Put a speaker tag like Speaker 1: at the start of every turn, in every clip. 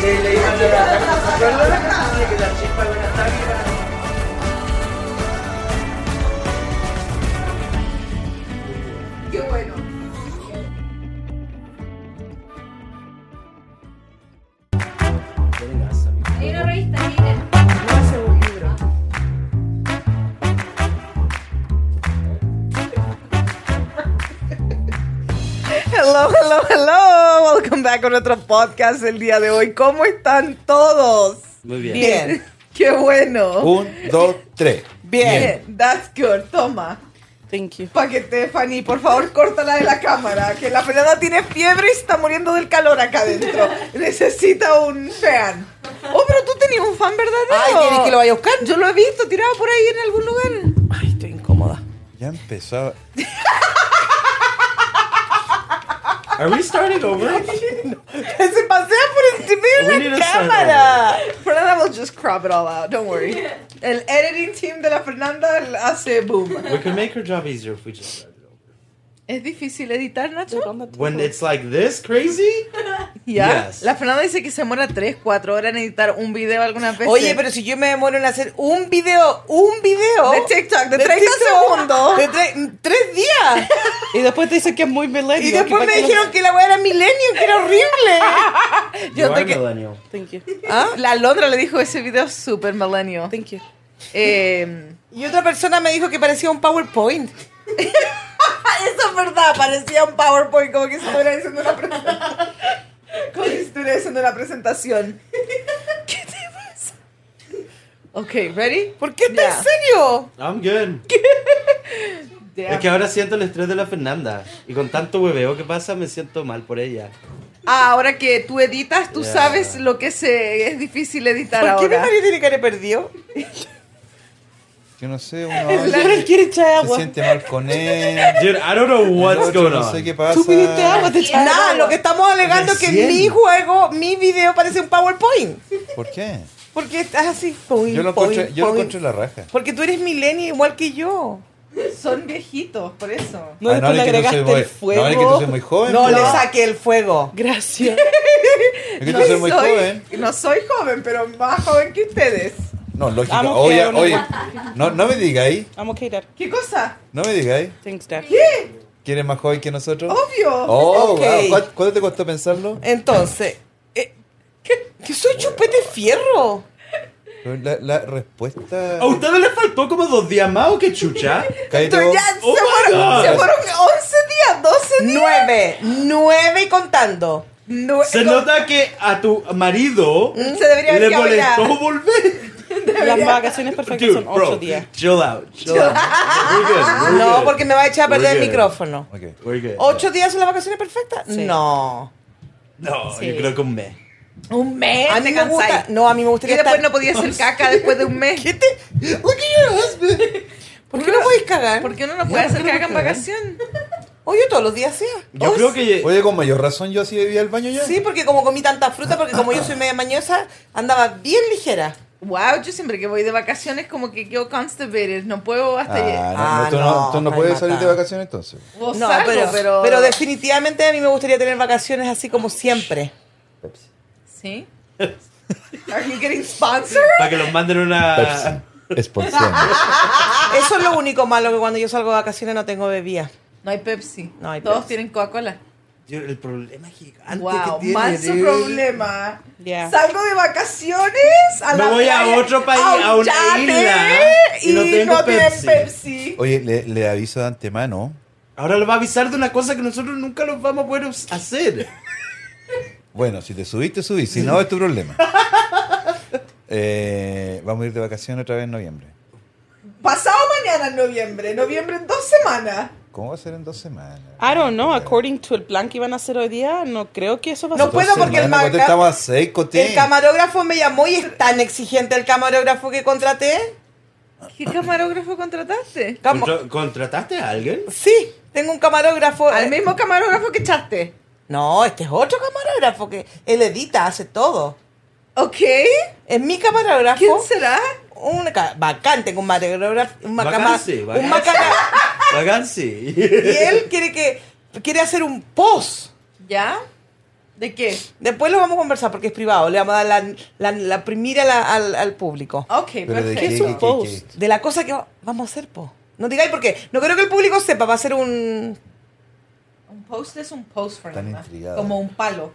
Speaker 1: que le iban a dar. Perdona que se tiene que dar chispa de la tarde.
Speaker 2: Qué bueno.
Speaker 3: Hay una revista, miren.
Speaker 4: Hello, hello, hello. Welcome back a nuestro podcast el día de hoy. ¿Cómo están todos?
Speaker 5: Muy bien. Uh,
Speaker 4: Bien. Qué bueno.
Speaker 5: Un, dos, tres.
Speaker 4: Bien. That's good. Toma.
Speaker 6: Thank you.
Speaker 4: Pa' que te, Fanny, por favor, córtala de la cámara. Que la pelada tiene fiebre y se está muriendo del calor acá adentro. Necesita un fan. Oh, pero tú tenías un fan verdadero.
Speaker 6: Ay, ¿quieres que lo vaya a buscar?
Speaker 4: Yo lo he visto tirado por ahí en algún lugar.
Speaker 6: Ay, estoy incómoda.
Speaker 5: Ya empezaba.
Speaker 1: Are we starting over?
Speaker 4: Se pasea por encima
Speaker 1: We
Speaker 4: de
Speaker 1: need
Speaker 4: la
Speaker 1: to start
Speaker 4: cámara. Fernanda will just crop it all out, don't worry. El editing team de la Fernanda hace boom.
Speaker 1: We could make her job easier if we just started over.
Speaker 4: ¿Es difícil editar, Nacho?
Speaker 1: When it's like this crazy?
Speaker 4: Ya.
Speaker 1: Yes.
Speaker 4: La Fernanda dice que se muera 3, 4 horas en editar un video alguna vez.
Speaker 6: Oye, pero si yo me demoro en hacer un video, un video.
Speaker 4: De TikTok, de 30
Speaker 6: TikTok,
Speaker 4: segundos.
Speaker 6: De tre- tres días.
Speaker 7: Y después te dicen que es muy millennial.
Speaker 6: y
Speaker 7: que para
Speaker 6: después me
Speaker 7: qué lo-
Speaker 6: dijeron que la weá era millennial, que era horrible.
Speaker 1: You
Speaker 4: Yo
Speaker 1: are
Speaker 4: te que-
Speaker 1: millennial.
Speaker 7: Thank you.
Speaker 4: ¿Ah? La Londra le dijo ese video es super millennial.
Speaker 7: Thank you.
Speaker 4: Eh,
Speaker 6: Y otra persona me dijo que parecía un PowerPoint.
Speaker 4: Eso es verdad, parecía un PowerPoint, como que estuviera haciendo una presentación. Como que estuviera haciendo una presentación. ¿Qué te pasa? Ok, ¿ready?
Speaker 6: ¿Por qué está
Speaker 4: Ya.
Speaker 6: en serio?
Speaker 1: I'm good. Es que ahora siento el estrés de la Fernanda. Y con tanto hueveo que pasa, me siento mal por ella.
Speaker 4: Ah, ahora que tú editas, tú
Speaker 1: Ya.
Speaker 4: sabes lo que se, es difícil editar
Speaker 6: ¿Por qué mi
Speaker 4: ahora.
Speaker 6: marido tiene cara perdió?
Speaker 5: Yo no sé, uno
Speaker 7: Yo
Speaker 5: habla,
Speaker 7: no quiero echar
Speaker 5: se
Speaker 7: agua.
Speaker 5: siente mal con él.
Speaker 1: Dude, I don't know what's
Speaker 5: otro
Speaker 1: going
Speaker 5: no sé
Speaker 1: on.
Speaker 5: qué pasa.
Speaker 7: Tú pidiste agua, te echaron
Speaker 6: Nada,
Speaker 7: agua.
Speaker 6: lo que estamos alegando es que
Speaker 1: Recién.
Speaker 6: mi juego, mi video parece un PowerPoint.
Speaker 5: ¿Por qué?
Speaker 6: Porque estás así. Point,
Speaker 5: Yo lo
Speaker 6: point,
Speaker 5: encontré, yo lo
Speaker 6: point.
Speaker 5: encontré la raja.
Speaker 6: Porque tú eres millennial igual que yo.
Speaker 4: Son viejitos, por eso.
Speaker 7: No,
Speaker 5: Ah,
Speaker 7: después le
Speaker 5: es que tú
Speaker 7: agregaste
Speaker 5: soy muy-
Speaker 7: el fuego.
Speaker 5: No, es que tú soy muy joven.
Speaker 6: No,
Speaker 5: pues.
Speaker 6: le saqué el fuego.
Speaker 7: Gracias.
Speaker 5: Es que tú soy muy joven.
Speaker 4: no soy joven, pero más joven que ustedes.
Speaker 5: No, lógico.
Speaker 7: Vamos,
Speaker 5: Oye,
Speaker 7: quiero una-
Speaker 5: oye. No, no me digáis.
Speaker 7: I'm okay, Dad.
Speaker 4: ¿Qué cosa?
Speaker 5: No me digáis.
Speaker 7: Thanks, Dad.
Speaker 5: ¿Quién es más joven que nosotros?
Speaker 4: Obvio.
Speaker 5: Oh,
Speaker 6: Ok.
Speaker 5: wow. ¿Cuánto- ¿Cuánto te costó pensarlo?
Speaker 6: Entonces, eh, ¿qué, qué soy chupete fierro?
Speaker 5: La, la respuesta.
Speaker 1: ¿A ustedes les faltó como dos días más o qué chucha?
Speaker 5: Cairo,
Speaker 4: Pero ya
Speaker 1: Oh
Speaker 4: se,
Speaker 1: my
Speaker 4: fueron,
Speaker 1: God.
Speaker 4: se fueron 11 días, 12 días.
Speaker 6: Nueve, nueve y contando.
Speaker 4: Nue-
Speaker 1: Se
Speaker 4: no-
Speaker 1: nota que a tu marido
Speaker 4: Se debería haber
Speaker 1: le
Speaker 4: quedado ya.
Speaker 1: molestó volver.
Speaker 7: Las vacaciones perfectas
Speaker 1: Dude,
Speaker 7: son 8
Speaker 1: bro,
Speaker 7: días.
Speaker 1: chill out, chill out. We're good, we're
Speaker 6: No,
Speaker 1: good.
Speaker 6: porque me va a echar a
Speaker 1: Muy
Speaker 6: perder el
Speaker 1: bien.
Speaker 6: micrófono.
Speaker 5: Ok.
Speaker 1: We're good.
Speaker 6: ¿Ocho días son las vacaciones perfectas?
Speaker 7: Sí.
Speaker 6: No.
Speaker 1: No,
Speaker 3: Sí.
Speaker 1: yo creo que un mes.
Speaker 4: Un mes.
Speaker 6: A
Speaker 4: te
Speaker 6: mí me gusta.
Speaker 4: cansáis.
Speaker 6: No, a mí
Speaker 4: Este Y
Speaker 6: me gustaría
Speaker 4: después
Speaker 6: estar-
Speaker 4: no podía hacer caca después de un mes.
Speaker 6: ¿Qué te- Look at your husband. ¿Por qué no podéis cagar?
Speaker 4: ¿Por qué uno no puede hacer caca en vacación?
Speaker 6: Oye, Oh, todos los días sí.
Speaker 1: Yo creo que
Speaker 5: Oye, con mayor razón yo así bebía al baño ya.
Speaker 6: Sí, porque como comí tanta fruta, porque como yo soy media mañosa, andaba bien ligera.
Speaker 4: Wow, yo siempre que voy de vacaciones como que quedo constipated. No puedo hasta llegar.
Speaker 5: Ah,
Speaker 6: Ah,
Speaker 5: no, no, tú no,
Speaker 6: no,
Speaker 5: tú no
Speaker 6: mal
Speaker 5: puedes
Speaker 6: matado.
Speaker 5: salir de vacaciones entonces.
Speaker 4: O
Speaker 6: No,
Speaker 4: salgo,
Speaker 6: pero, pero... definitivamente a mí me gustaría tener vacaciones así como siempre.
Speaker 4: ¿Sí? ¿Are you getting sponsored?
Speaker 1: para que los manden una.
Speaker 5: Esponsión.
Speaker 4: Ah.
Speaker 6: Eso es lo único malo que cuando yo salgo de vacaciones no tengo bebida.
Speaker 4: No hay Pepsi.
Speaker 6: No hay
Speaker 4: Todos
Speaker 6: Pepsi.
Speaker 4: tienen Coca-Cola.
Speaker 1: Yo- el problema gigante
Speaker 4: Wow,
Speaker 1: que tiene.
Speaker 4: más su
Speaker 1: dude.
Speaker 4: problema.
Speaker 7: Ya.
Speaker 4: Salgo de vacaciones a
Speaker 1: Me
Speaker 4: la
Speaker 1: voy a
Speaker 4: playa,
Speaker 1: otro país, a una
Speaker 4: yate,
Speaker 1: isla,
Speaker 4: y,
Speaker 1: y no tengo
Speaker 4: no tienen
Speaker 1: Pepsi.
Speaker 4: Pepsi.
Speaker 5: Oye, le, le aviso de antemano.
Speaker 1: Ahora lo va a avisar de una cosa que nosotros nunca los vamos a poder us- hacer.
Speaker 5: Bueno, si te subiste, subís. Si no, es tu problema. Eh, vamos a ir de vacaciones otra vez en noviembre.
Speaker 4: Pasado mañana en noviembre, noviembre en dos semanas.
Speaker 5: ¿Cómo va a ser en dos semanas?
Speaker 7: I don't know. According to el plan que iban a hacer hoy día, no creo que eso va a
Speaker 6: No
Speaker 7: ser.
Speaker 5: Dos
Speaker 6: puedo porque el
Speaker 5: semanas,
Speaker 6: maga-
Speaker 5: ¿cuánto Estamos a seis, Cotín.
Speaker 6: El camarógrafo me llamó y es tan exigente el camarógrafo que contraté.
Speaker 4: ¿Qué camarógrafo contrataste?
Speaker 6: Cam-
Speaker 1: Contra- ¿Contrataste a alguien?
Speaker 6: Sí, tengo un camarógrafo. eh,
Speaker 4: Al mismo camarógrafo que echaste.
Speaker 6: No, este es otro camarógrafo que él edita, hace todo.
Speaker 4: ¿Ok?
Speaker 6: Es mi camarógrafo.
Speaker 4: ¿Quién será?
Speaker 6: Un ca- bacán, tengo un camarógrafo. Un macama-
Speaker 1: Bacán, sí, bacán.
Speaker 6: un macana-
Speaker 1: Vagancy.
Speaker 6: Y él quiere que quiere hacer un post.
Speaker 4: ¿Ya? ¿De qué?
Speaker 6: Después lo vamos a conversar porque es privado. Le vamos a dar la, la, la primera la- al, al público.
Speaker 4: Ok,
Speaker 5: Pero de
Speaker 4: perfecto.
Speaker 5: qué,
Speaker 7: Es un
Speaker 5: qué, qué,
Speaker 7: post.
Speaker 5: qué.
Speaker 6: De la cosa que va- vamos a hacer, po. No digáis por qué. No creo que el público sepa. Va a ser un.
Speaker 4: Un post es un post, Fernanda.
Speaker 5: intrigada.
Speaker 4: Como un palo.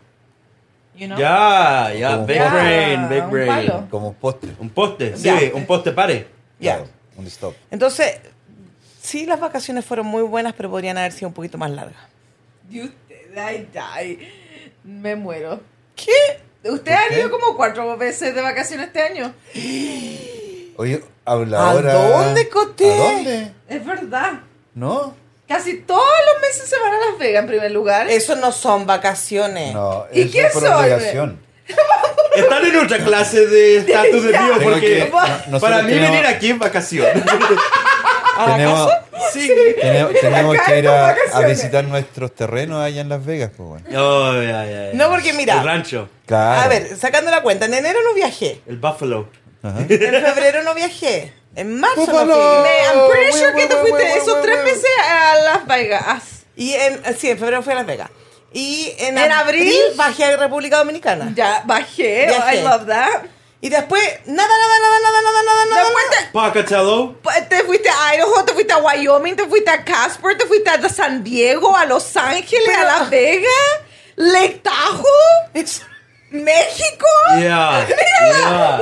Speaker 4: You know?
Speaker 1: Ya, ya,
Speaker 5: Como
Speaker 1: big
Speaker 5: un
Speaker 1: brain, big
Speaker 4: un
Speaker 1: brain.
Speaker 4: palo.
Speaker 5: Como un postre.
Speaker 1: Un poste, sí,
Speaker 6: Ya.
Speaker 1: un poste pare.
Speaker 6: Ya.
Speaker 5: Claro, un stop.
Speaker 6: Entonces, sí, las vacaciones fueron muy buenas, pero podrían haber sido un poquito más largas.
Speaker 4: You- I die. Me muero.
Speaker 6: ¿Qué?
Speaker 4: ¿Usted ha
Speaker 5: qué?
Speaker 4: ido como cuatro veces de vacaciones este año?
Speaker 5: Oye, habla
Speaker 6: ¿A
Speaker 5: ahora.
Speaker 6: dónde, Coté?
Speaker 5: ¿A dónde?
Speaker 4: Es verdad.
Speaker 5: ¿No?
Speaker 4: Casi todos los meses se van a Las Vegas en primer lugar.
Speaker 5: Eh,
Speaker 6: Eso no son vacaciones.
Speaker 5: No,
Speaker 4: ¿Y
Speaker 5: eso
Speaker 4: qué
Speaker 5: es por
Speaker 4: son?
Speaker 5: obligación.
Speaker 1: Están en otra clase de estatus de
Speaker 4: Ya.
Speaker 1: tío
Speaker 5: Tengo
Speaker 1: porque
Speaker 5: que- no- nosotros
Speaker 1: para mí
Speaker 5: tenemos-
Speaker 1: venir aquí en vacaciones.
Speaker 6: ¿A
Speaker 5: Tenemos,
Speaker 1: sí.
Speaker 5: tenemos, tenemos
Speaker 4: Acá
Speaker 5: que ir a,
Speaker 4: estamos
Speaker 5: a
Speaker 4: vacaciones.
Speaker 5: visitar nuestros terrenos allá en Las Vegas, pues bueno.
Speaker 1: Oh, ya, ya, ya.
Speaker 6: No, porque mira.
Speaker 1: El rancho,
Speaker 5: Claro.
Speaker 6: A ver, sacando la cuenta, en enero no viajé,
Speaker 1: el buffalo.
Speaker 5: Ajá.
Speaker 6: en febrero no viajé, en marzo
Speaker 5: Búfalo.
Speaker 6: no fui.
Speaker 4: Me-
Speaker 5: oh,
Speaker 4: I'm pretty sure que te
Speaker 5: Wee, wee,
Speaker 4: fuiste
Speaker 5: wee, wee,
Speaker 4: esos
Speaker 5: wee,
Speaker 4: tres
Speaker 5: wee.
Speaker 4: meses a Las Vegas.
Speaker 6: Y en, eh, sí, en febrero fui a Las Vegas. Y en,
Speaker 4: ¿En abril?
Speaker 6: bajé a República Dominicana.
Speaker 4: Ya, bajé.
Speaker 6: Ya
Speaker 4: oh, I
Speaker 6: sé.
Speaker 4: love that.
Speaker 6: Y después, nada, nada, nada, nada, nada, nada, nada.
Speaker 4: Después te,
Speaker 1: Pacachalo.
Speaker 4: pa- Pues, te fuiste a Idaho, te fuiste a Wyoming, te fuiste a Casper, te fuiste a San Diego, a Los Ángeles,
Speaker 6: Pero-
Speaker 4: a Las Vegas, Lake Tahoe,
Speaker 6: Eso-
Speaker 4: México.
Speaker 1: Ya. ya.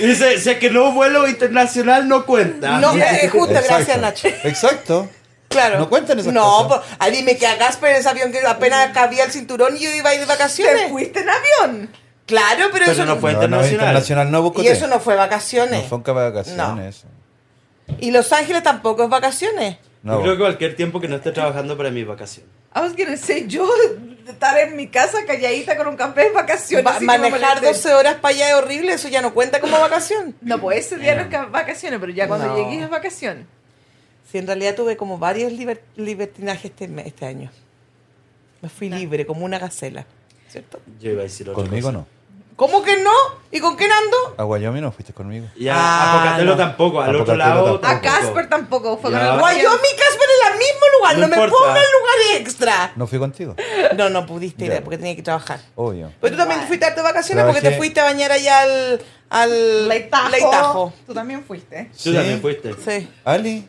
Speaker 1: Y Dice, si es que no vuelo internacional no cuenta.
Speaker 6: No, eh, justo, gracias,
Speaker 5: Exacto.
Speaker 6: Nacho.
Speaker 5: Exacto.
Speaker 6: Claro.
Speaker 5: No cuentan esas
Speaker 6: No,
Speaker 5: cosas.
Speaker 6: po- ahí dime que a Gasper en ese avión que apenas cabía el cinturón y yo iba a ir de
Speaker 4: Te
Speaker 6: vacaciones.
Speaker 4: fuiste en avión.
Speaker 6: Claro, pero,
Speaker 1: Pero
Speaker 6: eso
Speaker 1: no
Speaker 6: no
Speaker 1: fue
Speaker 5: No, no,
Speaker 1: internacional.
Speaker 5: internacional no
Speaker 6: Y
Speaker 5: Bocoté.
Speaker 6: eso no fue vacaciones.
Speaker 5: No fue nunca
Speaker 6: No.
Speaker 5: vacaciones.
Speaker 6: Y Los Ángeles tampoco es vacaciones.
Speaker 5: No,
Speaker 1: Yo creo
Speaker 5: bueno.
Speaker 1: que cualquier tiempo que no esté trabajando para mi vacación.
Speaker 4: I was gonna say, yo estar en mi casa calladita con un café de vacaciones.
Speaker 6: Va-
Speaker 4: sin que me
Speaker 6: manejar
Speaker 4: molesten.
Speaker 6: 12 horas para allá es horrible, eso ya no cuenta como vacación.
Speaker 4: No, pues ese día no es ca- vacaciones, pero ya cuando
Speaker 6: No.
Speaker 4: llegues es vacación.
Speaker 6: Sí, en realidad tuve como varios liber- libertinajes este, me- este año. Me fui libre, como una gacela. ¿Cierto?
Speaker 1: Yo iba a decir otra
Speaker 5: Conmigo
Speaker 1: cosa.
Speaker 5: no.
Speaker 6: ¿Cómo que no? ¿Y con quién ando?
Speaker 5: A Wyoming no fuiste conmigo.
Speaker 1: Y a,
Speaker 6: Ah,
Speaker 1: a Pocatello
Speaker 6: no.
Speaker 1: tampoco, al
Speaker 5: A
Speaker 1: otro
Speaker 5: Pocatello
Speaker 1: lado
Speaker 5: tampoco.
Speaker 4: A
Speaker 1: tampoco.
Speaker 4: Casper tampoco fue con
Speaker 1: Ya.
Speaker 4: el
Speaker 6: Wyoming,
Speaker 4: Wyoming.
Speaker 6: Casper, en el mismo lugar.
Speaker 1: No
Speaker 6: No, me
Speaker 1: importa.
Speaker 6: pongan lugares extra.
Speaker 5: No fui contigo.
Speaker 6: No, no pudiste ir
Speaker 5: Ya.
Speaker 6: porque tenía que trabajar.
Speaker 5: Obvio.
Speaker 6: Pero tú también fuiste a de vacaciones porque te
Speaker 5: Trabajé.
Speaker 6: fuiste a bañar allá al... al
Speaker 4: Lake Tahoe.
Speaker 6: Lake Tahoe.
Speaker 4: Tú también fuiste.
Speaker 1: Tú también fuiste.
Speaker 6: Sí.
Speaker 5: Ali,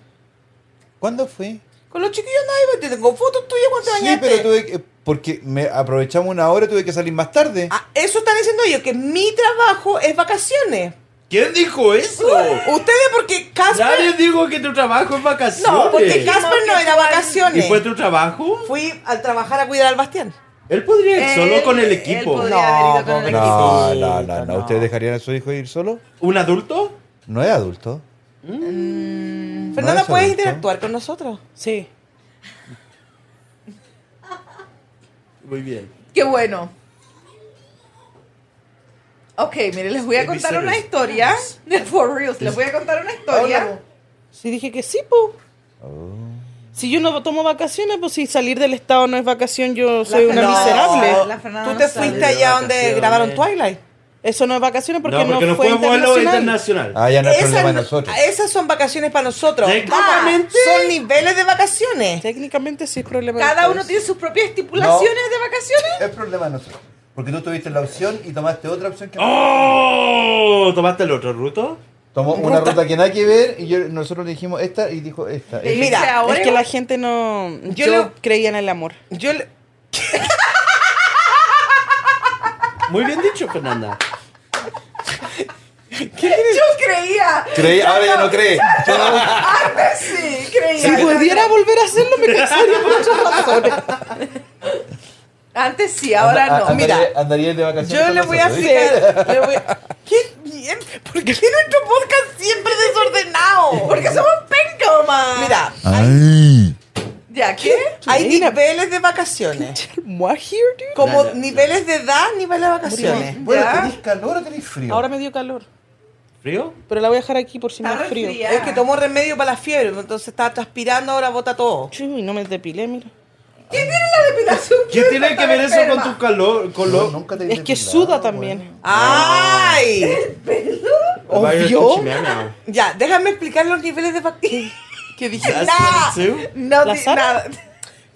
Speaker 5: ¿cuándo fui?
Speaker 6: Con los chiquillos nadie te tengo fotos tuyas cuando te
Speaker 5: Sí,
Speaker 6: bañaste.
Speaker 5: pero tuve que, porque me aprovechamos una hora y tuve que salir más tarde.
Speaker 6: Ah, eso están diciendo ellos, que mi trabajo es vacaciones.
Speaker 1: ¿Quién dijo eso?
Speaker 6: Ustedes porque Uh, Casper...
Speaker 1: Oh. Nadie dijo que tu trabajo es vacaciones.
Speaker 6: No, porque Casper
Speaker 4: Dijimos
Speaker 6: no
Speaker 4: que
Speaker 6: era
Speaker 4: fue-
Speaker 1: ¿Y
Speaker 6: vacaciones.
Speaker 1: fue tu trabajo?
Speaker 6: Fui al trabajar a cuidar al Bastián.
Speaker 1: Él podría ir solo
Speaker 4: Él-
Speaker 1: con el
Speaker 4: él
Speaker 1: equipo.
Speaker 4: podría haber ido con el equipo.
Speaker 5: no,
Speaker 6: chiquitito,
Speaker 5: no, no, no.
Speaker 6: no.
Speaker 5: ¿Ustedes dejarían a su hijo ir solo?
Speaker 1: ¿Un adulto?
Speaker 5: No es adulto.
Speaker 6: Fernanda,
Speaker 5: eso
Speaker 6: ¿puedes
Speaker 5: gustó.
Speaker 6: interactuar con nosotros?
Speaker 7: Sí.
Speaker 1: Muy bien.
Speaker 4: Qué bueno. Ok, miren, les voy a
Speaker 1: Baby
Speaker 4: contar una
Speaker 1: serious.
Speaker 4: historia. For reals, les voy a contar una historia.
Speaker 7: Sí, dije que sí, po. Si yo no tomo vacaciones, pues si salir del estado no es vacación, yo soy una
Speaker 4: Fernanda-
Speaker 7: miserable.
Speaker 4: la Fernanda
Speaker 6: Tú
Speaker 4: no
Speaker 6: te
Speaker 4: sabe.
Speaker 6: fuiste allá donde
Speaker 1: Vacaciones.
Speaker 6: grabaron Twilight.
Speaker 7: Eso no es vacaciones porque,
Speaker 1: no, porque no
Speaker 7: fue,
Speaker 1: fue, vuelo
Speaker 7: internacional.
Speaker 1: internacional.
Speaker 5: Ah, ya no es problema de
Speaker 6: no-
Speaker 5: nosotros.
Speaker 6: esas son vacaciones para nosotros.
Speaker 1: Técnicamente.
Speaker 6: Ah, son niveles de vacaciones.
Speaker 7: Técnicamente sí es problema. de
Speaker 4: Cada
Speaker 7: ustedes.
Speaker 4: uno tiene sus propias estipulaciones de vacaciones.
Speaker 5: Es problema de nosotros. Porque tú tuviste la opción y tomaste otra opción que
Speaker 1: ¡Oh! ¿Tomaste el otro ruto?
Speaker 5: Tomó una ruta que nada que ver y yo- nosotros le dijimos esta y dijo esta.
Speaker 4: Le-
Speaker 6: Mira,
Speaker 4: Dice ahora-
Speaker 7: Eh, Es que la gente no.
Speaker 6: Yo
Speaker 7: Yo,
Speaker 6: no-
Speaker 7: creía en el amor.
Speaker 6: Yo le-
Speaker 1: Muy bien dicho, Fernanda.
Speaker 4: Yo creía.
Speaker 5: Creí- ahora ya no cree.
Speaker 4: Antes sí, creía.
Speaker 7: Si
Speaker 4: Yo
Speaker 7: pudiera
Speaker 4: no-
Speaker 7: volver a hacerlo, me casaría por muchas razones.
Speaker 4: Antes sí, ahora no.
Speaker 6: anda.
Speaker 4: Mira,
Speaker 6: mira.
Speaker 5: Andaría de vacaciones.
Speaker 6: Yo
Speaker 5: con
Speaker 6: le voy a
Speaker 5: nosotros, ¿eh?
Speaker 6: hacer. le voy a- ¿Qué bien? ¿Por qué nuestro podcast siempre es desordenado?
Speaker 4: porque somos pencomas.
Speaker 6: Mira,
Speaker 5: Ay.
Speaker 4: ¿Ya qué?
Speaker 6: hay niveles de vacaciones.
Speaker 7: What here, dude?
Speaker 6: Como
Speaker 1: Nada.
Speaker 6: niveles de edad, niveles de vacaciones.
Speaker 5: Bueno,
Speaker 4: ¿Ya?
Speaker 5: ¿tenéis calor o tenéis frío?
Speaker 7: Ahora me dio calor.
Speaker 1: ¿Frío?
Speaker 7: Pero la voy a dejar aquí por si me
Speaker 4: Está
Speaker 7: da frío.
Speaker 4: resfriada.
Speaker 6: Es que tomó remedio para la fiebre, pues, entonces estaba transpirando, ahora bota todo.
Speaker 7: Chuy, no me depilé, mira.
Speaker 4: ¿Qué tiene la depilación?
Speaker 1: ¿Qué tiene que ver eso
Speaker 4: enferma?
Speaker 1: con tu calor?
Speaker 5: No,
Speaker 1: Color?
Speaker 5: nunca te
Speaker 7: Es
Speaker 5: he
Speaker 7: que
Speaker 5: depilado,
Speaker 7: suda
Speaker 5: bueno.
Speaker 7: también.
Speaker 1: Ah.
Speaker 6: ¡Ay! Ya, déjame explicar los niveles de vacaciones.
Speaker 7: ¿Qué
Speaker 6: Nah.
Speaker 1: ¿Sí?
Speaker 4: No,
Speaker 7: ¿La
Speaker 4: di-
Speaker 7: Sara?
Speaker 4: nada.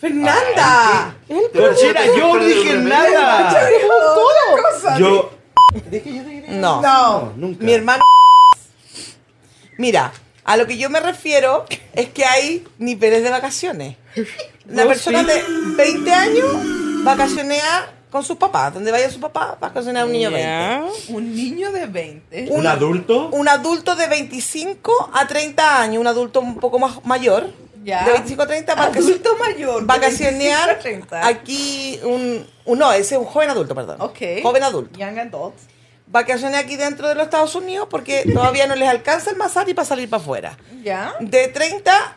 Speaker 6: ¡Fernanda!
Speaker 7: Él, pero-
Speaker 1: Cochera, yo no dije nada.
Speaker 4: Dijo toda cosa.
Speaker 1: Yo.
Speaker 6: No.
Speaker 4: No.
Speaker 1: Nunca.
Speaker 6: Mi hermano. Mira, a lo que yo me refiero es que hay niveles de vacaciones. La
Speaker 1: No,
Speaker 6: persona
Speaker 1: sí.
Speaker 6: de 20 años vacacionea con sus papás. Donde vaya su papá, vacacionea a un niño de 20.
Speaker 7: Ya.
Speaker 4: Un niño de 20.
Speaker 1: ¿Un adulto?
Speaker 6: Un adulto de 25 a 30 años, un adulto un poco más mayor,
Speaker 4: Ya.
Speaker 6: de 25 a 30, vacaci-
Speaker 4: Adulto mayor. de
Speaker 6: vacacionear
Speaker 4: 25 a 30.
Speaker 6: aquí un, un- No, ese es un joven adulto, perdón.
Speaker 4: Ok.
Speaker 6: Joven adulto.
Speaker 4: Young adult.
Speaker 6: Vacacionea aquí dentro de los Estados Unidos porque todavía no les alcanza el masari para salir para afuera.
Speaker 4: Ya.
Speaker 6: De 30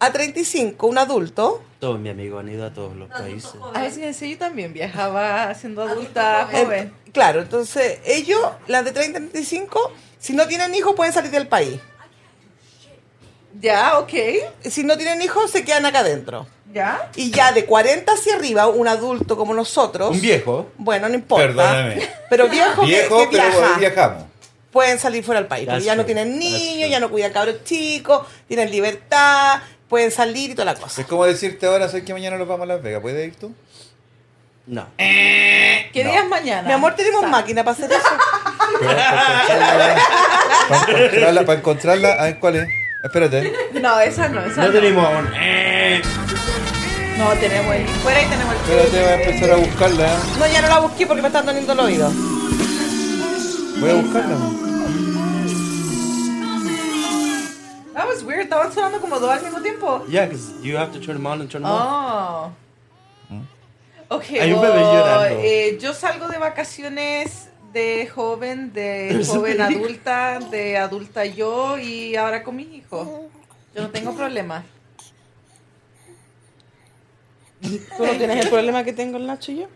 Speaker 6: a 35, un adulto.
Speaker 1: Todos mis amigos han ido a todos los países.
Speaker 4: A ver si en serio Ah, yo también viajaba siendo
Speaker 3: Adulto
Speaker 4: adulta
Speaker 3: joven.
Speaker 4: joven.
Speaker 6: en- claro, entonces ellos, las de 30 a 35, si no tienen hijos pueden salir del país.
Speaker 4: Ya, ok.
Speaker 6: Si no tienen hijos se quedan acá adentro.
Speaker 4: Ya.
Speaker 6: Y ya de 40 hacia arriba, un adulto como nosotros.
Speaker 5: Un viejo.
Speaker 6: Bueno, no importa.
Speaker 5: Perdóname.
Speaker 6: Pero viejo, que-
Speaker 5: Viejo,
Speaker 6: que,
Speaker 5: pero
Speaker 6: viaja,
Speaker 5: viajamos.
Speaker 6: pueden salir fuera del país.
Speaker 1: That's
Speaker 6: Porque ya no
Speaker 1: true,
Speaker 6: tienen
Speaker 1: that's
Speaker 6: niños,
Speaker 1: true.
Speaker 6: ya no cuidan cabros chicos, tienen libertad, pueden salir y toda la cosa.
Speaker 5: Es como decirte ahora, sé que mañana nos vamos a Las Vegas. ¿Puedes ir tú?
Speaker 1: No.
Speaker 4: ¿Qué
Speaker 5: No.
Speaker 4: días mañana?
Speaker 6: Mi amor, tenemos
Speaker 4: Sa-
Speaker 6: máquina para hacer eso.
Speaker 5: Pero para encontrarla, para encontrarla, para encontrarla, a ver cuál es. Espérate.
Speaker 4: No, esa no, esa
Speaker 1: No
Speaker 4: no.
Speaker 1: tenemos eh, aún.
Speaker 4: No, tenemos el fuera y tenemos el
Speaker 5: Espérate, voy a empezar a buscarla.
Speaker 6: No, ya no la busqué porque me están doliendo el oído.
Speaker 5: Voy a buscarla.
Speaker 4: That was weird, estaban sonando como dos al mismo tiempo.
Speaker 1: Yeah, because you have to turn them on and turn them off.
Speaker 4: Oh. Ok.
Speaker 1: Hay un bebé
Speaker 4: o,
Speaker 1: llorando.
Speaker 4: eh, yo salgo de vacaciones de joven, de
Speaker 1: Eso
Speaker 4: joven
Speaker 1: me dijo.
Speaker 4: adulta, de adulta yo y ahora con mis hijos. Yo no tengo problema.
Speaker 7: Tú no tienes el problema que tengo el Nacho y yo.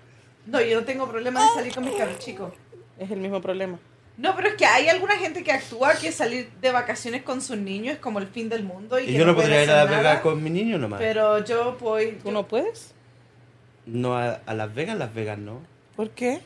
Speaker 4: No, yo no tengo problema de salir con mis cabros chicos.
Speaker 7: Es el mismo problema.
Speaker 4: No, pero es que hay alguna gente que actúa que salir de vacaciones con sus niños es como el fin del mundo. Y,
Speaker 1: Y
Speaker 4: Oh, que
Speaker 1: yo no
Speaker 4: puede
Speaker 1: podría ir a
Speaker 4: hacer
Speaker 1: Las Vegas
Speaker 4: nada,
Speaker 1: con mi niño nomás.
Speaker 4: Pero yo voy.
Speaker 7: ¿Tú no puedes?
Speaker 1: No, a, a Las Vegas, Las Vegas no.
Speaker 6: ¿Por qué?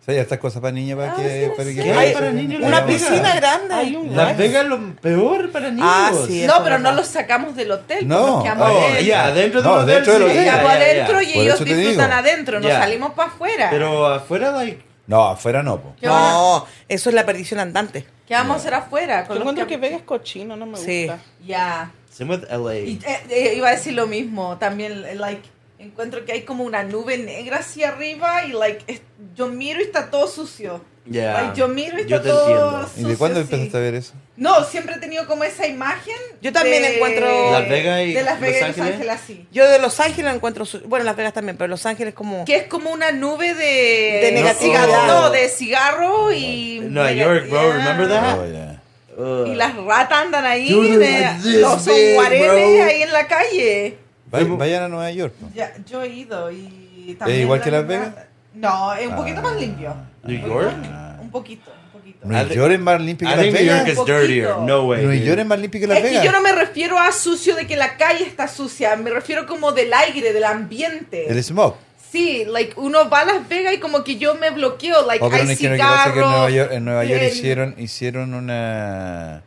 Speaker 5: O sea, ya estas cosas para niñas,
Speaker 4: Ah,
Speaker 5: para que. Para que
Speaker 1: ¿Qué hay para niños?
Speaker 6: Una
Speaker 1: Las
Speaker 6: piscina
Speaker 1: Vegas.
Speaker 6: grande.
Speaker 7: Hay un
Speaker 1: Las Vegas es lo peor para niños.
Speaker 6: Ah, sí.
Speaker 4: No,
Speaker 6: eso
Speaker 4: pero
Speaker 6: es
Speaker 4: no
Speaker 6: verdad.
Speaker 4: los sacamos del hotel. pues,
Speaker 5: No,
Speaker 4: No, que
Speaker 5: ah,
Speaker 1: Oh,
Speaker 5: Adentro.
Speaker 1: ya, adentro de
Speaker 5: No,
Speaker 1: un hotel,
Speaker 5: dentro del
Speaker 1: sí,
Speaker 5: hotel.
Speaker 1: ya, ya, ya.
Speaker 4: adentro y
Speaker 5: Por
Speaker 4: ellos
Speaker 5: eso te digo.
Speaker 4: disfrutan adentro, no
Speaker 1: Ya.
Speaker 4: salimos para afuera.
Speaker 1: Pero afuera va y-
Speaker 5: No, afuera no, po.
Speaker 4: ¿Qué, vamos,
Speaker 6: No, eso es la perdición andante.
Speaker 4: qué vamos a hacer afuera?
Speaker 7: Yo
Speaker 4: Con los
Speaker 7: encuentro que
Speaker 4: cam-
Speaker 7: Vega es cochino, no me gusta.
Speaker 6: Sí.
Speaker 4: Ya.
Speaker 1: Same with
Speaker 4: Y,
Speaker 1: LA.
Speaker 4: eh, eh, iba a decir lo mismo. También, eh, like, encuentro que hay como una nube negra hacia arriba y, like, es- yo miro y está todo sucio.
Speaker 1: Ya.
Speaker 4: Like, yo miro y está
Speaker 1: Yo te
Speaker 4: todo
Speaker 1: entiendo.
Speaker 5: ¿Y
Speaker 4: sucio.
Speaker 5: de cuándo
Speaker 4: así.
Speaker 5: empezaste a ver eso?
Speaker 4: No, siempre he tenido como esa imagen.
Speaker 6: Yo también encuentro-
Speaker 1: Las Vegas y
Speaker 4: de Las
Speaker 1: Los
Speaker 4: Vegas y Los
Speaker 1: Ángeles.
Speaker 4: Ángeles así.
Speaker 6: Yo de Los Ángeles encuentro. su- Bueno, Las Vegas también, pero Los Ángeles como.
Speaker 4: Que es como una nube de,
Speaker 6: De negatividad.
Speaker 4: cigarro, no, de cigarro y.
Speaker 1: Nueva York, bro,
Speaker 4: Yeah.
Speaker 1: remember that?
Speaker 5: Oh, ya.
Speaker 1: Ugh.
Speaker 4: Y las ratas andan ahí,
Speaker 1: Dude,
Speaker 4: de-
Speaker 1: like this
Speaker 4: los
Speaker 1: big,
Speaker 4: guareles
Speaker 1: bro.
Speaker 4: ahí en la calle.
Speaker 5: Vay- Vayan a Nueva York. po.
Speaker 4: Ya, yo he ido y también.
Speaker 5: ¿Es igual
Speaker 4: la
Speaker 5: que Las
Speaker 4: misma-
Speaker 5: Vegas?
Speaker 4: No, es un poquito
Speaker 5: Ah.
Speaker 4: más limpio.
Speaker 1: New
Speaker 4: Un
Speaker 1: York?
Speaker 4: poquito más lim- Un poquito, un poquito.
Speaker 1: I
Speaker 5: Nueva
Speaker 1: think-
Speaker 5: York es más limpia
Speaker 1: I
Speaker 5: que Las
Speaker 1: think New York
Speaker 5: Vegas.
Speaker 1: is
Speaker 4: Un poquito.
Speaker 1: dirtier. No way.
Speaker 5: Nueva
Speaker 1: dude.
Speaker 5: York es más limpia que Las
Speaker 4: Es que
Speaker 5: Vegas.
Speaker 4: yo no me refiero a sucio de que la calle está sucia, me refiero como del aire, del ambiente.
Speaker 5: El smog.
Speaker 4: Sí, like uno va a Las Vegas y como que yo me bloqueo, like
Speaker 5: Oh, pero no
Speaker 4: hay
Speaker 5: es que lo que pasa es que en Nueva York, eh, en Nueva York
Speaker 4: en-
Speaker 5: hicieron, hicieron una,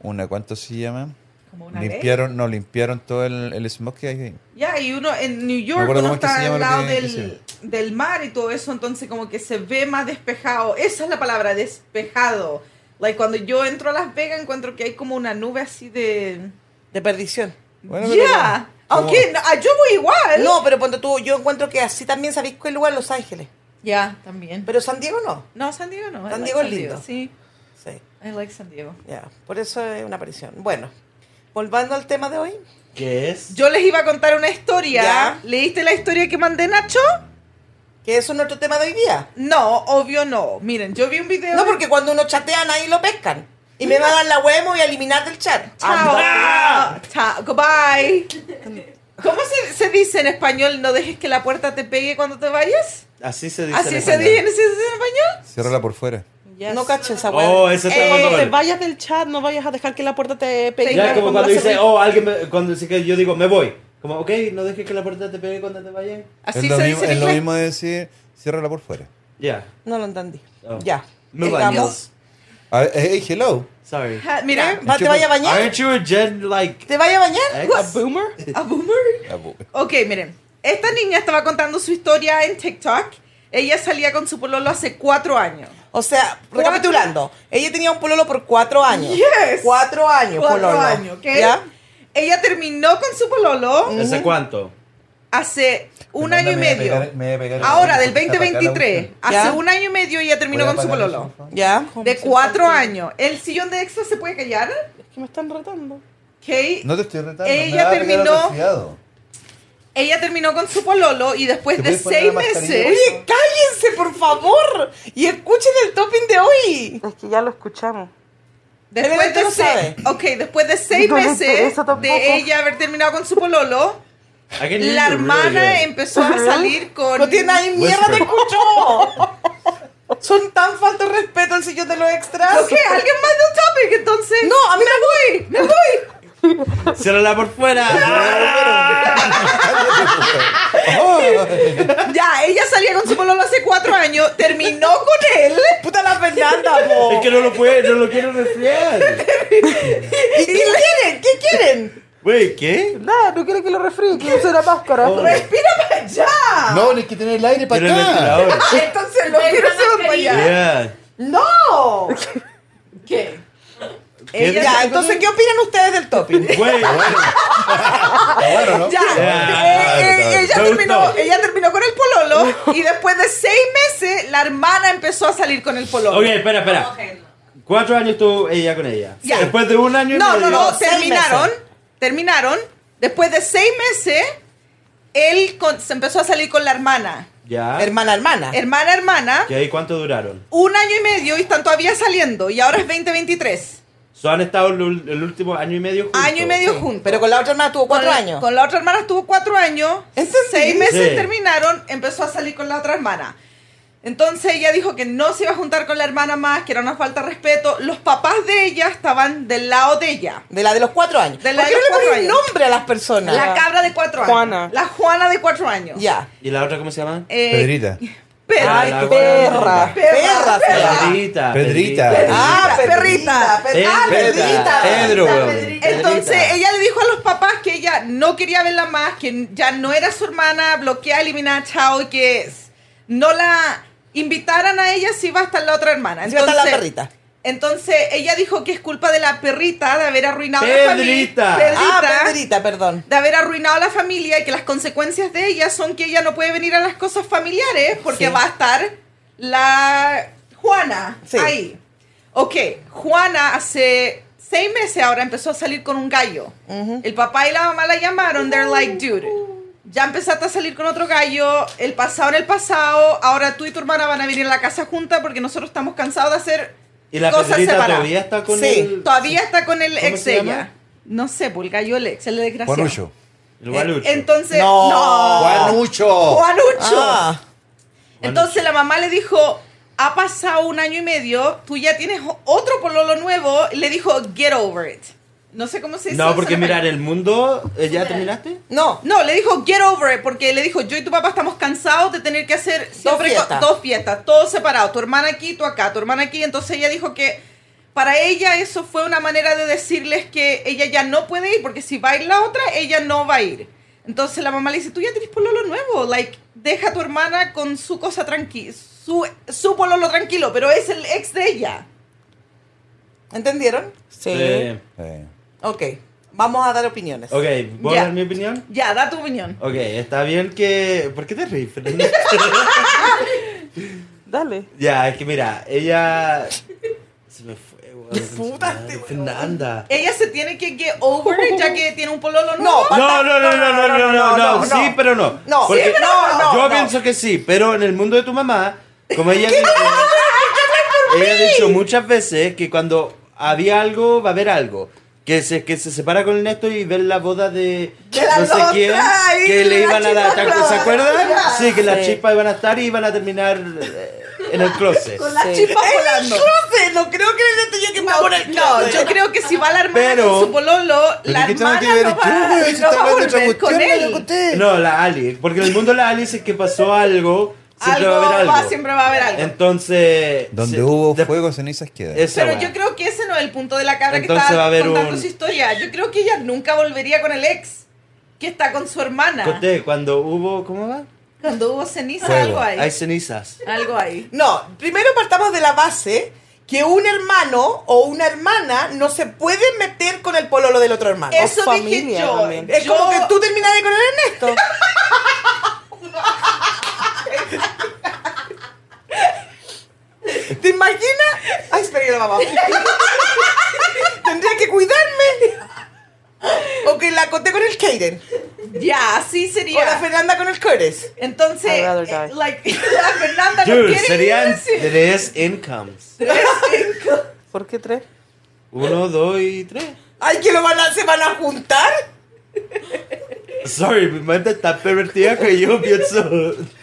Speaker 5: una, ¿cuánto se llama?
Speaker 4: Como una ley.
Speaker 5: Limpiaron, no, limpiaron todo el, el smog que hay. ahí.
Speaker 4: Ya, y uno en New
Speaker 5: Me
Speaker 4: York
Speaker 5: acuerdo
Speaker 4: uno
Speaker 5: cómo es que
Speaker 4: está
Speaker 5: se llama
Speaker 4: al
Speaker 5: lo
Speaker 4: lado
Speaker 5: que- que
Speaker 4: del, del mar y todo eso, entonces como que se ve más despejado. Esa es la palabra, despejado. Like, cuando yo entro a Las Vegas encuentro que hay como una nube así de...
Speaker 6: De perdición.
Speaker 5: Bueno,
Speaker 4: ya,
Speaker 5: pero-
Speaker 4: aunque no- ah, yo voy igual.
Speaker 6: No, pero ponte tú, yo encuentro que así también sabéis cuál lugar Los Ángeles.
Speaker 4: Ya, también.
Speaker 6: Pero San Diego no.
Speaker 4: no, San Diego no. I
Speaker 6: San
Speaker 4: like
Speaker 6: Diego es lindo.
Speaker 4: Sí,
Speaker 6: Sí,
Speaker 4: I like San Diego.
Speaker 6: ya. Por eso es una aparición. Bueno, volviendo al tema de hoy.
Speaker 1: ¿Qué es?
Speaker 4: Yo les iba a contar una historia.
Speaker 6: Ya.
Speaker 4: ¿Leíste la historia que mandé, Nacho?
Speaker 6: Que eso es nuestro tema de hoy día.
Speaker 4: No, obvio no. Miren, yo vi un video...
Speaker 6: No,
Speaker 4: de-
Speaker 6: porque cuando uno chatea, nadie lo pescan. Y me van a dar la web y me voy a eliminar del chat.
Speaker 4: Chao.
Speaker 6: Ah,
Speaker 1: Anda.
Speaker 4: Chao. Goodbye. ¿Cómo se, se dice en español? ¿No dejes que la puerta te pegue cuando te vayas?
Speaker 1: Así se dice.
Speaker 4: ¿Así
Speaker 1: en
Speaker 4: se
Speaker 1: español.
Speaker 4: dice, ¿se dice en español?
Speaker 5: Ciérrala por fuera.
Speaker 6: No caché esa web.
Speaker 1: Oh, eso está
Speaker 7: Eh,
Speaker 1: cuando
Speaker 7: te
Speaker 1: vale.
Speaker 7: vayas del chat, no vayas a dejar que la puerta te pegue.
Speaker 1: Ya es como cuando
Speaker 7: hace
Speaker 1: dice,
Speaker 7: ruido.
Speaker 1: oh, alguien, me- cuando dice que yo digo, me voy. Como, ok, no dejes que la puerta te pegue cuando te vayas.
Speaker 4: Así
Speaker 5: es lo,
Speaker 4: se
Speaker 5: mismo,
Speaker 4: dice en
Speaker 5: es lo
Speaker 4: inglés.
Speaker 5: mismo de decir, ciérrala por fuera.
Speaker 1: Ya.
Speaker 6: No lo entendí.
Speaker 1: Oh.
Speaker 6: Ya.
Speaker 1: Me
Speaker 6: Estamos-
Speaker 1: vayas.
Speaker 5: Ah, A ver, hey, hello.
Speaker 1: Sorry.
Speaker 4: Ja,
Speaker 7: Mira,
Speaker 4: Mira,
Speaker 7: va- ¿te vaya a bañar?
Speaker 1: Aren't you a gen like
Speaker 4: ¿te vaya a bañar?
Speaker 1: ex?
Speaker 7: ¿A boomer?
Speaker 4: ¿A Boomer?
Speaker 5: Ah, bu-
Speaker 4: Ok, miren. Esta niña estaba contando su historia en TikTok. Ella salía con su pololo hace cuatro años.
Speaker 6: O sea, recapitulando, ella tenía un pololo por cuatro años.
Speaker 4: Yes.
Speaker 6: Cuatro años,
Speaker 4: Cuatro
Speaker 6: pololo.
Speaker 4: años, ¿ok?
Speaker 6: ¿Ya?
Speaker 4: Ella terminó con su pololo
Speaker 1: ¿Hace cuánto?
Speaker 4: hace un año
Speaker 5: Fernanda,
Speaker 4: y
Speaker 5: me voy a pegar-
Speaker 4: medio.
Speaker 5: me voy a pegar-
Speaker 4: Ahora, del
Speaker 5: voy a apagar la
Speaker 4: 2023.
Speaker 5: cuestión.
Speaker 4: Hace
Speaker 6: ¿Ya?
Speaker 4: un año y medio ella terminó
Speaker 5: Voy a
Speaker 4: con su
Speaker 5: apagar el
Speaker 4: pololo.
Speaker 5: micrófono.
Speaker 6: ¿Ya?
Speaker 4: De cuatro años. ¿El sillón de extra se puede callar?
Speaker 7: Es que me están retando.
Speaker 4: Kate,
Speaker 5: No te estoy retando.
Speaker 4: Ella
Speaker 5: me va a pegar el
Speaker 4: terminó-
Speaker 5: resfriado.
Speaker 4: ella terminó con su pololo y después
Speaker 5: ¿Te
Speaker 4: pues de
Speaker 5: puedes poner
Speaker 4: seis
Speaker 5: la mascarilla,
Speaker 4: meses...
Speaker 5: por favor?
Speaker 6: Oye, cállense, por favor. Y escuchen el topping de hoy.
Speaker 7: Es que ya lo escuchamos.
Speaker 4: Después
Speaker 6: Evelyn,
Speaker 4: de,
Speaker 6: tú lo
Speaker 4: se-
Speaker 6: sabes.
Speaker 4: ok, después de seis
Speaker 7: Dígame,
Speaker 4: meses
Speaker 7: eso tampoco.
Speaker 4: de ella haber terminado con su pololo,
Speaker 1: I can hear
Speaker 4: la
Speaker 1: you
Speaker 4: hermana
Speaker 1: really
Speaker 4: empezó a salir con...
Speaker 6: No tiene
Speaker 1: Pues,
Speaker 6: nadie mierda te
Speaker 5: Whisper.
Speaker 6: escuchó. Son tan faltos de respeto al sillón de los extras.
Speaker 4: Ok, alguien más de un topic, entonces...
Speaker 6: No, a mí me voy. Me voy.
Speaker 1: good. Ciérrala por fuera.
Speaker 4: Ya, ella salía con su pololo hace cuatro años, terminó con él
Speaker 6: Puta la Fernanda, po.
Speaker 1: es que no lo puede, no lo quiero resfriar.
Speaker 6: ¿Y qué quieren? ¿Qué quieren?
Speaker 1: Wey, ¿qué?
Speaker 7: Nada, no quiere que lo refríe, que use la máscara.
Speaker 1: Oh.
Speaker 4: ¡Respira para allá!
Speaker 5: No, ni que tener el aire
Speaker 1: Pero el
Speaker 5: para acá.
Speaker 1: ventilador.
Speaker 4: Entonces lo quiero hacer para allá.
Speaker 1: Yeah.
Speaker 4: ¡No! ¿Qué? Ella-
Speaker 6: Ya, entonces, ¿qué opinan ustedes del topping?
Speaker 1: Wey,
Speaker 5: Está bueno, ¿no?
Speaker 4: Ya,
Speaker 5: Ah,
Speaker 1: Ya,
Speaker 4: eh,
Speaker 5: claro,
Speaker 4: eh, ella,
Speaker 1: claro. Me
Speaker 4: terminó,
Speaker 1: gustó.
Speaker 4: ella terminó con el pololo y después de seis meses la hermana empezó a salir con el pololo.
Speaker 1: Ok, espera, espera. Cuatro años estuvo ella con ella.
Speaker 4: Ya.
Speaker 1: Después de un año y
Speaker 4: No, no,
Speaker 1: medio-
Speaker 4: no,
Speaker 6: No, seis
Speaker 4: terminaron,
Speaker 6: meses.
Speaker 4: terminaron. Después de seis meses, él con- se empezó a salir con la hermana.
Speaker 1: Ya.
Speaker 6: Hermana, hermana.
Speaker 4: Hermana, hermana,
Speaker 1: ¿Y ahí cuánto duraron?
Speaker 4: un año y medio y están todavía saliendo y ahora es 2023.
Speaker 1: So, han estado el, ul- el último año y medio juntos.
Speaker 4: Año y medio juntos.
Speaker 6: Pero con la otra hermana tuvo
Speaker 4: Con
Speaker 6: cuatro
Speaker 4: la-
Speaker 6: años.
Speaker 4: Con la otra hermana estuvo cuatro años.
Speaker 6: Entendí.
Speaker 4: Seis meses
Speaker 1: Sí.
Speaker 4: terminaron, empezó a salir con la otra hermana. Entonces ella dijo que no se iba a juntar con la hermana más, que era una falta de respeto. Los papás de ella estaban del lado de ella.
Speaker 6: De la de los cuatro años.
Speaker 4: De la
Speaker 6: ¿Por
Speaker 4: de los
Speaker 6: qué no le
Speaker 4: cuatro
Speaker 6: ponen
Speaker 4: años.
Speaker 6: nombre a las personas?
Speaker 4: La cabra de cuatro años.
Speaker 7: Juana.
Speaker 4: La Juana de cuatro años.
Speaker 6: Ya.
Speaker 1: ¿Y la otra cómo se llama?
Speaker 4: Eh,
Speaker 5: Pedrita.
Speaker 4: perra.
Speaker 1: Ah, la
Speaker 7: perra.
Speaker 1: Perra.
Speaker 6: Perra,
Speaker 4: perra.
Speaker 1: Pedrita.
Speaker 5: Pedrita.
Speaker 6: Ah, perrita.
Speaker 1: Eh,
Speaker 6: perrita. Ah,
Speaker 1: Pedrita.
Speaker 6: perrita.
Speaker 1: Pedro.
Speaker 2: Pedrita,
Speaker 1: weón.
Speaker 2: Pedrita.
Speaker 4: Entonces
Speaker 1: Pedrita.
Speaker 4: ella le dijo a los papás que ella no quería verla más, que ya no era su hermana, bloqueada, eliminada, chao, y que s- no la invitaran a ella si iba a estar la otra hermana.
Speaker 6: Encima está
Speaker 4: Entonces,
Speaker 6: la perrita.
Speaker 4: Entonces ella dijo que es culpa de la perrita de haber arruinado la familia.
Speaker 1: Pedrita.
Speaker 6: Ah, Pedrita, perdón.
Speaker 4: de haber arruinado la familia y que las consecuencias de ella son que ella no puede venir a las cosas familiares porque
Speaker 6: Sí.
Speaker 4: va a estar la Juana
Speaker 6: Sí.
Speaker 4: ahí. Ok, Juana hace seis meses ahora empezó a salir con un gallo. El papá y la mamá la llamaron,
Speaker 1: Uh.
Speaker 4: they're like, dude, ya empezaste a salir con otro gallo, el pasado en el pasado, ahora tú y tu hermana van a venir a la casa juntas porque nosotros estamos cansados de hacer
Speaker 1: ¿Y la
Speaker 4: cosas
Speaker 1: Pedrita
Speaker 4: separadas.
Speaker 1: todavía está con
Speaker 6: Sí,
Speaker 1: el,
Speaker 4: Todavía está con el
Speaker 1: ¿Cómo
Speaker 4: ex
Speaker 1: se
Speaker 4: de
Speaker 1: llama?
Speaker 4: ella. No sé, pues el gallo el ex, el desgraciado.
Speaker 5: Juanucho.
Speaker 1: el gualucho?
Speaker 4: Eh, Entonces,
Speaker 6: No.
Speaker 4: no.
Speaker 5: Juanucho.
Speaker 4: Juanucho.
Speaker 6: Ah,
Speaker 4: Entonces la mamá le dijo, ha pasado un año y medio, tú ya tienes o- otro pololo nuevo. Y le dijo, get over it. No sé cómo se dice.
Speaker 1: no, porque
Speaker 4: eso en
Speaker 1: mirar
Speaker 4: español.
Speaker 1: el mundo, eh, ¿ya terminaste?
Speaker 6: no.
Speaker 4: No, le dijo, get over it, porque le dijo, yo y tu papá estamos cansados de tener que hacer siempre co-
Speaker 6: fiestas.
Speaker 4: dos fiestas, todo separado, tu hermana aquí, tú acá, tu hermana aquí. Entonces ella dijo que para ella eso fue una manera de decirles que ella ya no puede ir, porque si va a ir la otra, ella no va a ir. Entonces la mamá le dice, tú ya tienes pololo nuevo, like, deja a tu hermana con su cosa tranquila, su, su pololo tranquilo, pero es el ex de ella.
Speaker 6: ¿Entendieron?
Speaker 7: Sí.
Speaker 1: Eh,
Speaker 5: Eh,
Speaker 6: Ok. Vamos a dar opiniones.
Speaker 1: ok, ¿puedo
Speaker 4: Ya.
Speaker 1: dar mi opinión?
Speaker 4: Ya, da tu opinión.
Speaker 1: Ok, está bien que... ¿Por qué te reís, Fernanda?
Speaker 7: Dale.
Speaker 1: ya, es que mira, ella... Se me fue, weón.
Speaker 6: Puta,
Speaker 1: Madre,
Speaker 6: este weón.
Speaker 1: Fernanda.
Speaker 4: Ella se tiene que get over it, ya que tiene un pololo nuevo.
Speaker 1: No, no, no, no, no, no, no, no, sí, pero no.
Speaker 6: No, sí,
Speaker 1: Porque
Speaker 6: pero no, no,
Speaker 1: Yo
Speaker 6: no.
Speaker 1: pienso que sí, pero en el mundo de tu mamá, como ella dijo, ella ha dicho muchas veces que cuando había algo, va a haber algo. Que se, que se separa con el Néstor y ver la boda de,
Speaker 6: De la
Speaker 1: no sé
Speaker 6: otra,
Speaker 1: quién,
Speaker 6: y
Speaker 1: que le
Speaker 6: la
Speaker 1: iban a dar,
Speaker 6: chispa
Speaker 1: ¿se
Speaker 6: flor.
Speaker 1: acuerdan?
Speaker 6: Ya.
Speaker 1: Sí, que las
Speaker 6: Sí.
Speaker 1: chispas iban a estar y iban a terminar eh, en el closet.
Speaker 6: Con las chispas volando. No creo que yo que
Speaker 4: No, no, yo creo que si va la hermana
Speaker 1: Pero-
Speaker 4: con su pololo,
Speaker 5: ¿Pero
Speaker 4: la
Speaker 5: qué tengo
Speaker 4: hermana
Speaker 5: que ver
Speaker 4: no
Speaker 5: yo,
Speaker 4: va,
Speaker 5: güey? Si
Speaker 4: no
Speaker 5: está
Speaker 4: va a
Speaker 5: hablando de otra
Speaker 4: volver con
Speaker 5: cuestión, no
Speaker 4: él.
Speaker 5: conté.
Speaker 1: No, la Ali. Porque en el mundo de la Ali es que pasó algo siempre
Speaker 4: algo
Speaker 1: va a haber algo.
Speaker 4: siempre va a haber algo.
Speaker 1: Entonces.
Speaker 5: Donde
Speaker 1: sí,
Speaker 5: hubo
Speaker 1: de-
Speaker 5: fuego, cenizas quedan.
Speaker 1: esa
Speaker 4: Pero
Speaker 1: weá.
Speaker 4: yo creo que ese no es el punto de la cabra
Speaker 1: Entonces
Speaker 4: que
Speaker 1: va
Speaker 4: está
Speaker 1: a haber
Speaker 4: contando
Speaker 1: un-
Speaker 4: su historia. Yo creo que ella nunca volvería con el ex que está con su hermana.
Speaker 1: Conté, cuando hubo. ¿Cómo va?
Speaker 4: Cuando hubo ceniza,
Speaker 5: Fuego.
Speaker 4: algo ahí.
Speaker 1: Hay cenizas.
Speaker 4: Algo ahí.
Speaker 6: No, primero partamos de la base que un hermano o una hermana no se puede meter con el pololo del otro hermano.
Speaker 4: Eso dije
Speaker 7: familia
Speaker 4: yo.
Speaker 7: también.
Speaker 6: Es
Speaker 4: Yo-
Speaker 6: como que tú terminaste con el Ernesto. ¿Te imaginas? Ay, espera que la mamá. Tendría que cuidarme. O que la conté con el Kaden.
Speaker 4: Ya, así
Speaker 6: O la
Speaker 4: sería.
Speaker 6: Fernanda con el Curtis.
Speaker 4: Entonces,
Speaker 7: I'd rather
Speaker 4: eh,
Speaker 7: die.
Speaker 4: like, la Fernanda no
Speaker 1: Dude,
Speaker 4: quiere
Speaker 1: serían
Speaker 4: irse.
Speaker 1: tres incomes.
Speaker 7: ¿Por qué tres?
Speaker 1: Uno, dos y tres.
Speaker 6: Ay, que lo van a, se van a juntar.
Speaker 1: Sorry, mi mente está pervertida que yo pienso.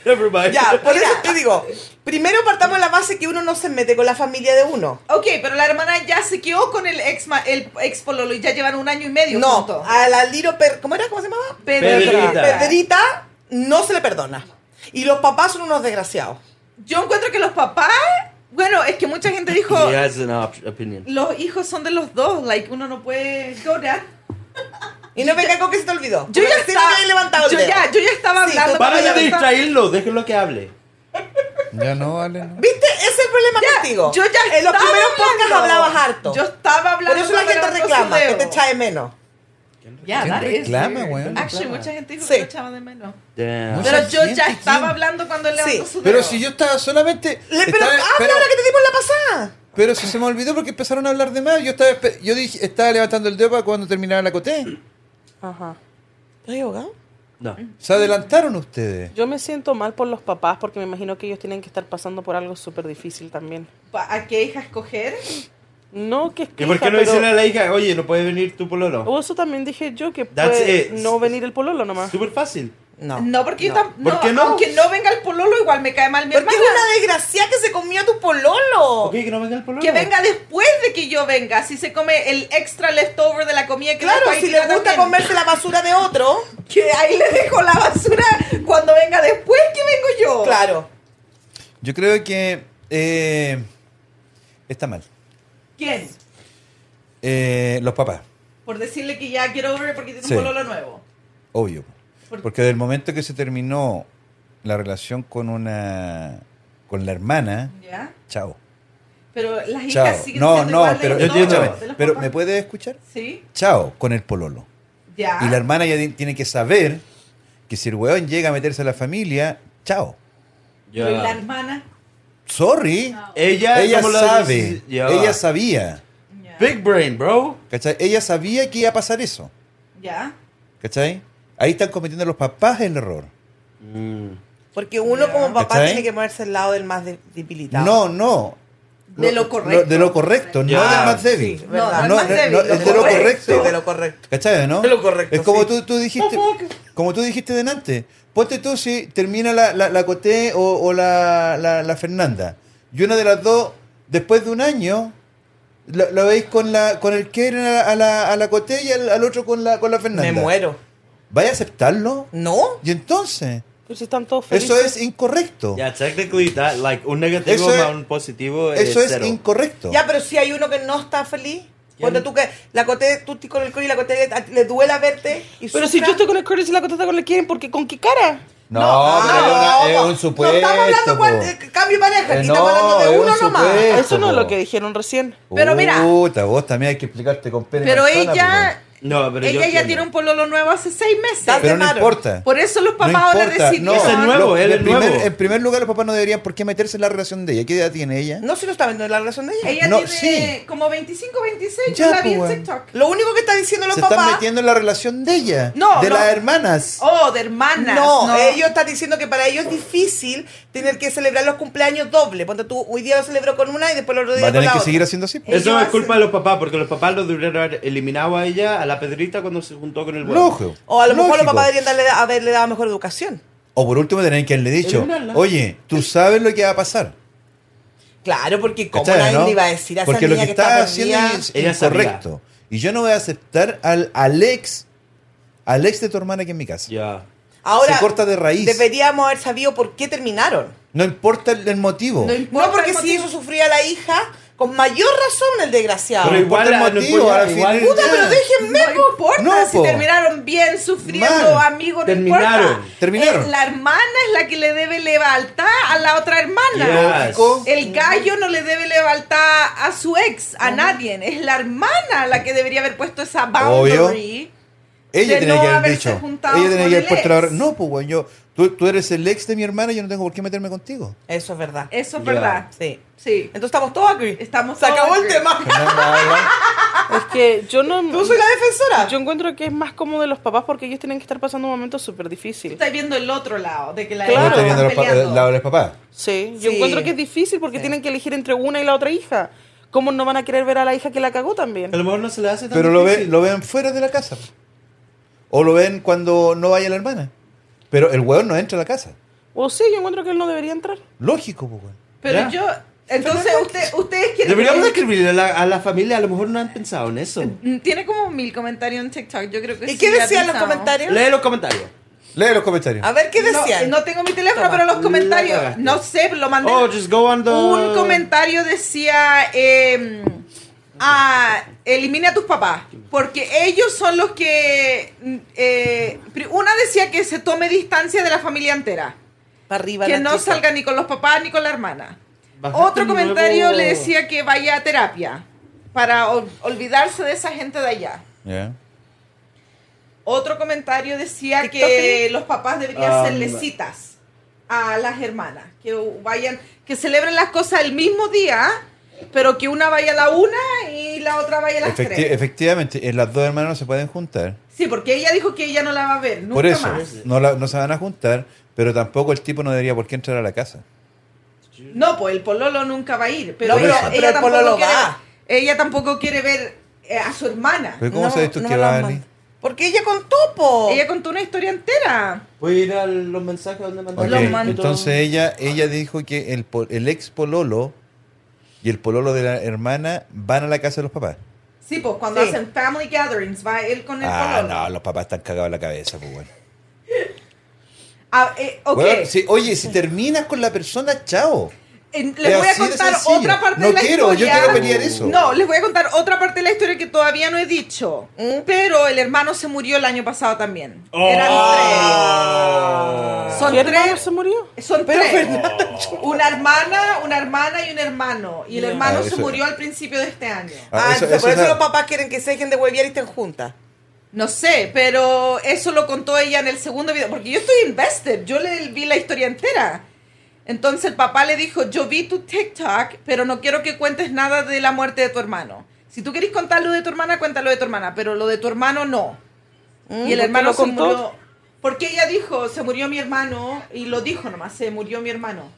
Speaker 1: Never mind.
Speaker 6: Ya, por eso te digo. Primero partamos de la base que uno no se mete con la familia de uno.
Speaker 4: Ok, pero la hermana ya se quedó con el ex, ma- el ex pololo y ya llevan un año y medio
Speaker 6: No,
Speaker 4: juntos.
Speaker 6: a la Liro Per... ¿Cómo era? ¿Cómo se llamaba?
Speaker 1: Pedrita.
Speaker 6: Pedrita no se le perdona. Y los papás son unos desgraciados.
Speaker 4: Yo encuentro que los papás, bueno, es que mucha gente dijo,
Speaker 1: He has an op- opinion.
Speaker 4: los hijos son de los dos, like uno no puede go dad.
Speaker 6: Y no me caigo que se te olvidó.
Speaker 4: Yo ya
Speaker 6: Porque si no
Speaker 4: estaba
Speaker 6: habías levantado el
Speaker 4: yo
Speaker 6: dedo.
Speaker 4: ya, yo ya estaba
Speaker 6: Sí,
Speaker 4: hablando.
Speaker 6: tú-
Speaker 4: cuando
Speaker 1: Para
Speaker 4: ya
Speaker 1: de
Speaker 4: estaba-
Speaker 1: distraerlo, déjenlo que hable.
Speaker 5: Ya no, Ale. no.
Speaker 6: ¿Viste? Ese es el problema contigo.
Speaker 4: Yo ya
Speaker 6: En los
Speaker 4: estaba
Speaker 6: primeros
Speaker 4: hablando.
Speaker 6: podcasts hablabas harto.
Speaker 4: Yo estaba hablando.
Speaker 6: Por eso la
Speaker 4: cuando
Speaker 6: gente
Speaker 4: levantó su
Speaker 6: reclama, que
Speaker 4: dedo.
Speaker 6: te echa de menos.
Speaker 4: Ya,
Speaker 5: ¿Quién
Speaker 4: that is
Speaker 5: reclama,
Speaker 4: weird.
Speaker 5: weón?
Speaker 4: Actually,
Speaker 1: Reclama.
Speaker 4: mucha gente dijo
Speaker 6: Sí.
Speaker 4: que lo echaba de menos.
Speaker 1: Damn.
Speaker 5: No sé.
Speaker 4: Pero yo
Speaker 5: gente,
Speaker 4: ya
Speaker 5: ¿quién?
Speaker 4: estaba hablando cuando él levantó
Speaker 6: Sí.
Speaker 4: su dedo.
Speaker 5: Pero si yo estaba
Speaker 4: Eh,
Speaker 5: solamente.
Speaker 6: Le- pero
Speaker 5: estaba-
Speaker 6: habla
Speaker 5: pero-
Speaker 6: la que te dimos la pasada.
Speaker 5: pero si se me olvidó porque empezaron a hablar de más. Yo estaba, espe- yo dije, estaba levantando el dedo para cuando terminaba la coté.
Speaker 7: Ajá.
Speaker 6: ¿Estás ahogado?
Speaker 1: No.
Speaker 5: Se adelantaron ustedes.
Speaker 7: Yo me siento mal por los papás porque me imagino que ellos tienen que estar pasando por algo súper difícil también.
Speaker 4: ¿Pa- ¿A qué hija escoger?
Speaker 7: No, que es
Speaker 1: ¿Y por qué
Speaker 7: queja,
Speaker 1: no
Speaker 7: pero-
Speaker 1: dicen a la hija, oye, no puede venir tu pololo?
Speaker 7: O eso también dije yo, que
Speaker 1: That's
Speaker 7: puede
Speaker 1: it.
Speaker 7: no venir el pololo nomás.
Speaker 1: Súper fácil.
Speaker 6: No.
Speaker 4: No, porque yo tam-
Speaker 1: ¿Por qué no?
Speaker 4: Aunque no venga el pololo, igual me cae mal mi
Speaker 6: Porque
Speaker 4: hermana.
Speaker 6: es una desgracia que se comió tu pololo.
Speaker 1: Ok, que no venga el pololo.
Speaker 4: Que venga después de que yo venga. Si se come el extra leftover de la comida que
Speaker 6: Claro,
Speaker 4: dejó ahí
Speaker 6: si le
Speaker 4: tirada
Speaker 6: gusta
Speaker 4: también.
Speaker 6: comerse la basura de otro,
Speaker 4: Que ahí le dejo la basura cuando venga después que vengo yo.
Speaker 6: claro.
Speaker 5: Yo creo que eh, está mal.
Speaker 4: ¿Quién?
Speaker 5: Eh, los papás,
Speaker 4: Por decirle que ya quiero over porque tiene
Speaker 5: Sí.
Speaker 4: un pololo nuevo.
Speaker 5: obvio.
Speaker 4: ¿Por qué?
Speaker 5: Porque del momento que se terminó la relación con una con la hermana,
Speaker 4: ¿Ya?
Speaker 5: chao.
Speaker 4: Pero las hijas
Speaker 5: Chao.
Speaker 4: siguen
Speaker 5: No,
Speaker 4: siendo
Speaker 5: no,
Speaker 4: iguales
Speaker 5: pero
Speaker 4: de
Speaker 1: Yo entiendo.
Speaker 4: los
Speaker 5: escúchame, pero
Speaker 4: papás.
Speaker 5: ¿me puedes escuchar?
Speaker 4: Sí,
Speaker 5: Chao con el pololo.
Speaker 4: ya.
Speaker 5: Y la hermana ya di- tiene que saber que si el weón llega a meterse a la familia, chao.
Speaker 1: Ya.
Speaker 4: Pero ¿y la hermana.
Speaker 5: Sorry.
Speaker 4: Ah.
Speaker 1: Ella,
Speaker 5: Ella
Speaker 1: ¿cómo lo
Speaker 5: sabe.
Speaker 1: dices? Ya.
Speaker 5: Ella sabía.
Speaker 4: Ya.
Speaker 1: Big brain, bro.
Speaker 5: ¿Cachai? Ella sabía que iba a pasar eso.
Speaker 4: Ya.
Speaker 5: ¿Cachai? Ahí están cometiendo los papás el error.
Speaker 6: Porque uno
Speaker 4: Ya.
Speaker 6: como papá
Speaker 5: ¿Cachai?
Speaker 6: tiene que moverse al lado del más de- debilitado.
Speaker 5: No, no.
Speaker 4: De lo correcto.
Speaker 5: de lo correcto,
Speaker 1: Ya.
Speaker 5: no del más débil.
Speaker 6: Sí,
Speaker 4: No,
Speaker 6: ¿verdad?
Speaker 4: no,
Speaker 5: No,
Speaker 4: es más
Speaker 5: no,
Speaker 4: débil.
Speaker 5: no,
Speaker 4: lo
Speaker 5: es de lo correcto.
Speaker 6: Sí, de lo correcto.
Speaker 5: ¿Cachai, no?
Speaker 6: Es lo correcto,
Speaker 5: Es como
Speaker 6: sí.
Speaker 5: tú, tú dijiste, como tú dijiste delante. Ponte tú si termina la, la, la Coté o, o la, la, la Fernanda. Y una de las dos, después de un año, la, la veis con la con el que a la, a la, a la Coté y al, al otro con la, con la Fernanda.
Speaker 6: Me muero.
Speaker 5: ¿Vaya a aceptarlo?
Speaker 6: ¿No?
Speaker 5: Y entonces,
Speaker 7: Pero si están todos felices.
Speaker 5: eso es incorrecto.
Speaker 1: Yeah, technically that like un negativo
Speaker 5: Eso es-
Speaker 1: más un positivo
Speaker 5: Eso
Speaker 1: es
Speaker 5: es
Speaker 1: cero.
Speaker 5: incorrecto.
Speaker 6: Ya, pero si hay uno que no está feliz.
Speaker 1: ¿Quién?
Speaker 6: Cuando tú que la coté, tú estás con el culo y la coté le, le duela verte. Y
Speaker 7: Pero si yo
Speaker 6: sufra.
Speaker 7: estoy con el Curtis y la contesta con el quieren, porque ¿con qué cara?
Speaker 5: No,
Speaker 6: Ah,
Speaker 5: pero
Speaker 6: no,
Speaker 5: es, una- es
Speaker 6: no,
Speaker 5: un supuesto.
Speaker 6: No estamos hablando
Speaker 5: po.
Speaker 6: cuál- eh, cambio de pareja,
Speaker 5: Eh,
Speaker 6: aquí
Speaker 5: no,
Speaker 6: estamos hablando de
Speaker 5: es
Speaker 6: uno
Speaker 5: un
Speaker 6: nomás.
Speaker 5: supuesto.
Speaker 7: Eso no es
Speaker 5: po.
Speaker 7: lo que dijeron recién.
Speaker 4: Pero mira.
Speaker 5: Puta, vos también hay que explicarte con pene
Speaker 4: Pero
Speaker 5: manzana,
Speaker 4: ella,
Speaker 1: No, pero yo
Speaker 4: ella ya
Speaker 1: entiendo.
Speaker 4: tiene un pololo nuevo hace seis meses.
Speaker 5: po. Pero no
Speaker 6: Claro.
Speaker 5: importa.
Speaker 4: Por eso los
Speaker 5: No
Speaker 4: papás ahora
Speaker 5: importa,
Speaker 4: decidieron.
Speaker 5: no.
Speaker 1: Ese es nuevo,
Speaker 5: Los-
Speaker 1: él es
Speaker 5: en primer-
Speaker 1: nuevo.
Speaker 5: En primer lugar, los papás no deberían por qué meterse en la relación de ella. ¿Qué edad tiene ella?
Speaker 6: No, si no está viendo la relación de ella.
Speaker 4: Ella
Speaker 5: No,
Speaker 4: tiene
Speaker 5: sí.
Speaker 4: como 25, 26.
Speaker 5: Ya,
Speaker 4: yo la vi
Speaker 5: pues,
Speaker 4: en
Speaker 5: weón.
Speaker 4: TikTok.
Speaker 6: Lo único que está diciendo los
Speaker 5: Se están
Speaker 6: papás.
Speaker 5: metiendo en la relación de ella.
Speaker 4: No,
Speaker 5: de
Speaker 4: no.
Speaker 5: las hermanas.
Speaker 4: Oh, de hermanas.
Speaker 6: No, ellos están diciendo que para ellos es difícil tener que celebrar los cumpleaños doble. Ponte tú, hoy día lo celebro con una y después el otro
Speaker 5: Va
Speaker 6: día
Speaker 5: a
Speaker 6: con
Speaker 5: tener
Speaker 6: la
Speaker 5: que
Speaker 6: otra.
Speaker 5: seguir haciendo así. po.
Speaker 4: Eh,
Speaker 1: Eso
Speaker 4: ellos
Speaker 1: es culpa de los papás porque los papás lo debieron haber eliminado a ella a la pedrita cuando se juntó con el bueno.
Speaker 5: Lógico.
Speaker 6: O a lo mejor los
Speaker 5: Lógico.
Speaker 6: papás deberían darle, haberle dado mejor educación.
Speaker 5: O por último, tenían que haberle dicho:
Speaker 1: Eliminarla.
Speaker 5: Oye, tú sabes lo que va a pasar.
Speaker 6: Claro, porque como
Speaker 5: ¿Cachai,
Speaker 6: nadie
Speaker 5: no?
Speaker 6: le iba a decir a
Speaker 5: Porque
Speaker 6: esa
Speaker 5: lo
Speaker 6: niña
Speaker 5: que
Speaker 6: que,
Speaker 5: está
Speaker 6: está
Speaker 5: haciendo
Speaker 6: perdida.
Speaker 5: es
Speaker 1: Ella sabía.
Speaker 5: incorrecto. Y yo no voy a aceptar al Alex, Alex de tu hermana aquí en mi casa.
Speaker 1: Ya.
Speaker 6: Ahora,
Speaker 5: Se corta de raíz.
Speaker 6: deberíamos haber sabido por qué terminaron.
Speaker 5: No importa el, el motivo.
Speaker 4: No
Speaker 6: No,
Speaker 4: importa
Speaker 6: porque
Speaker 4: el
Speaker 6: si
Speaker 4: motivo.
Speaker 6: eso sufría la hija, con mayor razón el desgraciado.
Speaker 1: Pero igual,
Speaker 5: importa el
Speaker 1: ah, no
Speaker 5: motivo,
Speaker 1: importa,
Speaker 5: al fin-
Speaker 1: igual-
Speaker 4: Puta, pero déjenme,
Speaker 5: No
Speaker 4: no importa.
Speaker 5: no,
Speaker 4: si
Speaker 5: po.
Speaker 4: terminaron bien, sufriendo,
Speaker 5: Mal.
Speaker 4: amigos, no
Speaker 1: Terminaron,
Speaker 4: importa.
Speaker 5: terminaron.
Speaker 4: Eh, la hermana es la que le debe levantar a la otra hermana.
Speaker 1: Yes.
Speaker 5: Lógico.
Speaker 4: El gallo no le debe levantar a su ex, a nadie. Es la hermana la que debería haber puesto esa boundary.
Speaker 5: Ella
Speaker 4: de
Speaker 5: tenía
Speaker 4: no
Speaker 5: que haber
Speaker 4: haberse
Speaker 5: dicho.
Speaker 4: juntado
Speaker 5: Ella tenía
Speaker 4: con
Speaker 5: que
Speaker 4: el
Speaker 5: haber puesto la barra-
Speaker 4: ex.
Speaker 5: No, pues, weón, yo. Tú, tú eres el ex de mi hermana, yo no tengo por qué meterme contigo.
Speaker 6: Eso es verdad.
Speaker 4: Eso es
Speaker 1: Ya.
Speaker 4: verdad.
Speaker 6: Sí.
Speaker 4: Sí.
Speaker 6: Entonces estamos todos aquí.
Speaker 4: Estamos
Speaker 6: Se
Speaker 4: todos
Speaker 6: acabó el
Speaker 4: agree.
Speaker 6: tema.
Speaker 5: Fernanda habla.
Speaker 7: Es que yo no.
Speaker 6: Yo soy la defensora.
Speaker 7: Yo encuentro que es más como de los papás porque ellos tienen que estar pasando un momento súper
Speaker 4: Tú
Speaker 7: difícil.
Speaker 4: estás viendo el otro lado, de que la
Speaker 7: Claro.
Speaker 5: No
Speaker 4: hermana
Speaker 5: estoy viendo
Speaker 4: está
Speaker 5: los pa-
Speaker 4: peleando.
Speaker 5: el lado de los papás.
Speaker 7: Sí, yo
Speaker 6: Sí.
Speaker 7: encuentro que es difícil porque
Speaker 6: Sí.
Speaker 7: tienen que elegir entre una y la otra hija. ¿Cómo no van a querer ver a la hija que la cagó también?
Speaker 1: A lo mejor no se le hace tan
Speaker 5: Pero lo, ve,
Speaker 1: difícil.
Speaker 5: lo ven fuera de la casa. O lo ven cuando no vaya la hermana. Pero el weón no entra a la casa.
Speaker 7: O sí, yo encuentro que él no debería entrar.
Speaker 5: Lógico, pues, weón.
Speaker 4: Pero
Speaker 1: Ya.
Speaker 4: yo, entonces usted, ustedes quieren...
Speaker 1: Deberíamos escribirle a la, a la familia, a lo mejor no han pensado en eso.
Speaker 4: Mm, Tiene como mil comentarios en TikTok, yo creo que
Speaker 6: ¿Y
Speaker 4: sí
Speaker 6: qué
Speaker 4: la
Speaker 6: decían los
Speaker 4: pensamos.
Speaker 6: comentarios?
Speaker 1: Lee los comentarios.
Speaker 5: Lee los comentarios.
Speaker 6: A ver, ¿qué
Speaker 4: No, eh,
Speaker 6: decían?
Speaker 4: No, tengo mi teléfono,
Speaker 6: Toma.
Speaker 4: pero los comentarios.
Speaker 1: cagaste.
Speaker 4: No sé, lo mandé.
Speaker 1: Oh, just go on the...
Speaker 4: Un comentario decía: eh, ah, Elimina a tus papás. Porque ellos son los que. eh, pri- una decía que se tome distancia de la familia entera.
Speaker 6: Para arriba
Speaker 4: que
Speaker 6: la
Speaker 4: no
Speaker 6: chica.
Speaker 4: salga ni con los papás ni con la hermana.
Speaker 1: Bajaste
Speaker 4: Otro
Speaker 1: un
Speaker 4: comentario
Speaker 1: nuevo-
Speaker 4: le decía que vaya a terapia. Para ol- olvidarse de esa gente de allá.
Speaker 5: Ya.
Speaker 4: Otro comentario decía
Speaker 6: TikTok,
Speaker 4: que los papás deberían
Speaker 1: Ah,
Speaker 4: hacerle
Speaker 1: va.
Speaker 4: citas a las hermanas, que vayan, que celebren las cosas el mismo día, pero que una vaya a la una y la otra vaya a las
Speaker 5: Efecti-
Speaker 4: tres.
Speaker 5: efectivamente, eh, las dos hermanas no se pueden juntar.
Speaker 4: Sí, porque ella dijo que ella no la va a ver nunca
Speaker 5: Por eso,
Speaker 4: más.
Speaker 5: no, la- no se van a juntar, pero tampoco el tipo no debería por qué entrar a la casa.
Speaker 4: No, pues el pololo nunca va a ir, pero,
Speaker 6: No,
Speaker 5: pero-
Speaker 4: ella,
Speaker 6: pero
Speaker 4: ella
Speaker 6: el
Speaker 4: tampoco
Speaker 6: pololo
Speaker 4: quiere,
Speaker 6: va.
Speaker 4: ella tampoco quiere ver eh, a su hermana.
Speaker 5: Pero ¿cómo
Speaker 6: No,
Speaker 5: sabes tú
Speaker 6: no
Speaker 5: que
Speaker 6: me la
Speaker 5: va
Speaker 6: mandan.
Speaker 5: Ani?
Speaker 6: Porque ella contó, po.
Speaker 4: Ah, Ella contó una historia entera.
Speaker 1: Voy a ir a los mensajes donde
Speaker 5: Ok,
Speaker 1: mandaron.
Speaker 4: Los mando.
Speaker 5: Entonces ella, ella dijo que el, po- el ex pololo y el pololo de la hermana van a la casa de los papás.
Speaker 4: Sí, pues cuando
Speaker 6: Sí.
Speaker 4: hacen family gatherings va él con el
Speaker 5: Ah,
Speaker 4: pololo.
Speaker 5: no, los papás están cagados en la cabeza, pues bueno.
Speaker 4: Ah, eh, ok.
Speaker 5: Bueno, si- oye, si terminas con la persona, chao.
Speaker 4: En-
Speaker 5: Es
Speaker 4: Les voy a
Speaker 5: así de
Speaker 4: contar
Speaker 5: sencillo.
Speaker 4: otra parte
Speaker 5: No
Speaker 4: de la
Speaker 5: quiero, yo
Speaker 4: historia.
Speaker 5: quiero pelear eso.
Speaker 4: No, les voy a contar otra parte de la historia que todavía no he dicho.
Speaker 5: ¿Mm?
Speaker 4: Pero el hermano se murió el año pasado también.
Speaker 1: Oh.
Speaker 4: Eran tres. Son
Speaker 7: ¿Qué hermano
Speaker 4: tres.
Speaker 7: se murió?
Speaker 4: Son tres. Una hermana, una hermana y un hermano. Y el
Speaker 7: Ya.
Speaker 4: hermano
Speaker 5: Ah,
Speaker 4: se
Speaker 5: eso-
Speaker 4: murió al principio de este año.
Speaker 5: Ah,
Speaker 6: Ah,
Speaker 5: eso-
Speaker 6: entonces
Speaker 5: eso
Speaker 6: por eso
Speaker 5: es-
Speaker 6: los papás quieren que se dejen de hueviar y estén juntas.
Speaker 4: No sé, pero eso lo contó ella en el segundo video. Porque yo estoy invested. Yo le vi la historia entera. Entonces el papá le dijo, yo vi tu TikTok, pero no quiero que cuentes nada de la muerte de tu hermano. Si tú querés contar lo de tu hermana, cuéntalo de tu hermana, pero lo de tu hermano no.
Speaker 7: Mm,
Speaker 4: y el
Speaker 7: ¿por qué
Speaker 4: hermano
Speaker 7: lo
Speaker 4: se
Speaker 7: contó?
Speaker 4: murió. Porque ella dijo, se murió mi hermano, y lo dijo nomás, se murió mi hermano.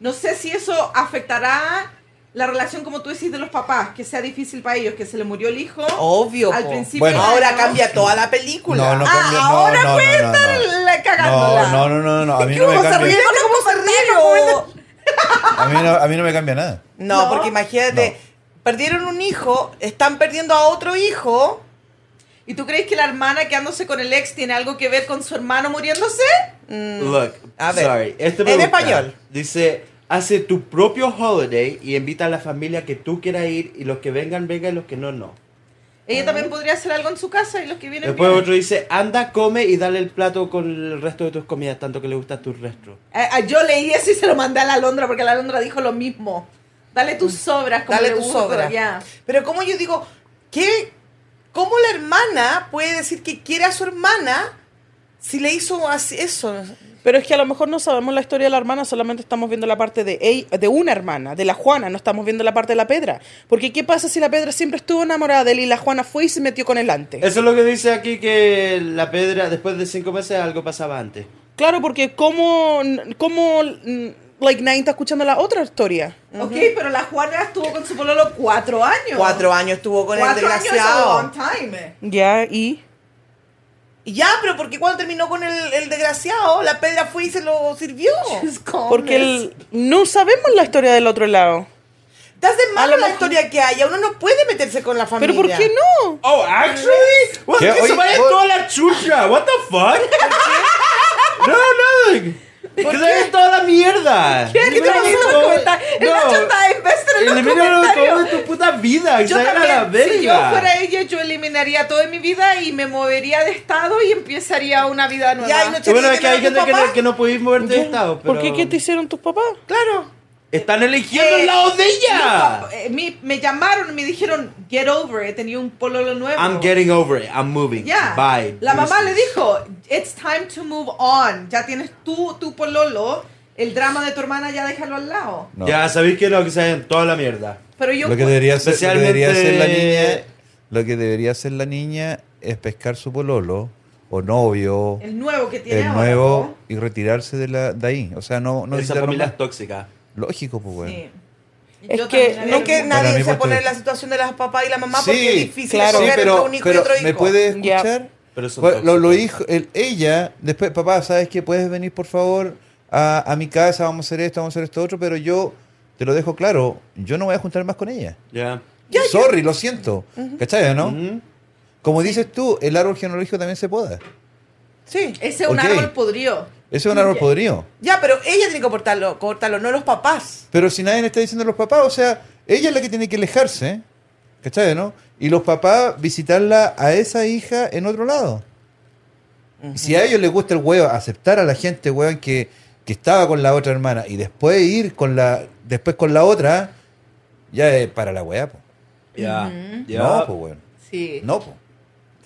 Speaker 4: No sé si eso afectará la relación, como tú decís, de los papás, que sea difícil para ellos, que se le murió el hijo.
Speaker 7: Oh,
Speaker 6: Obvio.
Speaker 4: Al
Speaker 6: po.
Speaker 4: principio.
Speaker 5: Bueno.
Speaker 6: Ahora cambia toda la película.
Speaker 5: No, no
Speaker 4: Ah,
Speaker 5: cambia, no,
Speaker 4: ahora
Speaker 5: no,
Speaker 4: puede
Speaker 5: no, no,
Speaker 4: estar
Speaker 5: no.
Speaker 4: la cagándola.
Speaker 5: No, no, no, no, no, a mí no me
Speaker 6: ¿Cómo se ríe?
Speaker 5: cambia.
Speaker 6: ¿Cómo, se ríe? ¿Cómo se ríe?
Speaker 5: A mí no, a mí no me cambia nada.
Speaker 6: No,
Speaker 4: No.
Speaker 6: porque imagínate, perdieron un hijo, están perdiendo a otro hijo.
Speaker 4: ¿Y tú crees que la hermana quedándose con el ex tiene algo que ver con su hermano muriéndose?
Speaker 1: Look,
Speaker 6: Mm. A ver,
Speaker 1: sorry. Este me
Speaker 6: en
Speaker 1: gusta.
Speaker 6: español.
Speaker 1: Dice, hace tu propio holiday y invita a la familia que tú quieras ir y los que vengan, vengan y los que no, no.
Speaker 4: Ella también podría hacer algo en su casa y los que vienen.
Speaker 1: Después
Speaker 4: vienen.
Speaker 1: otro dice, anda, come y dale el plato con el resto de tus comidas, tanto que le gustan tus restos.
Speaker 4: Ah, ah, yo leí eso y se lo mandé a la Londra porque la Londra dijo lo mismo. Dale tus sobras, como
Speaker 6: Mm. Dale
Speaker 4: le
Speaker 6: tu
Speaker 4: gusta,
Speaker 6: sobra.
Speaker 4: ya.
Speaker 6: Pero como yo digo, ¿qué? ¿cómo la hermana puede decir que quiere a su hermana si le hizo así eso?
Speaker 7: Pero es que a lo mejor no sabemos la historia de la hermana, solamente estamos viendo la parte de, ella- de una hermana, de la Juana, no estamos viendo la parte de la Pedra. Porque ¿qué pasa si la Pedra siempre estuvo enamorada de él y la Juana fue y se metió con él antes?
Speaker 1: Eso es lo que dice aquí que la pedra, después de cinco meses algo pasaba antes.
Speaker 7: Claro, porque ¿cómo, cómo mm, like, nadie está escuchando la otra historia?
Speaker 4: Ok, pero la Juana estuvo con su pololo cuatro años.
Speaker 6: Cuatro años estuvo con el
Speaker 4: Cuatro años es a long
Speaker 6: desgraciado.
Speaker 4: time. eh.
Speaker 7: Ya, y...
Speaker 6: Y ya, pero porque cuando terminó con el, el desgraciado, la pedra fue y se lo sirvió.
Speaker 4: Just calm
Speaker 7: Porque
Speaker 4: it.
Speaker 7: el- no sabemos la historia del otro lado.
Speaker 6: Estás de
Speaker 7: A lo
Speaker 6: malo la
Speaker 7: mejor-
Speaker 6: historia que haya. Uno no puede meterse con la
Speaker 7: ¿Pero
Speaker 6: familia.
Speaker 7: por qué no?
Speaker 1: Oh, actually? What,
Speaker 5: ¿Qué?
Speaker 1: que se
Speaker 5: Oye,
Speaker 1: vaya
Speaker 5: vos-
Speaker 1: toda la chucha. What the fuck? no, no. ¡Que saben toda la mierda!
Speaker 6: ¿Qué te pasó en los comentarios? El Nacho está imbécil en los
Speaker 1: Elimina los
Speaker 6: comentarios.
Speaker 1: comentarios de tu puta vida.
Speaker 4: Yo
Speaker 1: Exagera la
Speaker 4: también, si yo
Speaker 1: verga.
Speaker 4: fuera ella, yo eliminaría toda mi vida y me movería de estado y empezaría una vida nueva.
Speaker 6: Ya, y no-
Speaker 1: Y Bueno, es que hay
Speaker 6: ¿Tiene
Speaker 1: gente que
Speaker 6: papá?
Speaker 1: no, que no podéis moverte de este estado, pero...
Speaker 7: ¿Por qué? ¿Qué te hicieron tus papás?
Speaker 4: Claro.
Speaker 1: Están eligiendo
Speaker 4: Eh,
Speaker 1: el lado de ella.
Speaker 4: Los pap- eh, mi- me llamaron y me dijeron, get over it, tenía un pololo nuevo.
Speaker 1: I'm getting over it. I'm moving.
Speaker 4: Ya.
Speaker 1: Bye.
Speaker 4: La mamá le
Speaker 1: Deuces.
Speaker 4: dijo, it's time to move on. Ya tienes tú, tu pololo, el drama de tu hermana ya déjalo al lado.
Speaker 5: No.
Speaker 1: Ya, sabéis que no, que saben toda la mierda.
Speaker 4: Pero yo...
Speaker 5: Lo que debería hacer, lo que debería hacer la
Speaker 1: Especialmente-
Speaker 5: niña, lo que debería hacer la niña es pescar su pololo o novio,
Speaker 4: El nuevo que tiene
Speaker 5: el
Speaker 4: ahora,
Speaker 5: nuevo
Speaker 4: ¿no?
Speaker 5: y retirarse de la de ahí, o sea, no no
Speaker 1: Esa
Speaker 5: visitarlo
Speaker 1: familia
Speaker 5: más.
Speaker 1: es tóxica.
Speaker 5: Lógico, pues bueno.
Speaker 4: Sí.
Speaker 7: Es
Speaker 4: Yo
Speaker 7: que
Speaker 4: también había
Speaker 6: No que
Speaker 4: visto-
Speaker 5: Para
Speaker 6: nadie
Speaker 5: mí,
Speaker 6: se
Speaker 5: pues,
Speaker 6: pone
Speaker 5: tú-
Speaker 6: en la situación de las papás y la mamá porque es difícil
Speaker 5: sí,
Speaker 6: escoger entre
Speaker 5: pero,
Speaker 6: un hijo y
Speaker 5: pero
Speaker 6: otro hijo.
Speaker 5: ¿me puede
Speaker 7: Ya.
Speaker 5: escuchar?
Speaker 1: Pero son
Speaker 5: Bueno, lo, lo
Speaker 1: tóxicos.
Speaker 5: hijo, el- ella, después, papá, ¿sabes qué? Puedes venir, por favor, a, a mi casa, vamos a hacer esto, vamos a hacer esto otro, pero yo te lo dejo claro, yo no voy a juntar más con ella.
Speaker 1: Ya. Mm,
Speaker 5: Sorry, lo siento. ¿Cachai, o no?
Speaker 1: Ujú.
Speaker 5: Como dices tú, el árbol genealógico también se poda.
Speaker 6: Sí.
Speaker 4: Ese es un
Speaker 5: Ok.
Speaker 4: árbol podrido.
Speaker 5: Eso es un árbol podrido.
Speaker 6: Ya, pero ella tiene que cortarlo, cortarlo, no los papás.
Speaker 5: Pero si nadie le está diciendo a los papás, o sea, ella es la que tiene que alejarse, ¿cachai, no? Y los papás visitarla a esa hija en otro lado. Y Si a ellos les gusta el huevo, aceptar a la gente, huevón, que, que estaba con la otra hermana y después ir con la después con la otra, ya es para la hueá, po.
Speaker 1: Ya. Ya.
Speaker 5: No, pues, weón.
Speaker 4: Sí.
Speaker 5: No, po.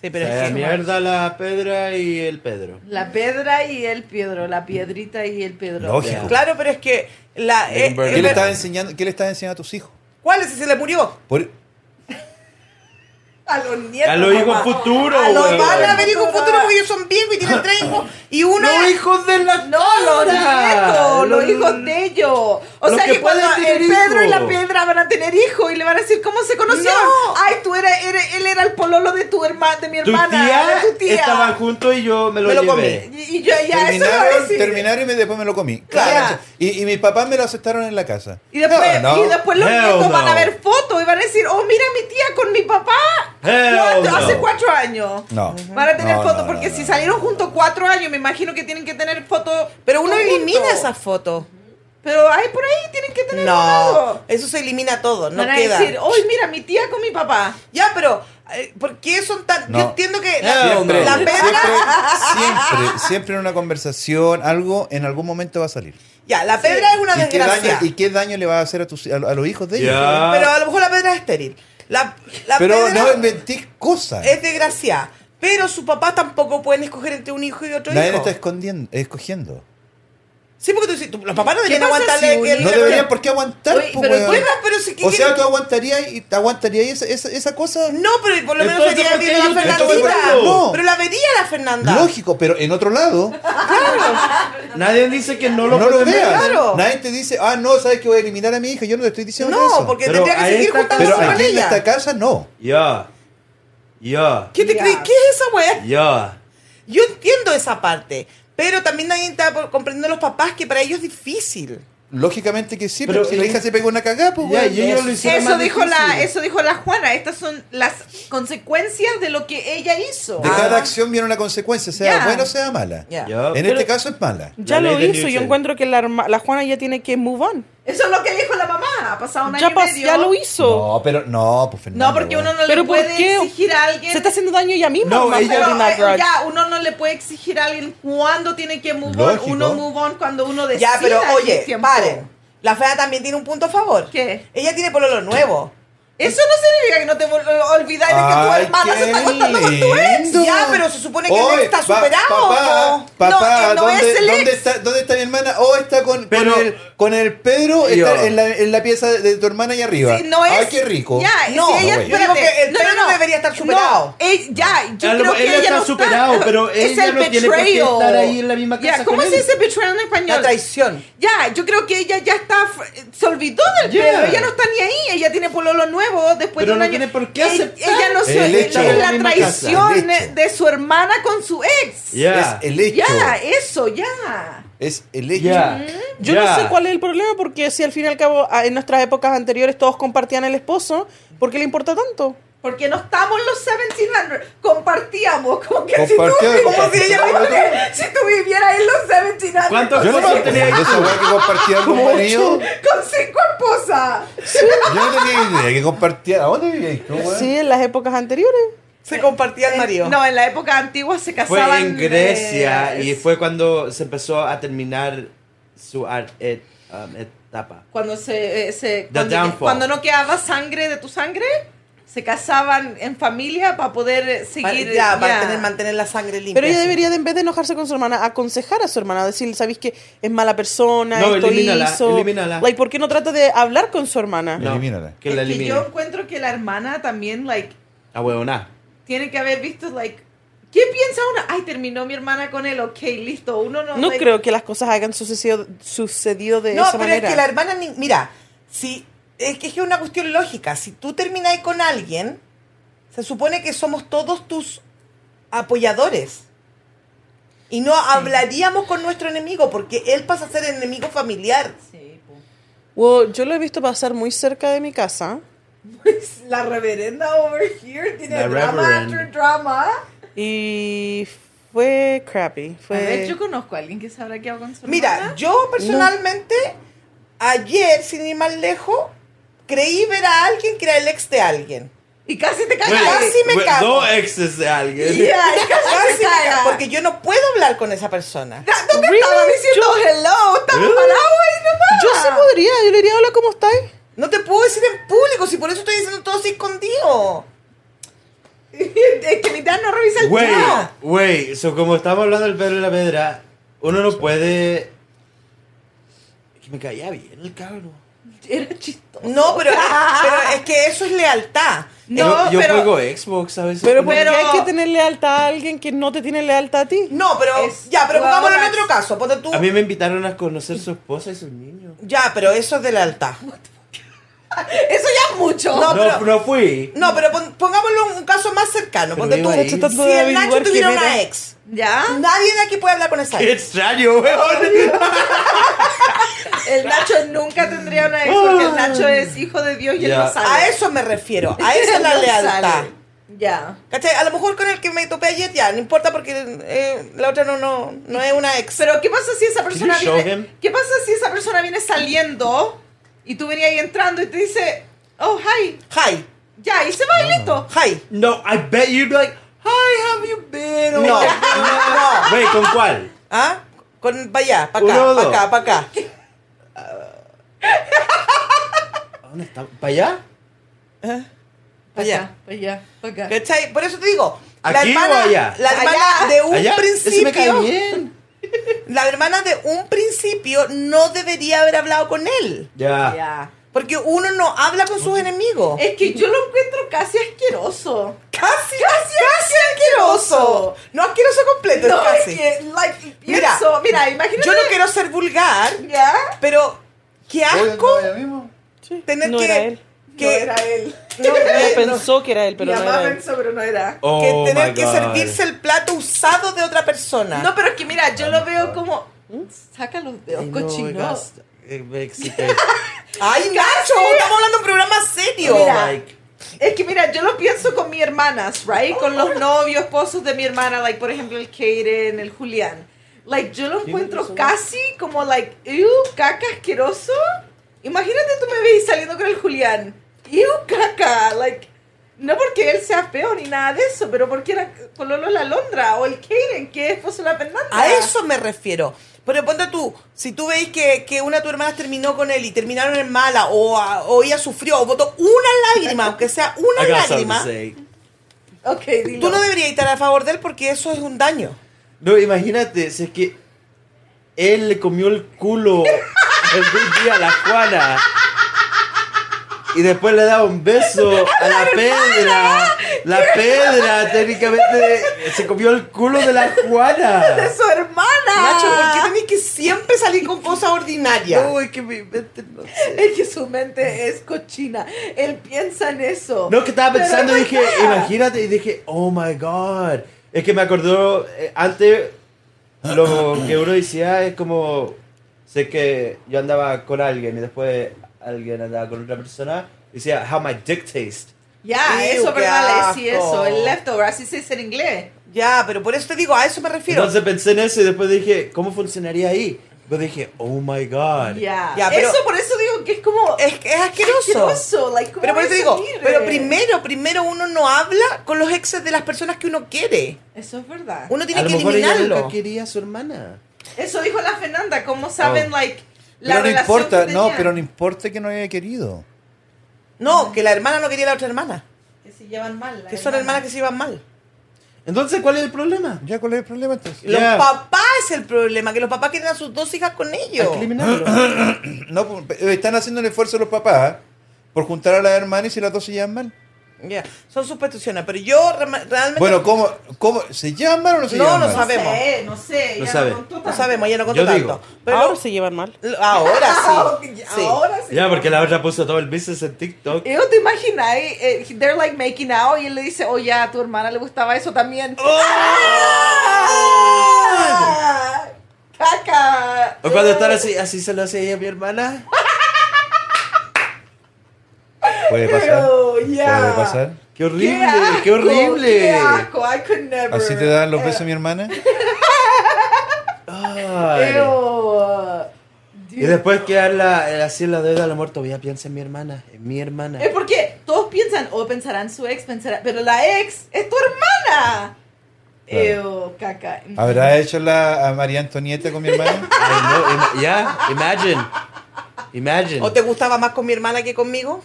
Speaker 6: Sí,
Speaker 1: O
Speaker 6: pero
Speaker 1: sea,
Speaker 6: es que-
Speaker 1: mierda la Pedra y el Pedro.
Speaker 4: La pedra y el piedro, la piedrita y el pedro.
Speaker 5: Lógico.
Speaker 6: Claro, pero es que la eh,
Speaker 1: Lindbergh.
Speaker 5: ¿Qué le
Speaker 6: eh,
Speaker 5: estás enseñando, qué le estás enseñando a tus hijos?
Speaker 6: ¿Cuál es si se le murió?
Speaker 5: Por-
Speaker 6: A los nietos.
Speaker 1: Ya lo dijo
Speaker 6: papá.
Speaker 1: futuro,
Speaker 6: A los van a
Speaker 1: weón.
Speaker 6: ver hijos futuros porque ellos son viejos y tienen tres hijos y uno
Speaker 1: ¡Los hijos de la
Speaker 4: No, los nietos, los hijos de ellos. O
Speaker 1: Los
Speaker 4: sea
Speaker 1: que
Speaker 4: que, cuando
Speaker 1: pueden
Speaker 4: el
Speaker 1: tener
Speaker 4: Pedro y la
Speaker 1: hijos.
Speaker 4: Piedra van a tener hijos y le van a decir cómo se conocieron.
Speaker 6: No.
Speaker 4: Ay, tú era, era- él era el pololo de tu hermana, de mi
Speaker 1: Tu
Speaker 4: hermana,
Speaker 1: tía,
Speaker 4: de tu tía.
Speaker 1: estaban juntos y yo me lo,
Speaker 6: Me lo
Speaker 1: llevé.
Speaker 4: Y, y yo ya eso le va a
Speaker 5: terminaron,
Speaker 4: decir.
Speaker 5: terminaron y me- después me lo comí.
Speaker 6: Claro.
Speaker 5: Claro. Y, y mis papás me lo aceptaron en la casa. Ah,
Speaker 4: Y después,
Speaker 5: No, no.
Speaker 4: y después los
Speaker 1: Hell
Speaker 4: nietos van a
Speaker 1: no.
Speaker 4: ver fotos y van a decir, oh, mira mi tía con mi papá
Speaker 1: Hell
Speaker 4: cuatro- hace
Speaker 1: no.
Speaker 4: cuatro años.
Speaker 5: No.
Speaker 4: Van a tener
Speaker 5: No,
Speaker 4: fotos
Speaker 5: no,
Speaker 4: porque
Speaker 5: no,
Speaker 4: si
Speaker 5: no.
Speaker 4: salieron juntos cuatro años, me imagino que tienen que tener fotos.
Speaker 6: Pero uno
Speaker 4: todos
Speaker 6: elimina
Speaker 4: juntos.
Speaker 6: esas fotos.
Speaker 4: Pero hay por ahí, tienen que tener algo.
Speaker 6: No, eso se elimina todo, no
Speaker 4: Van a
Speaker 6: queda.
Speaker 4: decir, hoy mira, mi tía con mi papá.
Speaker 6: Ya, pero eh, ¿por qué son tan? Yo
Speaker 5: No.
Speaker 6: entiendo que
Speaker 1: No,
Speaker 6: la,
Speaker 1: no.
Speaker 6: la
Speaker 5: siempre,
Speaker 6: pedra,
Speaker 5: siempre, siempre en una conversación, algo en algún momento va a salir.
Speaker 6: ya, la pedra es una
Speaker 5: ¿Y qué, daño,
Speaker 6: desgracia.
Speaker 5: ¿Y qué daño le va a hacer a, tus, a, a los hijos de ellos?
Speaker 1: Ya.
Speaker 6: Pero a lo mejor la pedra es estéril. La, la
Speaker 5: Pero
Speaker 6: pedra
Speaker 5: no inventís cosas.
Speaker 6: es desgracia. Pero sus papás tampoco pueden escoger entre un hijo y otro
Speaker 5: Nadie
Speaker 6: hijo.
Speaker 5: la está escondiendo, escogiendo.
Speaker 6: Sí, porque tú, dices, tú- los papás no deberían
Speaker 4: pasa
Speaker 6: aguantarle.
Speaker 4: si un
Speaker 6: que-
Speaker 5: No
Speaker 6: que-
Speaker 5: deberían por qué aguantar.
Speaker 4: Oye,
Speaker 5: po,
Speaker 4: pero
Speaker 5: weón.
Speaker 6: Bueno, pero si
Speaker 5: o sea, tú aguantarías y te aguantarías esa, esa, esa cosa.
Speaker 6: No, pero por lo menos
Speaker 1: Entonces,
Speaker 6: sería
Speaker 1: ¿por qué
Speaker 6: bien la
Speaker 1: yo-
Speaker 5: entonces,
Speaker 6: Fernandita.
Speaker 5: ¿por qué no?
Speaker 6: Pero la vería la Fernanda.
Speaker 5: Lógico, pero en otro lado
Speaker 1: Nadie dice que no lo
Speaker 5: no lo
Speaker 1: pueden ver.
Speaker 5: veas.
Speaker 6: claro.
Speaker 5: Nadie te dice, ah, no, sabes que voy a eliminar a mi hija. Yo no te estoy diciendo
Speaker 6: No,
Speaker 5: eso.
Speaker 6: porque
Speaker 1: Pero
Speaker 6: tendría que
Speaker 1: ahí
Speaker 6: seguir
Speaker 1: está-
Speaker 6: juntándose
Speaker 5: Pero
Speaker 1: no,
Speaker 6: con
Speaker 5: aquí en esta
Speaker 6: ella.
Speaker 5: casa no.
Speaker 1: Ya. Ya.
Speaker 6: ¿Qué te
Speaker 4: Ya.
Speaker 6: crees? ¿Qué es esa weá?
Speaker 1: Ya.
Speaker 6: Yo entiendo esa parte. Pero también nadie está por- comprendiendo a los papás que para ellos es difícil.
Speaker 5: Lógicamente que sí, pero,
Speaker 1: Pero
Speaker 5: si la
Speaker 1: el-
Speaker 5: hija se pega una cagada, pues
Speaker 1: Ya,
Speaker 5: weón,
Speaker 1: y ellos lo hicieron
Speaker 4: Eso
Speaker 1: más
Speaker 4: dijo, la,
Speaker 1: difícil.
Speaker 4: eso dijo la Juana. Estas son las consecuencias de lo que ella hizo.
Speaker 5: De cada acción viene una consecuencia, sea
Speaker 4: Ya.
Speaker 5: buena o sea mala.
Speaker 6: Ya.
Speaker 1: Ya.
Speaker 5: En
Speaker 7: Pero-
Speaker 5: este caso es mala.
Speaker 7: Ya
Speaker 1: La
Speaker 7: lo
Speaker 1: ley de
Speaker 7: hizo. Yo
Speaker 1: Newton.
Speaker 7: encuentro que la, herma- la Juana ya tiene que move on.
Speaker 4: Eso es lo que dijo la mamá. Ha pasado un
Speaker 7: Ya,
Speaker 4: año
Speaker 7: pas-
Speaker 4: y medio.
Speaker 7: ya lo hizo.
Speaker 5: No, pero no, pues Fernando,
Speaker 4: No, porque
Speaker 5: weón.
Speaker 4: uno no
Speaker 7: Pero
Speaker 4: le
Speaker 7: ¿por
Speaker 4: puede
Speaker 7: qué?
Speaker 4: exigir a alguien.
Speaker 7: Se está haciendo daño ella misma.
Speaker 1: No,
Speaker 7: mamá,
Speaker 1: ella-
Speaker 7: pero-
Speaker 4: Pero,
Speaker 1: Not
Speaker 4: eh,
Speaker 7: grudge.
Speaker 4: ya, uno no le puede exigir a alguien cuándo tiene que move
Speaker 5: Lógico.
Speaker 4: on. Uno move on cuando uno decida.
Speaker 6: Ya, pero
Speaker 4: que es
Speaker 6: oye,
Speaker 4: tiempo.
Speaker 6: paren. La fea también tiene un punto a favor.
Speaker 4: ¿Qué?
Speaker 6: Ella tiene pololo nuevo.
Speaker 4: Eso no significa que no te vol- olvides de que tu
Speaker 5: Ay,
Speaker 4: hermana se está
Speaker 5: qué
Speaker 4: contando con tu ex.
Speaker 5: lindo.
Speaker 6: Ya, pero se supone que él está
Speaker 5: pa-
Speaker 6: superado,
Speaker 5: Papá,
Speaker 6: ¿no?
Speaker 5: papá,
Speaker 4: No, él no
Speaker 5: ¿dónde,
Speaker 4: es el
Speaker 5: dónde
Speaker 4: ex.
Speaker 5: está, ¿dónde está mi hermana? Oh, está con,
Speaker 1: Pero-
Speaker 5: con, el, con el Pedro,
Speaker 1: Ya.
Speaker 5: está en la, en la pieza de tu hermana y arriba.
Speaker 4: Sí, no es.
Speaker 5: Ay, qué rico.
Speaker 4: Ya,
Speaker 6: No,
Speaker 4: si ella,
Speaker 5: no,
Speaker 6: güey. Yo
Speaker 4: espérate,
Speaker 6: digo que el Pedro debería estar superado.
Speaker 4: No, eh, ya, yo
Speaker 1: Ya,
Speaker 4: creo
Speaker 1: lo-
Speaker 4: que
Speaker 1: él
Speaker 4: ella
Speaker 1: está
Speaker 4: no
Speaker 1: superado, pero
Speaker 4: es
Speaker 1: ella
Speaker 4: el
Speaker 1: no tiene por qué
Speaker 4: betrayal.
Speaker 1: estar ahí en la misma
Speaker 4: Ya,
Speaker 1: casa
Speaker 4: ¿cómo
Speaker 1: con
Speaker 4: se
Speaker 1: él?
Speaker 4: dice betrayal en
Speaker 6: La
Speaker 4: español?
Speaker 6: traición.
Speaker 4: Ya, yo creo que ella ya está, eh, se olvidó del
Speaker 1: Ya.
Speaker 4: Pedro, ella no está ni ahí, ella tiene pololo nuevo después de
Speaker 1: Pero
Speaker 4: un
Speaker 1: no
Speaker 4: año.
Speaker 1: tiene por qué
Speaker 4: Ella-
Speaker 1: aceptar
Speaker 4: Ella no se
Speaker 5: el
Speaker 4: olvidó
Speaker 5: hecho.
Speaker 4: de la
Speaker 1: El hecho.
Speaker 4: traición
Speaker 5: El hecho.
Speaker 4: de su hermana con su ex.
Speaker 1: Ya.
Speaker 5: Es el hecho.
Speaker 4: Ya, eso, ya.
Speaker 5: Es el hecho.
Speaker 1: Ya.
Speaker 7: Yo
Speaker 1: Ya.
Speaker 7: no sé cuál es el problema ah, porque si al fin y al cabo a- en nuestras épocas anteriores todos compartían el esposo, ¿por qué le importa tanto?
Speaker 4: Porque no estamos los 1700. Compartíamos. Como que si tú,
Speaker 5: Compartió-
Speaker 4: como si, ella- como que si tú vivieras en los 1700.
Speaker 1: ¿Cuántos
Speaker 5: Yo no me
Speaker 1: esposos
Speaker 5: acuerdo de
Speaker 1: tenías
Speaker 5: esa
Speaker 1: tú?
Speaker 5: weá que compartía con marido.
Speaker 4: Con cinco esposas.
Speaker 5: Yo no tenía idea que compartía. ¿A dónde vivíais tú, weón?
Speaker 7: Sí, en las épocas anteriores.
Speaker 6: Se compartía el
Speaker 4: En-
Speaker 6: marido.
Speaker 4: Eh, No, en la época antigua se
Speaker 1: Fue
Speaker 4: casaban.
Speaker 1: en Grecia
Speaker 4: eh,
Speaker 1: y fue cuando se empezó a terminar su ar- et- um, etapa.
Speaker 4: Cuando se. eh, se- cuando,
Speaker 1: downfall.
Speaker 4: cuando no quedaba sangre de tu sangre, se casaban en familia para poder eh,
Speaker 6: Para-
Speaker 4: seguir.
Speaker 6: ya, para
Speaker 4: ya.
Speaker 6: tener- mantener la sangre limpia.
Speaker 7: Pero ella
Speaker 6: sí.
Speaker 7: debería, de, en vez de enojarse con su hermana, aconsejar a su hermana, decir, sabéis que es mala persona,
Speaker 1: No,
Speaker 7: esto
Speaker 1: elimínala,
Speaker 7: hizo.
Speaker 1: elimínala.
Speaker 7: Like, ¿Por qué no trata de hablar con su hermana?
Speaker 5: No. Elimínala.
Speaker 1: Que
Speaker 4: Es
Speaker 1: la
Speaker 4: que
Speaker 1: elimine. Ah,
Speaker 4: yo encuentro que la hermana también, like,
Speaker 1: A huevoná.
Speaker 4: tiene que haber visto, like. ¿Qué piensa una? Ay, terminó mi hermana con él, ok, listo. Uno no.
Speaker 7: No
Speaker 4: like-
Speaker 7: creo que las cosas hayan sucedido, sucedido de
Speaker 6: No,
Speaker 7: esa
Speaker 6: pero
Speaker 7: manera.
Speaker 6: es que la hermana, ni- mira, si, es que es una cuestión lógica. Si tú termináis con alguien, se supone que somos todos tus apoyadores. Y no hablaríamos con nuestro enemigo porque él pasa a ser enemigo familiar.
Speaker 4: Sí, po.
Speaker 7: Well, yo lo he visto pasar muy cerca de mi casa
Speaker 4: La reverenda over here tiene
Speaker 1: La
Speaker 4: drama
Speaker 1: reverend.
Speaker 4: after drama.
Speaker 7: y fue crappy. Fue...
Speaker 4: A ver, yo Pues, conozco a alguien que sabrá qué hago con su
Speaker 6: Mira,
Speaker 4: hermana.
Speaker 6: yo personalmente, ayer, sin ir más lejos, creí ver a alguien que era el ex de alguien.
Speaker 4: Y casi te cagas.
Speaker 1: Bueno,
Speaker 6: casi me
Speaker 1: bueno,
Speaker 6: cago.
Speaker 1: Dos exes de alguien.
Speaker 4: Yeah, y casi,
Speaker 6: Casi
Speaker 4: te
Speaker 6: me
Speaker 4: cagas.
Speaker 6: cago, Porque yo no puedo hablar con esa persona.
Speaker 4: ¿Dónde estaba diciendo hello? Estaba
Speaker 1: Really?
Speaker 4: parado ahí nomás.
Speaker 7: Yo sí podría, yo le diría, hola, ¿cómo estáis?
Speaker 6: No te puedo decir en público, si por eso estoy diciendo todo así escondido.
Speaker 4: Es que mi dad no revisa el
Speaker 1: Güey,
Speaker 4: chat.
Speaker 1: güey, so como estamos hablando del Pedro y la Pedra, uno no puede. Es que me caía bien el cabrón.
Speaker 4: Era chistoso.
Speaker 6: No, pero, pero es que eso es lealtad.
Speaker 4: No,
Speaker 1: Eh, yo, yo
Speaker 4: pero-
Speaker 1: juego Xbox a veces.
Speaker 7: Pero,
Speaker 1: con
Speaker 7: ¿por
Speaker 1: él.
Speaker 7: qué hay que tener lealtad a alguien que no te tiene lealtad a ti?
Speaker 6: No, pero
Speaker 4: Es-
Speaker 6: ya, pero pongámoslo en
Speaker 4: ahora-
Speaker 6: otro caso. Ponte tú.
Speaker 1: A mí me invitaron a conocer su esposa y sus niños.
Speaker 6: Ya, pero eso es de lealtad.
Speaker 4: Eso ya es mucho.
Speaker 6: No,
Speaker 1: No,
Speaker 6: pero-
Speaker 1: no fui.
Speaker 6: No, pero pon- pongámoslo un, un caso más cercano.
Speaker 1: Pero
Speaker 6: Ponte
Speaker 1: vivo
Speaker 6: tú.
Speaker 1: ahí.
Speaker 6: Si
Speaker 1: Estoy
Speaker 7: tratando de
Speaker 6: el Nacho
Speaker 7: averiguar
Speaker 6: tuviera
Speaker 7: quién
Speaker 6: una
Speaker 7: era.
Speaker 6: ex,
Speaker 4: ¿Ya?
Speaker 6: nadie de aquí puede hablar con esa
Speaker 1: Qué
Speaker 6: ex.
Speaker 1: extraño, weón.
Speaker 4: El Nacho nunca tendría una ex porque el Nacho es hijo de Dios y él
Speaker 1: Ya.
Speaker 4: no
Speaker 6: A
Speaker 4: sale.
Speaker 6: eso me refiero. A eso es la
Speaker 4: No
Speaker 6: lealtad.
Speaker 4: sale. Ya.
Speaker 6: ¿Cachai? A lo mejor con el que me topé ayer ya, no importa porque eh, la otra no, no, no es una ex.
Speaker 4: Pero ¿qué pasa si esa persona
Speaker 1: you show
Speaker 4: viene?
Speaker 1: him?
Speaker 4: ¿Qué pasa si esa persona viene saliendo y tú venías ahí entrando y te dice, "Oh, hi."
Speaker 6: Hi,
Speaker 4: Ya, y se va y listo.
Speaker 6: hi.
Speaker 1: No, I bet you'd be like, hi, have you been? Oh
Speaker 6: No,
Speaker 1: my God." Güey, ¿con cuál?
Speaker 6: ¿Ah? Con, para allá, para
Speaker 1: Uno o
Speaker 6: acá, para
Speaker 1: dos.
Speaker 6: acá, para acá.
Speaker 1: ¿A ¿Dónde está? ¿Para allá?
Speaker 6: Pa' allá,
Speaker 4: para allá, para acá.
Speaker 6: ¿Cachai? Por eso te digo, la
Speaker 1: ¿Aquí o
Speaker 6: hermana,
Speaker 1: allá?
Speaker 6: la hermana
Speaker 4: Allá.
Speaker 6: de un
Speaker 1: ¿Allá? Ese me cae
Speaker 6: principio,
Speaker 1: bien.
Speaker 6: la hermana de un principio no debería haber hablado con él,
Speaker 1: Ya.
Speaker 4: Ya.
Speaker 6: porque uno no habla con sus enemigos.
Speaker 4: Es que yo lo encuentro casi asqueroso.
Speaker 6: casi, casi, casi asqueroso. No asqueroso completo,
Speaker 4: No,
Speaker 6: es casi.
Speaker 4: es que, like,
Speaker 6: Mira,
Speaker 4: pienso, mira, imagínate.
Speaker 6: Yo no quiero ser vulgar,
Speaker 4: ¿Ya?
Speaker 6: pero qué
Speaker 5: Oye,
Speaker 6: asco
Speaker 5: ¿no era mismo?
Speaker 7: Sí,
Speaker 6: tener
Speaker 7: no
Speaker 6: que
Speaker 7: era él.
Speaker 6: que
Speaker 4: No era él.
Speaker 6: no,
Speaker 7: Ella
Speaker 6: que-
Speaker 7: pensó que era él, pero
Speaker 4: Mi
Speaker 7: no
Speaker 4: mamá
Speaker 7: era él.
Speaker 4: pensó, pero no era.
Speaker 1: Oh,
Speaker 6: que tener
Speaker 1: my
Speaker 6: que
Speaker 1: God.
Speaker 6: servirse el plato usado de otra persona.
Speaker 4: No, pero es que mira, yo lo veo como. "Mm, Saca los dedos,
Speaker 1: Ay, no,
Speaker 4: cochino.
Speaker 1: gas- eh, me excité.
Speaker 6: Ay, Nacho, estamos hablando de un programa serio.
Speaker 4: Mira.
Speaker 1: Like,
Speaker 4: Es que mira, yo lo pienso con mis hermanas, right? Con
Speaker 6: Oh.
Speaker 4: los novios, esposos de mi hermana, like por ejemplo el Kaden, el Julián. Like yo lo encuentro casi como like, ew, caca asqueroso. Imagínate tú me ves saliendo con el Julián. Ew, caca, like no porque él sea feo ni nada de eso, pero porque era Cololo la Londra o el Kaden que es esposo de la Fernanda.
Speaker 6: A eso me refiero. Pero ponte tú, si tú veis que, que una de tus hermanas terminó con él y terminaron en mala, o, a- o ella sufrió, o botó una lágrima, aunque sea una
Speaker 1: I got something to
Speaker 6: lágrima,
Speaker 1: say.
Speaker 4: Ok, dilo.
Speaker 6: tú no deberías estar a favor de él porque eso es un daño.
Speaker 1: No, imagínate, si es que él le comió el culo el día a la Juana y después le da un beso a la pedra. La pedra técnicamente se comió el culo de la
Speaker 4: de
Speaker 1: Juana.
Speaker 4: su hermana.
Speaker 6: Nacho, ¿por qué tenés que siempre salir con cosas ordinarias?
Speaker 1: No, es que mi mente no sé.
Speaker 4: Es que su mente es cochina. Él piensa en eso.
Speaker 1: No, que estaba
Speaker 4: Pero
Speaker 1: pensando y
Speaker 4: es
Speaker 1: dije,
Speaker 4: verdad.
Speaker 1: imagínate, y dije, oh my god. Es que me acordó, eh, antes lo que uno decía es como, sé que yo andaba con alguien y después alguien andaba con otra persona, decía, how my dick taste.
Speaker 4: Ya,
Speaker 6: Ew,
Speaker 4: eso,
Speaker 6: qué
Speaker 4: verdad, sí,
Speaker 6: asco.
Speaker 4: eso, el leftover, así se dice en inglés.
Speaker 6: Ya, pero por eso te digo, a eso me refiero.
Speaker 1: Entonces pensé en eso y después dije, ¿cómo funcionaría ahí? Después dije, oh my god.
Speaker 4: Ya,
Speaker 6: Ya, pero-
Speaker 4: eso por eso digo que es como
Speaker 6: es, que es asqueroso.
Speaker 4: asqueroso, like, ¿cómo
Speaker 6: Pero por eso
Speaker 4: voy a
Speaker 6: digo,
Speaker 4: salir?
Speaker 6: pero primero, primero uno no habla con los exes de las personas que uno quiere.
Speaker 4: Eso es verdad.
Speaker 6: Uno tiene
Speaker 1: a lo
Speaker 6: que
Speaker 1: mejor ella
Speaker 6: eliminarlo.
Speaker 1: nunca quería a su hermana.
Speaker 4: Eso dijo la Fernanda, ¿cómo saben,
Speaker 1: Oh.
Speaker 4: like, la
Speaker 5: Pero no
Speaker 4: relación
Speaker 5: importa,
Speaker 4: que
Speaker 5: no,
Speaker 4: tenían?
Speaker 5: pero no importa que no haya querido.
Speaker 6: No, que la hermana no quería a la otra hermana.
Speaker 4: Que se llevan mal. la
Speaker 6: Que son hermanas que se iban mal.
Speaker 1: Entonces, ¿cuál es el problema?
Speaker 5: ¿Ya cuál es el problema entonces?
Speaker 1: Lo-
Speaker 6: Los
Speaker 1: Ya.
Speaker 6: papás es el problema, que los papás quieren a sus dos hijas con ellos.
Speaker 1: Eliminarlo.
Speaker 5: No, pues, eh, están haciendo el esfuerzo los papás ¿eh? por juntar a las hermanas y si las dos se llaman mal.
Speaker 6: Ya, Son supersticiones, pero yo re- realmente
Speaker 5: Bueno, ¿cómo, cómo se llaman o no se
Speaker 6: No,
Speaker 5: llaman
Speaker 6: no
Speaker 5: mal?
Speaker 4: No
Speaker 6: sabe.
Speaker 4: sé, no sé.
Speaker 1: Lo
Speaker 4: ya
Speaker 1: sabe.
Speaker 4: contó
Speaker 6: no
Speaker 4: tanto.
Speaker 6: sabemos, ya no contó
Speaker 1: Yo digo.
Speaker 6: tanto. Pero
Speaker 7: Ahora se llevan mal.
Speaker 6: ahora sí. sí.
Speaker 4: Ahora sí.
Speaker 1: ya, porque la otra puso todo el business en TikTok.
Speaker 4: Yo te imaginas, eh, they're like making out y él le dice, oye, a tu hermana le gustaba eso también.
Speaker 1: Oh.
Speaker 4: ¡Ah! ¡Caca!
Speaker 1: O
Speaker 6: eh.
Speaker 1: cuando están así, así se lo hace ella a mi hermana.
Speaker 5: Puede pasar.
Speaker 4: Ew,
Speaker 5: Puede
Speaker 4: yeah.
Speaker 5: pasar.
Speaker 1: ¡Qué horrible!
Speaker 4: Qué asco,
Speaker 1: ¡Qué, horrible!
Speaker 4: ¡Qué asco! I could never.
Speaker 5: Así te dan los besos mi hermana.
Speaker 1: Ay.
Speaker 4: Ew.
Speaker 1: Y después quedar la, así en la deuda del amor, todavía piensa en mi hermana, en mi hermana.
Speaker 4: Es porque todos piensan, o pensarán su ex, pensará, pero la ex es tu hermana. Ew, caca.
Speaker 5: ¿Habrá e- hecho la, a María Antonieta con mi hermana?
Speaker 1: Ay, no, ima- ya, imagine. Imagine.
Speaker 6: ¿O te gustaba más con mi hermana que conmigo?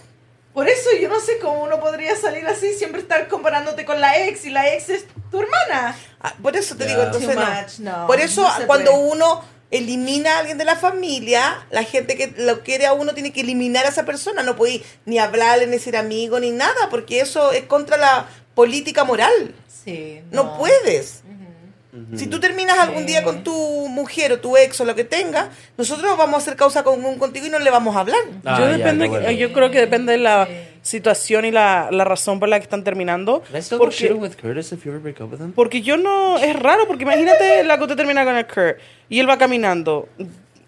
Speaker 4: Por eso yo no sé cómo uno podría salir así, siempre estar comparándote con la ex y la ex es tu hermana.
Speaker 6: Ah, Por eso te
Speaker 1: Ya.
Speaker 6: digo, entonces
Speaker 4: Too
Speaker 6: no.
Speaker 4: much, no.
Speaker 6: Por eso
Speaker 4: No se
Speaker 6: cuando
Speaker 4: puede.
Speaker 6: uno elimina a alguien de la familia, la gente que lo quiere a uno tiene que eliminar a esa persona, no puede ni hablarle, ni ser amigo, ni nada, porque eso es contra la política moral.
Speaker 4: Sí.
Speaker 6: No, puedes.
Speaker 1: Ujú.
Speaker 6: Si tú terminas algún día con tu mujer o tu ex o lo que tenga, nosotros vamos a hacer causa común contigo y no le vamos a hablar.
Speaker 1: Ah,
Speaker 7: yo,
Speaker 1: ya,
Speaker 7: depende,
Speaker 1: qué bueno.
Speaker 7: yo creo que depende de la situación y la, la razón por la que están terminando.
Speaker 1: Can I still go
Speaker 7: Porque,
Speaker 1: shooting with Curtis if you ever break up with him?
Speaker 7: porque yo no... Es raro, porque imagínate la que te termina con el Kurt y él va caminando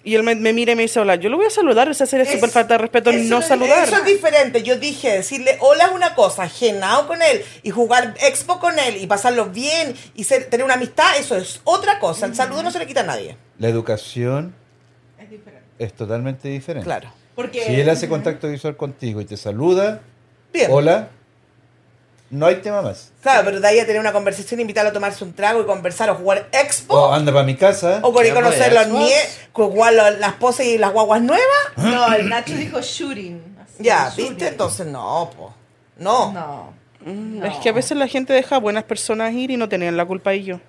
Speaker 7: y él me, me mira y me dice hola. Yo lo voy a saludar, esa sería
Speaker 4: Es-
Speaker 7: súper falta de respeto
Speaker 4: eso
Speaker 7: no
Speaker 4: es-
Speaker 7: saludar.
Speaker 6: Eso es diferente. Yo dije, decirle hola es una cosa, genao con él y jugar expo con él y pasarlo bien y ser- tener una amistad, eso es otra cosa. El saludo no se le quita a nadie.
Speaker 5: La educación
Speaker 4: Es diferente.
Speaker 5: es totalmente diferente.
Speaker 6: Claro.
Speaker 4: Porque
Speaker 5: Si él hace contacto visual contigo y te saluda,
Speaker 6: Bien.
Speaker 5: hola, no hay tema más.
Speaker 6: Claro, pero de ahí a tener una conversación, invitarlo a tomarse un trago y conversar o jugar expo.
Speaker 5: O anda para mi casa.
Speaker 6: O con
Speaker 1: Ya, pues,
Speaker 6: conocer los
Speaker 1: eso
Speaker 6: nie
Speaker 1: es.
Speaker 6: con jugar los- las poses y las guaguas nuevas.
Speaker 4: no, el Nacho dijo shooting. Así,
Speaker 6: Ya,
Speaker 4: shooting.
Speaker 6: ¿viste? Entonces, no, po. No.
Speaker 4: No.
Speaker 7: Mm,
Speaker 4: No.
Speaker 7: Es que a veces la gente deja a buenas personas ir y no tenían la culpa y yo.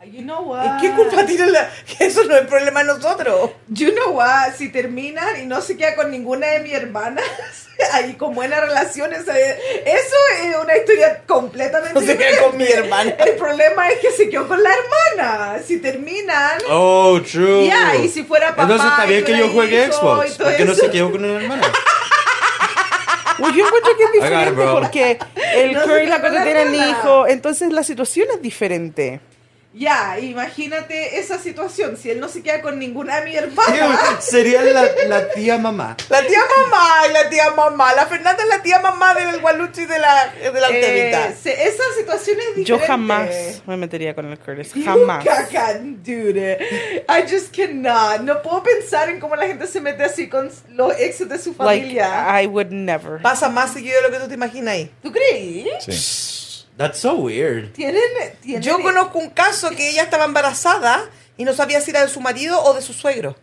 Speaker 4: Ah, You know what?
Speaker 6: ¿Y qué culpa tiene la.? Eso no es problema de nosotros.
Speaker 4: You know what? Si terminan y no se queda con ninguna de mis hermanas, ahí con buenas relaciones, eh, eso es una historia completamente
Speaker 6: No se queda
Speaker 4: diferente.
Speaker 6: con mi hermana.
Speaker 4: El problema es que se quedó con la hermana. Si terminan,
Speaker 1: Oh, true.
Speaker 4: Ya, y si fuera papá
Speaker 1: Entonces está
Speaker 4: y
Speaker 1: bien que yo
Speaker 4: fuera
Speaker 1: juegue
Speaker 4: hijo y
Speaker 1: Xbox.
Speaker 4: todo
Speaker 1: Porque no
Speaker 4: eso.
Speaker 1: se quedó con una hermana.
Speaker 7: Pues yo encuentro que
Speaker 1: I
Speaker 7: es
Speaker 1: got it,
Speaker 7: diferente
Speaker 1: bro.
Speaker 7: porque el
Speaker 4: No
Speaker 7: Kurt
Speaker 4: se
Speaker 7: y la
Speaker 4: queda
Speaker 7: cosa
Speaker 4: la
Speaker 7: tienen
Speaker 4: hermana.
Speaker 7: hijo, entonces la situación es diferente.
Speaker 4: ya, imagínate esa situación. Si él no se queda con ninguna de mis hermanas.
Speaker 1: Ew, Sería la, la tía mamá.
Speaker 6: La tía mamá, ay, la tía mamá. La Fernanda es la tía mamá del Gualuchi y de la, de la Altevita.
Speaker 4: eh, se- esa situación es diferente.
Speaker 7: Yo jamás me metería con el Curtis, jamás.
Speaker 4: Nunca can do it. I just cannot. No puedo pensar en cómo la gente se mete así con los exes de su
Speaker 7: Like, ah.
Speaker 4: familia.
Speaker 7: I would never.
Speaker 6: Pasa más seguido de lo que tú te imaginas ahí.
Speaker 4: ¿Tú crees?
Speaker 5: Sí.
Speaker 1: That's so weird.
Speaker 4: ¿Tienen, tienen-
Speaker 6: Yo conozco un caso que ella estaba embarazada y no sabía si era de su marido o de su suegro.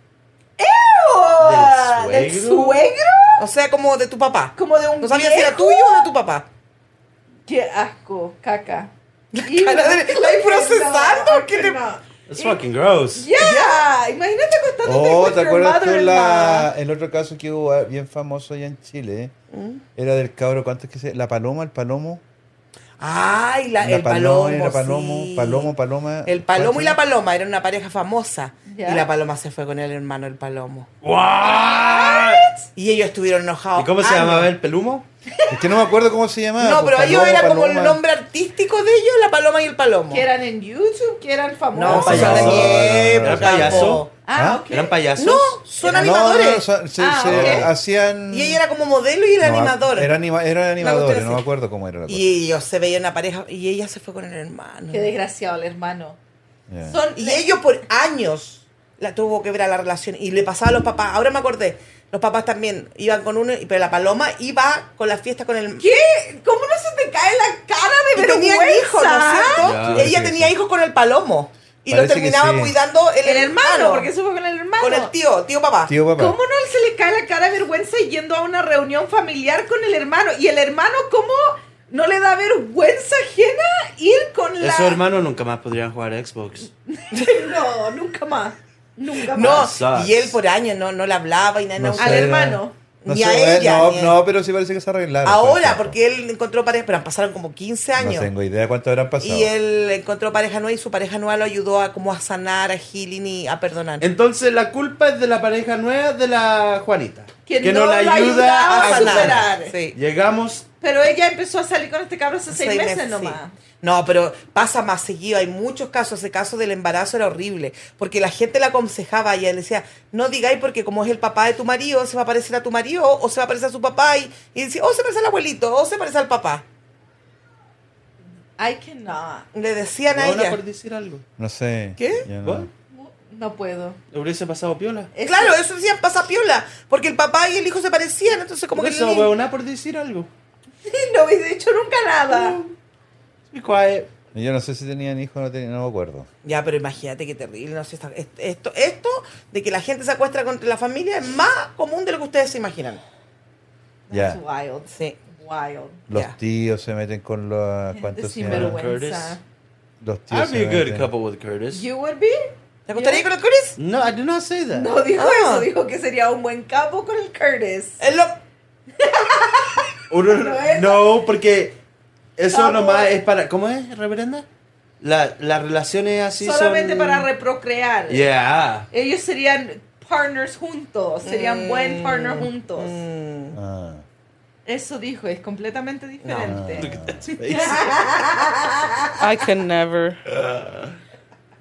Speaker 4: ¡Oh!
Speaker 1: ¿Del
Speaker 4: ¿Del
Speaker 1: suegro?
Speaker 4: suegro?
Speaker 6: O sea, como de tu papá.
Speaker 4: Como de un
Speaker 6: No sabía si
Speaker 4: viejo.
Speaker 6: era tuyo o de tu papá.
Speaker 4: Qué asco, caca.
Speaker 6: cara de- la estoy procesando, ¿qué te-
Speaker 1: That's fucking gross.
Speaker 4: Ya, imagínate acostándote
Speaker 5: Oh,
Speaker 4: con
Speaker 5: ¿te
Speaker 4: your
Speaker 5: acuerdas tú la,
Speaker 4: mother-in-law.
Speaker 5: el otro caso que hubo ah, bien famoso allá en Chile?
Speaker 6: Mm.
Speaker 5: Era del cabro, ¿cuánto es que se La paloma, el palomo.
Speaker 6: Ay, la- Ah, el
Speaker 5: paloma,
Speaker 6: palomo.
Speaker 5: era palomo,
Speaker 6: sí.
Speaker 5: palomo, paloma.
Speaker 6: El palomo y la
Speaker 5: paloma.
Speaker 6: paloma eran una pareja famosa.
Speaker 4: Ya.
Speaker 6: Y la paloma se fue con el hermano, el palomo.
Speaker 1: What?
Speaker 6: Y ellos estuvieron enojados.
Speaker 1: ¿Y cómo se
Speaker 4: Ah,
Speaker 6: años.
Speaker 1: llamaba el pelumo?
Speaker 5: Es que no me acuerdo cómo se llamaba.
Speaker 6: No,
Speaker 5: pues,
Speaker 6: pero ellos
Speaker 5: palomo,
Speaker 6: era como el
Speaker 5: paloma.
Speaker 6: nombre artístico de ellos, la paloma y el palomo.
Speaker 4: Que eran Ah, en YouTube, que eran famosos.
Speaker 6: No,
Speaker 1: payaso.
Speaker 6: payaso.
Speaker 5: No, no, no, no,
Speaker 1: no, no, no.
Speaker 6: payaso.
Speaker 1: ¿Payaso?
Speaker 5: ¿Ah?
Speaker 1: ¿Ah? ¿Eran payasos?
Speaker 6: No, son
Speaker 5: No,
Speaker 6: animadores.
Speaker 5: no, so- se,
Speaker 4: Ah,
Speaker 5: se
Speaker 4: ok.
Speaker 5: hacían.
Speaker 6: Y ella era como modelo y él era
Speaker 5: no,
Speaker 6: animador.
Speaker 5: Era, anima- era animadores,
Speaker 6: cuestión
Speaker 5: no
Speaker 6: así.
Speaker 5: me acuerdo cómo era la cosa.
Speaker 6: Y ellos se veían una pareja y ella se fue con el hermano.
Speaker 4: Qué desgraciado el hermano.
Speaker 5: Ya.
Speaker 4: Son
Speaker 6: Y ellos por años la tuvo que ver a la relación. Y le pasaba a los papás. Ahora me acordé. Los papás también iban con uno, pero la paloma iba con las fiestas con el.
Speaker 4: ¿Qué? ¿Cómo no se te cae la cara de
Speaker 6: Y tenían
Speaker 4: vergüenza?
Speaker 6: hijos, ¿no es cierto?
Speaker 1: Ya,
Speaker 6: ella
Speaker 5: sí,
Speaker 6: tenía
Speaker 5: sí.
Speaker 6: hijos con el palomo. Y
Speaker 5: Parece
Speaker 6: lo
Speaker 5: que
Speaker 6: terminaba
Speaker 5: sí.
Speaker 6: cuidando el,
Speaker 4: El hermano, porque eso fue con el hermano.
Speaker 6: Con el tío, tío papá.
Speaker 5: Tío papá.
Speaker 4: ¿Cómo no se le cae la cara de vergüenza yendo a una reunión familiar con el hermano? ¿Y el hermano cómo no le da vergüenza ajena ir con la...
Speaker 1: Esos hermanos nunca más podrían jugar a Xbox.
Speaker 4: no, nunca más. Nunca
Speaker 6: No,
Speaker 4: más.
Speaker 1: Sucks.
Speaker 6: y él por años no, no le hablaba y nada.
Speaker 5: No
Speaker 6: no-
Speaker 5: sé,
Speaker 4: al
Speaker 5: era-
Speaker 4: hermano.
Speaker 5: No,
Speaker 6: Ni
Speaker 5: sé,
Speaker 6: a
Speaker 5: eh,
Speaker 6: ella,
Speaker 5: no,
Speaker 6: ni a-
Speaker 5: no, pero sí parece que se arreglaron.
Speaker 6: Ahora,
Speaker 5: por ejemplo.
Speaker 6: porque él encontró pareja, pero pasaron como 15 años.
Speaker 5: No tengo idea cuánto habrán pasado.
Speaker 6: Y él encontró pareja nueva y su pareja nueva lo ayudó a como a sanar, a healing y a perdonar.
Speaker 1: Entonces la culpa es de la pareja nueva de la Juanita.
Speaker 4: Que no la ayudaba
Speaker 6: a
Speaker 4: a
Speaker 6: sanar.
Speaker 4: superar.
Speaker 6: Sí.
Speaker 1: Llegamos.
Speaker 4: Pero ella empezó a salir con este cabrón hace seis, meses,
Speaker 6: sí.
Speaker 4: nomás.
Speaker 6: No, pero pasa más seguido. Hay muchos casos. Ese caso del embarazo era horrible. Porque la gente le aconsejaba y él decía, no digáis porque como es el papá de tu marido, se va a parecer a tu marido o se va a parecer a su papá. Y, y decía, o se parece al abuelito o se parece al papá.
Speaker 4: I cannot.
Speaker 6: Le decían a
Speaker 1: Ahora
Speaker 6: ella.
Speaker 1: por decir algo.
Speaker 5: No sé.
Speaker 6: ¿Qué?
Speaker 5: yo no-
Speaker 1: ¿What?
Speaker 4: No puedo.
Speaker 1: ¿Le hubiese pasado piola?
Speaker 4: Es-
Speaker 6: Claro, eso decían pasa piola. Porque el papá y el hijo se parecían. Entonces como
Speaker 1: ¿Cómo
Speaker 6: que...
Speaker 1: que eso,
Speaker 6: el-
Speaker 1: huevona, por decir algo?
Speaker 4: No habéis dicho nunca nada.
Speaker 1: Be quiet.
Speaker 5: Yo no sé si tenían hijos o no tenían, no me acuerdo.
Speaker 6: Ya, pero imagínate qué terrible. No sé, esta- est- esto, esto de que la gente se acuestra contra la familia es más común de lo que ustedes se imaginan.
Speaker 5: Ya.
Speaker 4: That's wild.
Speaker 6: Sí.
Speaker 4: Wild.
Speaker 5: Los
Speaker 6: Ya.
Speaker 5: tíos se meten con los.
Speaker 4: Gente
Speaker 5: ¿Cuántos se llaman?
Speaker 4: sinvergüenza.
Speaker 5: Los tíos.
Speaker 1: I'd
Speaker 5: se
Speaker 1: be a good
Speaker 5: meten.
Speaker 1: couple with Curtis.
Speaker 4: You would be?
Speaker 6: ¿Te gustaría con el Curtis?
Speaker 1: No, I did not say that.
Speaker 4: No dijo
Speaker 6: Ah.
Speaker 4: eso, dijo que sería un buen capo con el Curtis.
Speaker 6: Es lo-
Speaker 1: Uno-
Speaker 4: No es-
Speaker 1: no, porque eso
Speaker 4: Vamos.
Speaker 1: nomás es para. ¿Cómo es, reverenda? La, las relaciones así
Speaker 4: Solamente
Speaker 1: son-
Speaker 4: para reprocrear.
Speaker 1: Yeah.
Speaker 4: Ellos serían partners juntos, serían buen partner juntos.
Speaker 6: Mm.
Speaker 5: Ah.
Speaker 4: Eso dijo, es completamente diferente.
Speaker 7: I can never.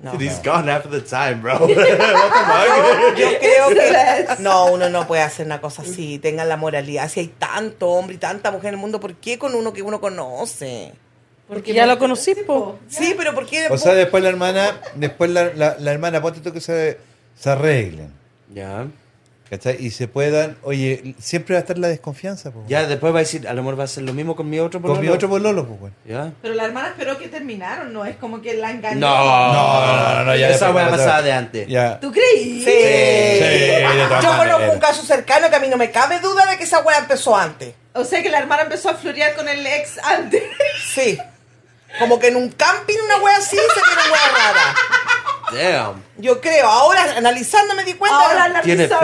Speaker 6: No.
Speaker 1: He's gone after the time, bro. What the fuck?
Speaker 6: Yo creo
Speaker 4: Eso
Speaker 6: que no, uno no puede hacer una cosa así, tengan la moralidad. Si hay tanto hombre y tanta mujer en el mundo, ¿por qué con uno que uno conoce?
Speaker 7: Porque ya lo conocí, po.
Speaker 6: Sí, pero ¿por qué?
Speaker 5: O sea, después la hermana, después la, la- la hermana, ponte tú que se, se arreglen.
Speaker 1: Ya.
Speaker 5: ¿Cachai? Y se puedan, oye, siempre va a estar la desconfianza, pues.
Speaker 1: Ya, después va a decir, a lo mejor va a hacer lo mismo con mi otro
Speaker 5: Con mi
Speaker 1: pololo.
Speaker 5: otro pololo, pues, güey.
Speaker 1: Ya.
Speaker 4: Pero la hermana esperó que terminaron, no es como que la
Speaker 1: No,
Speaker 4: engañó.
Speaker 1: no, no, no, ya
Speaker 5: después
Speaker 1: Esa wea
Speaker 5: va a
Speaker 1: pasada
Speaker 5: estar-
Speaker 1: de antes.
Speaker 5: Ya.
Speaker 4: ¿Tú creí?
Speaker 6: Sí.
Speaker 5: de todas
Speaker 6: Yo conozco
Speaker 5: maneras.
Speaker 6: un caso cercano que a mí no me cabe duda de que esa wea empezó antes.
Speaker 4: O sea que la hermana empezó a florear con el ex antes.
Speaker 6: Sí. Como que en un camping una wea así se tiene wea rara.
Speaker 1: Damn.
Speaker 6: Yo creo, ahora analizando me di cuenta.
Speaker 4: Ahora la
Speaker 1: Tiene fecha.